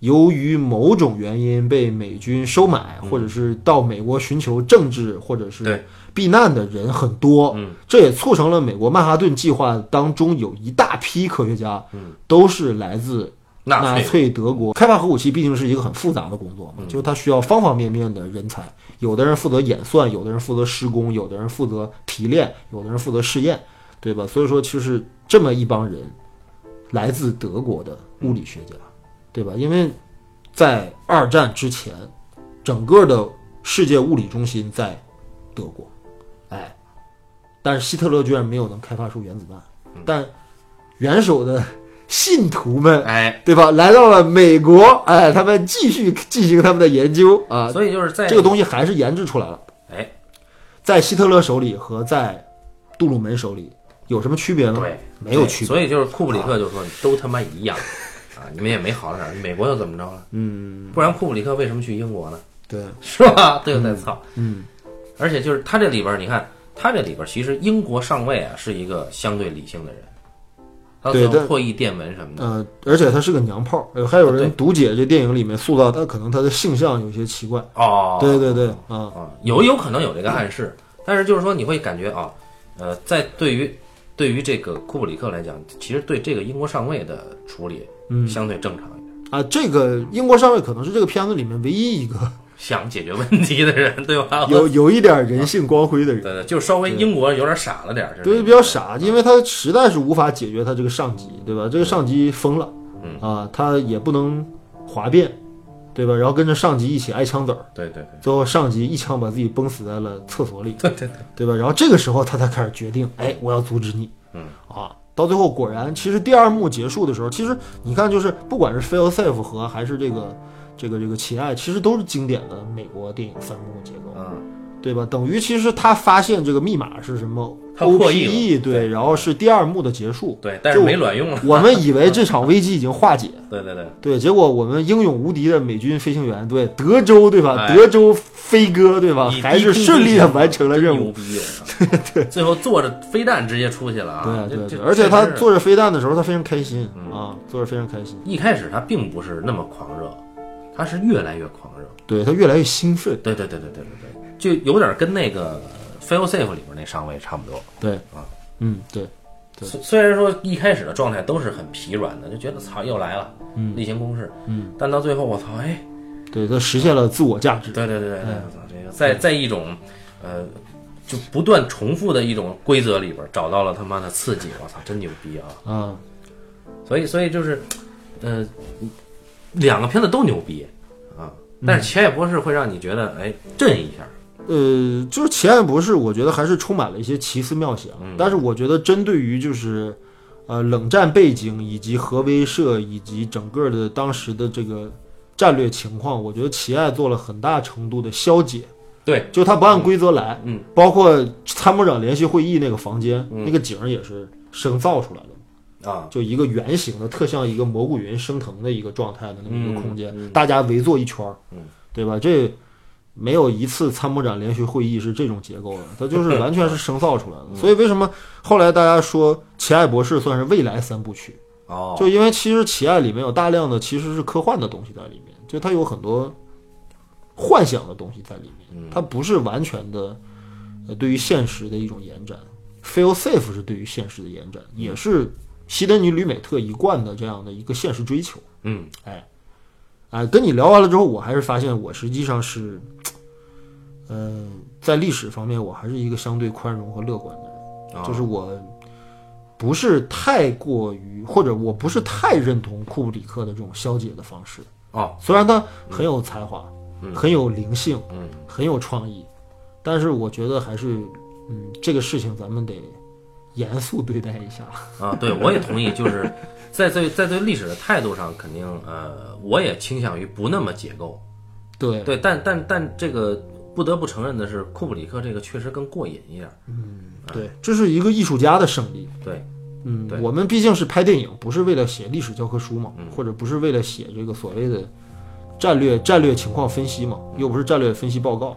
Speaker 1: 由于某种原因被美军收买，或者是到美国寻求政治或者
Speaker 2: 嗯对
Speaker 1: 是避难的人很多。
Speaker 2: 嗯，
Speaker 1: 这也促成了美国曼哈顿计划当中有一大批科学家，
Speaker 2: 嗯
Speaker 1: 都是来自
Speaker 2: 纳
Speaker 1: 纳
Speaker 2: 粹嗯
Speaker 1: 粹德国开发核武器毕竟是一个很复杂的工作嘛，就是它需要方方面面的人才，有的人负责演算，有的人负责施工，有的人负责提炼，有的人负责试验，对吧？所以说，就是这么一帮人，来自德国的物理学家，对吧？因为在二战之前，整个的世界物理中心在德国，哎，但是希特勒居然没有能开发出原子弹，
Speaker 2: 嗯
Speaker 1: 但元首的信徒们
Speaker 2: 哎，
Speaker 1: 对吧？来到了美国，哎，他们继续进行他们的研究啊。
Speaker 2: 所以就是在
Speaker 1: 这个东西还是研制出来了，
Speaker 2: 哎，
Speaker 1: 在希特勒手里和在杜鲁门手里有什么区别呢？
Speaker 2: 对，
Speaker 1: 嗯没有区别。
Speaker 2: 所以就是库布里克就说，都他妈一样啊，你们也没好到哪儿，美国又怎么着了？嗯，不然库布里克为什么去英国呢？
Speaker 1: 对，
Speaker 2: 是吧？对不对？操，
Speaker 1: 嗯，
Speaker 2: 而且就是他这里边儿，你看他这里边儿，其实英国上尉啊是一个相对理性的人，他
Speaker 1: 对
Speaker 2: 可能
Speaker 1: 但
Speaker 2: 破译电文什么的，
Speaker 1: 呃，而且他是个娘炮，呃，还有
Speaker 2: 对
Speaker 1: 人读解这电影里面塑造他，可能他的性向有些奇怪。
Speaker 2: 哦，
Speaker 1: 对对对，啊，
Speaker 2: 啊，有有可能有这个暗示，但是就是说你会感觉啊，呃，在对于对于这个库布里克来讲，其实对这个英国上尉的处理，嗯，相对正常一点，
Speaker 1: 啊，这个英国上尉可能是这个片子里面唯一一个
Speaker 2: 想解决问题的人，对吧？
Speaker 1: 有有一点人性光辉的人。
Speaker 2: 对对，就是稍微英国有点傻了点儿，就是
Speaker 1: 对，比较傻，因为他实在是无法解决他这个上级，对吧？这个上级疯了，啊，他也不能哗变，对吧？然后跟着上级一起挨枪子儿，
Speaker 2: 对对
Speaker 1: 最后上级一枪把自己崩死在了厕所里，对对对，吧？然后这个时候他才开始决定，哎，我要阻止你，
Speaker 2: 嗯
Speaker 1: 啊，到最后果然，其实第二幕结束的时候，其实你看，就是不管是 Fail Safe 和还是这个这个这个奇爱，其实都是经典的美国电影三幕结构
Speaker 2: 对，，嗯，
Speaker 1: 对吧？等于其实他发现这个密码是什么
Speaker 2: 他破译了
Speaker 1: OPE，对，然后是第二幕的结束。
Speaker 2: 对，但是
Speaker 1: 就
Speaker 2: 没卵用了，
Speaker 1: 我们以为这场危机已经化 解，
Speaker 2: 对对对，
Speaker 1: 对，结果我们英勇无敌的美军飞行员，对德州，对吧？
Speaker 2: 哎
Speaker 1: 德州飞哥，对吧？
Speaker 2: 以
Speaker 1: 还
Speaker 2: 低
Speaker 1: 是
Speaker 2: 空
Speaker 1: 顺利
Speaker 2: 之
Speaker 1: 的
Speaker 2: 下
Speaker 1: 完成了任
Speaker 2: 牛
Speaker 1: 务。
Speaker 2: 逼， 对，最后坐着飞弹直接出去了啊，
Speaker 1: 对对
Speaker 2: 这
Speaker 1: 对，
Speaker 2: 这嗯
Speaker 1: 而且他
Speaker 2: 确实是
Speaker 1: 坐着飞弹的时候，他非常开心啊，坐着非常开心。
Speaker 2: 一开始他并不是那么狂热，他是越来越狂热，
Speaker 1: 对他越来越兴奋。
Speaker 2: 对对对对对对对，就有点跟那个《Fail Safe》里边那上尉差不多。
Speaker 1: 对
Speaker 2: 啊，
Speaker 1: 嗯，对，对
Speaker 2: 虽虽然说一开始的状态都是很疲软的，就觉得操又来了，例行公事，嗯，但到最后我操，哎，
Speaker 1: 对他实现了自我价值。
Speaker 2: 对对对对，
Speaker 1: 嗯
Speaker 2: 对我操这个在在一种呃就不断重复的一种规则里边找到了他妈的刺激，我操，真牛逼啊！
Speaker 1: 啊，
Speaker 2: 所以所以就是，呃，两个片子都牛逼啊，
Speaker 1: 嗯
Speaker 2: 但是《奇爱博士》会让你觉得哎震一下，
Speaker 1: 呃，就是《奇案博士》，我觉得还是充满了一些奇思妙想。
Speaker 2: 嗯
Speaker 1: 但是我觉得，针对于就是，呃，冷战背景以及核威慑以及整个的当时的这个战略情况，我觉得奇爱做了很大程度的消解。
Speaker 2: 对，
Speaker 1: 就他不按规则来，
Speaker 2: 嗯，
Speaker 1: 包括参谋长联席会议那个房间，那个景儿也是生造出来的。
Speaker 2: 啊，
Speaker 1: 就一个圆形的，特像一个蘑菇云升腾的一个状态的那么一个空间，大家围坐一圈儿，对吧？这没有一次参谋长联席会议是这种结构的，它就是完全是生造出来的。所以为什么后来大家说《奇爱博士》算是未来三部曲？
Speaker 2: 哦，
Speaker 1: 就因为其实《奇爱》里面有大量的其实是科幻的东西在里面，就它有很多幻想的东西在里面，它不是完全的呃对于现实的一种延展。Feel Safe 是对于现实的延展，也是西德尼·吕美特一贯的这样的一个现实追求。
Speaker 2: 嗯，
Speaker 1: 哎，哎，跟你聊完了之后，我还是发现我实际上是，呃，在历史方面我还是一个相对宽容和乐观的人。
Speaker 2: 啊
Speaker 1: 就是我不是太过于，或者我不是太认同库布里克的这种消解的方式。
Speaker 2: 哦，
Speaker 1: 虽然他很有才华，
Speaker 2: 嗯
Speaker 1: 很有灵性，
Speaker 2: 嗯
Speaker 1: 很有创意，但是我觉得还是，嗯，这个事情咱们得严肃对待一 下。
Speaker 2: 啊，对，我也同意，就是 在对在对历史的态度上，肯定呃，我也倾向于不那么解构。
Speaker 1: 对，
Speaker 2: 对，但但但这个不得不承认的是，库布里克这个确实更过瘾一点。
Speaker 1: 对，这是一个艺术家的胜利。
Speaker 2: 对，
Speaker 1: 嗯
Speaker 2: 对，嗯
Speaker 1: 我们毕竟是拍电影，不是为了写历史教科书嘛，或者不是为了写这个所谓的战略战略情况分析嘛，又不是战略分析报告，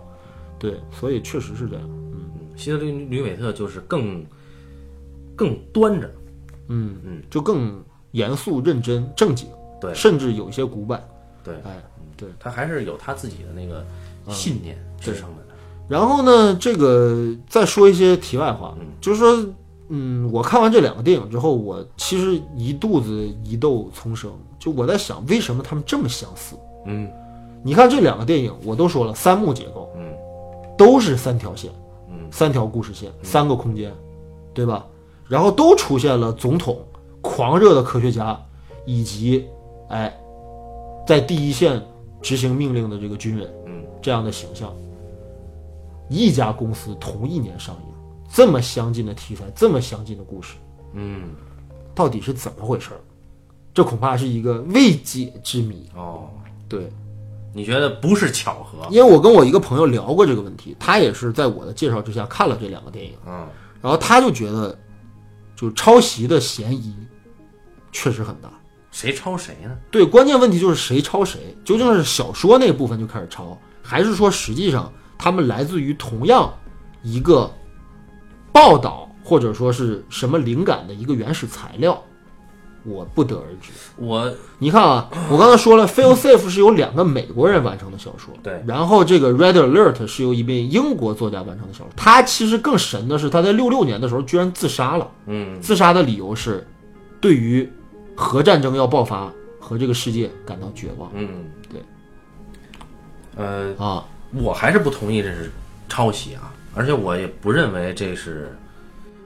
Speaker 1: 对，所以确实是这样。
Speaker 2: 嗯，希德林吕美特就是更更端着。
Speaker 1: 嗯
Speaker 2: 嗯，
Speaker 1: 就更严肃、认真、正经，
Speaker 2: 对
Speaker 1: 甚至有一些古板。
Speaker 2: 对，
Speaker 1: 哎，对。
Speaker 2: 他还是有他自己的那个信念支撑着他。
Speaker 1: 然后呢，这个再说一些题外话，就是说，嗯，我看完这两个电影之后，我其实一肚子疑窦丛生，就我在想，为什么他们这么相似？
Speaker 2: 嗯
Speaker 1: 你看这两个电影，我都说了，三幕结构
Speaker 2: 嗯
Speaker 1: 都是三条线，
Speaker 2: 嗯，
Speaker 1: 三条故事线，三个空间，对吧？然后都出现了总统、狂热的科学家以及哎，在第一线执行命令的这个军人
Speaker 2: 嗯
Speaker 1: 这样的形象。一家公司同一年上映，这么相近的题材，这么相近的故事，
Speaker 2: 嗯，
Speaker 1: 到底是怎么回事儿？这恐怕是一个未解之谜。
Speaker 2: 哦，
Speaker 1: 对，
Speaker 2: 你觉得不是巧合？
Speaker 1: 因为我跟我一个朋友聊过这个问题，他也是在我的介绍之下看了这两个电影，
Speaker 2: 嗯
Speaker 1: 然后他就觉得，就抄袭的嫌疑确实很大。
Speaker 2: 谁抄谁呢？
Speaker 1: 对，关键问题就是谁抄谁，究竟是小说那部分就开始抄，还是说实际上他们来自于同样一个报道或者说是什么灵感的一个原始材料，我不得而知。
Speaker 2: 我
Speaker 1: 你看啊，我刚才说 了，《Fail Safe》是由两个美国人完成的小说，
Speaker 2: 对
Speaker 1: 然后这个《Red Alert》是由一位英国作家完成的小说。他其实更神的是，他在六六年的时候居然自杀了。
Speaker 2: 嗯
Speaker 1: 自杀的理由是，对于核战争要爆发和这个世界感到绝望
Speaker 2: 嗯
Speaker 1: 对，
Speaker 2: 呃，
Speaker 1: 啊。
Speaker 2: 我还是不同意这是抄袭啊，而且我也不认为这是，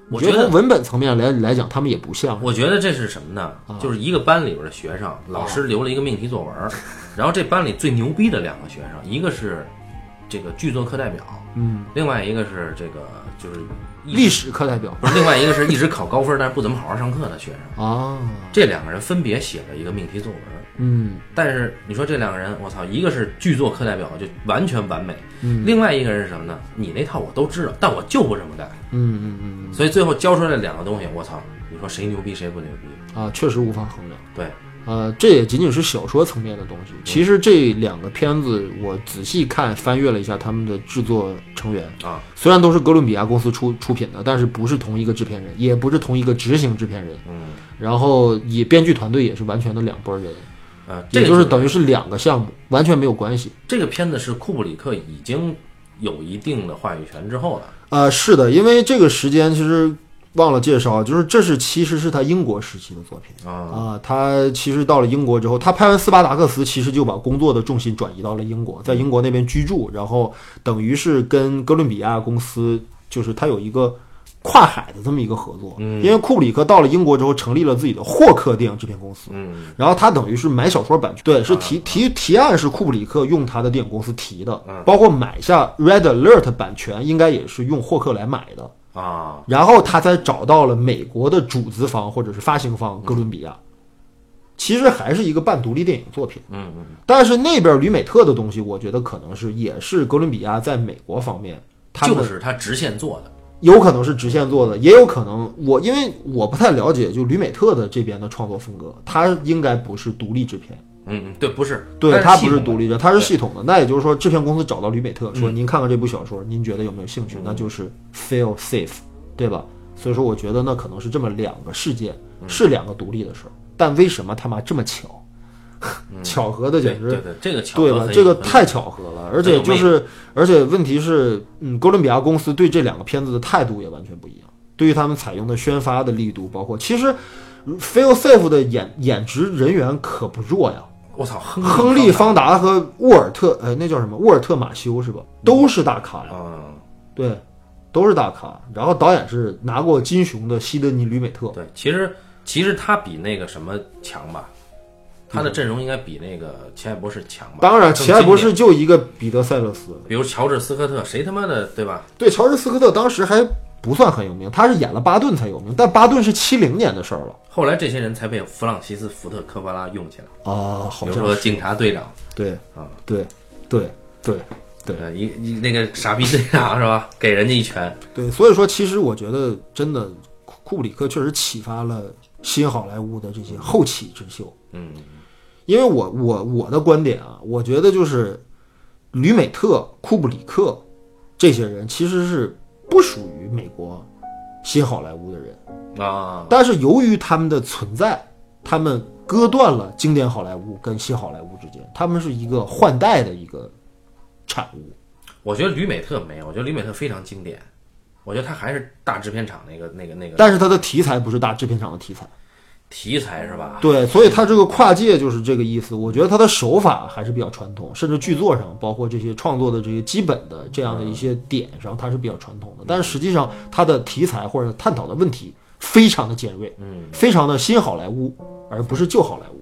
Speaker 2: 我觉
Speaker 1: 从
Speaker 2: 得
Speaker 1: 文本层面来来讲，他们也不像。
Speaker 2: 我觉得这是什么呢？就是一个班里边的学
Speaker 1: 啊
Speaker 2: 生，老师留了一个命题作文， 然后这班里最牛逼的两个学生，一个是这个剧作课代表，嗯，另外一个是这个就是一
Speaker 1: 历史课代表
Speaker 2: 不是，另外一个是一直考高分但是不怎么好好上课的学生，
Speaker 1: 啊，
Speaker 2: 这两个人分别写了一个命题作文，
Speaker 1: 嗯
Speaker 2: 但是你说这两个人，我操，一个是剧作课代表，就完全完美；
Speaker 1: 嗯
Speaker 2: 另外一个人是什么呢？你那套我都知道，但我就不这么干。
Speaker 1: 嗯嗯嗯
Speaker 2: 所以最后教出来两个东西，我操，你说谁牛逼谁不牛逼？
Speaker 1: 嗯啊，确实无法衡量。
Speaker 2: 对，
Speaker 1: 呃，这也仅仅是小说层面的东西。其实这两个片子，我仔细看翻阅了一下他们的制作成员
Speaker 2: 啊，
Speaker 1: 虽然都是哥伦比亚公司出出品的，但是不是同一个制片人，也不是同一个执行制片人，
Speaker 2: 嗯，
Speaker 1: 然后也编剧团队也是完全的两拨人，
Speaker 2: 呃，这
Speaker 1: 也
Speaker 2: 个
Speaker 1: 就是等于是两个项目完全没有关系。
Speaker 2: 这个片子是库布里克已经有一定的话语权之后了。
Speaker 1: 呃，是的，因为这个时间其实忘了介绍，啊就是这是其实是他英国时期的作品
Speaker 2: 啊
Speaker 1: 啊、他其实到了英国之后，他拍完《斯巴达克斯》，其实就把工作的重心转移到了英国，在英国那边居住，然后等于是跟哥伦比亚公司，就是他有一个。跨海的这么一个合作，因为库布里克到了英国之后，成立了自己的霍克电影制片公司，
Speaker 2: 嗯
Speaker 1: 然后他等于是买小说版权，对，是提提提案是库布里克用他的电影公司提的，包括买下 Red Alert 版权，应该也是用霍克来买的，
Speaker 2: 啊，
Speaker 1: 然后他才找到了美国的主资方或者是发行方哥伦比亚。其实还是一个半独立电影作品，
Speaker 2: 嗯嗯，
Speaker 1: 但是那边吕美特的东西，我觉得可能是也是哥伦比亚在美国方面，他们
Speaker 2: 就是他直线做的。
Speaker 1: 有可能是直线做的，也有可能我因为我不太了解，就吕美特的这边的创作风格，他应该不是独立制片，
Speaker 2: 嗯嗯，对，不是，
Speaker 1: 对，它
Speaker 2: 它
Speaker 1: 不是独
Speaker 2: 立，
Speaker 1: 立的，它是系统的。那也就是说，制片公司找到吕北特
Speaker 2: 嗯
Speaker 1: 说：“您看看这部小说，您觉得有没有兴趣？”那就是 fail safe，对吧？所以说，我觉得那可能是这么两个事件，
Speaker 2: 嗯
Speaker 1: 是两个独立的事儿。但为什么他妈这么巧？ 巧合的
Speaker 2: 对
Speaker 1: 简
Speaker 2: 对
Speaker 1: 直，
Speaker 2: 嗯对，这个巧
Speaker 1: 对
Speaker 2: 合
Speaker 1: 吧？
Speaker 2: 很
Speaker 1: 这个
Speaker 2: 很
Speaker 1: 太巧合了，而
Speaker 2: 很
Speaker 1: 且
Speaker 2: 有
Speaker 1: 就
Speaker 2: 魅
Speaker 1: 是，而且问题是，嗯，哥伦比亚公司对这两个片子的态度也完全不一样。对于他们采用的宣发的力度，包括其实嗯 fail safe 的演演职人员可不弱呀。
Speaker 2: 我操，亨
Speaker 1: 亨利·方达和沃尔特，呃，那叫什么？沃尔特·马修是吧？都是大咖呀，
Speaker 2: 啊，
Speaker 1: 对，都是大咖。然后导演是拿过金熊的西德尼·吕美特，
Speaker 2: 对，其实其实他比那个什么强吧，他的阵容应该比那个奇爱博士强吧。
Speaker 1: 嗯当然，
Speaker 2: 更
Speaker 1: 奇爱博
Speaker 2: 经
Speaker 1: 士就一个彼得·塞勒斯。
Speaker 2: 典，比如乔治·斯科特，谁他妈的对吧？
Speaker 1: 对，乔治·斯科特当时还不算很有名，他是演了巴顿才有名，但巴顿是七零年的事儿了
Speaker 2: 后来这些人才被弗朗西斯·福特科波拉用起来，
Speaker 1: 啊，
Speaker 2: 比
Speaker 1: 好
Speaker 2: 如
Speaker 1: 像
Speaker 2: 说警察队长，
Speaker 1: 对
Speaker 2: 啊，
Speaker 1: 对，对，对。对
Speaker 2: 呃，一一那个傻逼队长是吧？给人家一拳，
Speaker 1: 对，所以说，其实我觉得真的，库库布里克确实启发了新好莱坞的这些后起之秀。
Speaker 2: 嗯，
Speaker 1: 因为我我我的观点啊，我觉得就是吕美特、库布里克这些人其实是不属于美国新好莱坞的人，
Speaker 2: 啊，
Speaker 1: 但是由于他们的存在，他们割断了经典好莱坞跟新好莱坞之间，他们是一个换代的一个产物。
Speaker 2: 我觉得吕美特没有，我觉得吕美特非常经典，我觉得他还是大制片厂那个那个那个
Speaker 1: 但是它的题材不是大制片厂的题材。
Speaker 2: 题材是吧？
Speaker 1: 对，所以它这个跨界就是这个意思。我觉得它的手法还是比较传统，甚至剧作上，包括这些创作的这些基本的这样的一些点上，它是比较传统的。但是实际上，它的题材或者探讨的问题非常的尖锐，
Speaker 2: 嗯，
Speaker 1: 非常的新好莱坞，而不是旧好莱坞，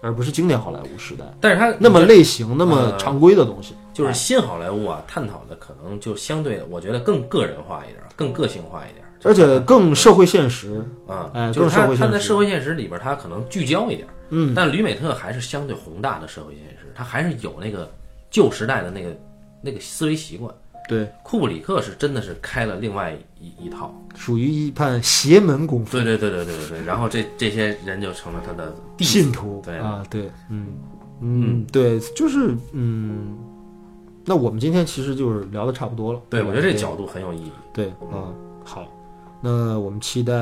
Speaker 1: 而不是经典好莱坞时代
Speaker 2: 但是他
Speaker 1: 那么类型、那么常规的东西。
Speaker 2: 就是新好莱坞啊，探讨的可能就相对，我觉得更个人化一点儿，更个性化一点儿。
Speaker 1: 而且更社会现实，
Speaker 2: 啊、
Speaker 1: 哎
Speaker 2: 就是
Speaker 1: 更社
Speaker 2: 他
Speaker 1: 会现
Speaker 2: 他在
Speaker 1: 实
Speaker 2: 社会现实里边儿，他可能聚焦一点。嗯，但吕美特还是相对宏大的社会现实，他还是有那个旧时代的那个那个思维习惯。
Speaker 1: 对，
Speaker 2: 库布里克是真的是开了另外一一套。
Speaker 1: 属于一派邪门功夫
Speaker 2: 对对对对对对对。然后这这些人就成了他的弟子。
Speaker 1: 信徒，
Speaker 2: 对
Speaker 1: 啊，对，嗯嗯，对，就是嗯，那我们今天其实就是聊的差不多了，
Speaker 2: 对，我觉得这角度很有意义。
Speaker 1: 对啊，好，那我们期待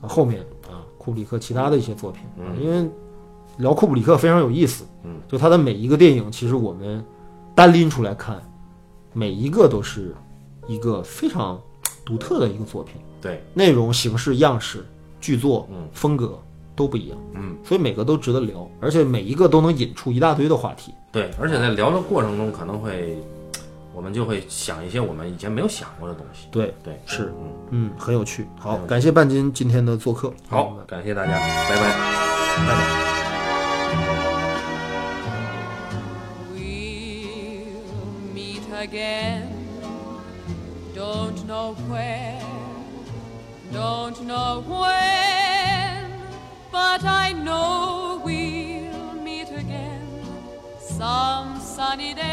Speaker 1: 啊后面啊库布里克其他的一些作品啊，因为聊库布里克非常有意思，
Speaker 2: 嗯，
Speaker 1: 就他的每一个电影，其实我们单拎出来看，每一个都是一个非常独特的一个作品。
Speaker 2: 对，
Speaker 1: 内容、形式、样式、剧作、
Speaker 2: 嗯
Speaker 1: 风格都不一样，
Speaker 2: 嗯，
Speaker 1: 所以每个都值得聊，而且每一个都能引出一大堆的话题。
Speaker 2: 对，而且在聊的过程中，可能会我们就会想一些我们以前没有想过的东西。
Speaker 1: 对，
Speaker 2: 对，
Speaker 1: 是，
Speaker 2: 嗯。
Speaker 1: 嗯，很有趣。好
Speaker 2: 很，有趣
Speaker 1: 感谢半斤今天的做客，嗯朋友
Speaker 2: 好
Speaker 1: 们，
Speaker 2: 感谢大家，拜拜。
Speaker 1: 拜拜。
Speaker 3: We'll meet again. Don't know where, don't know when, but I know we'll meet again some sunny day.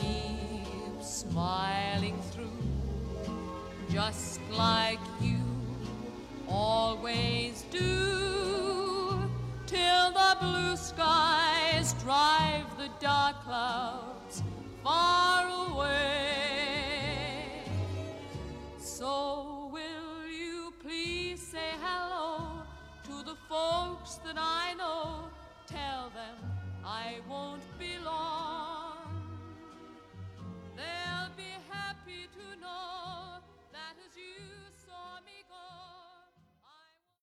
Speaker 3: Keep smiling through, just like you always do till the blue skies drive the dark clouds far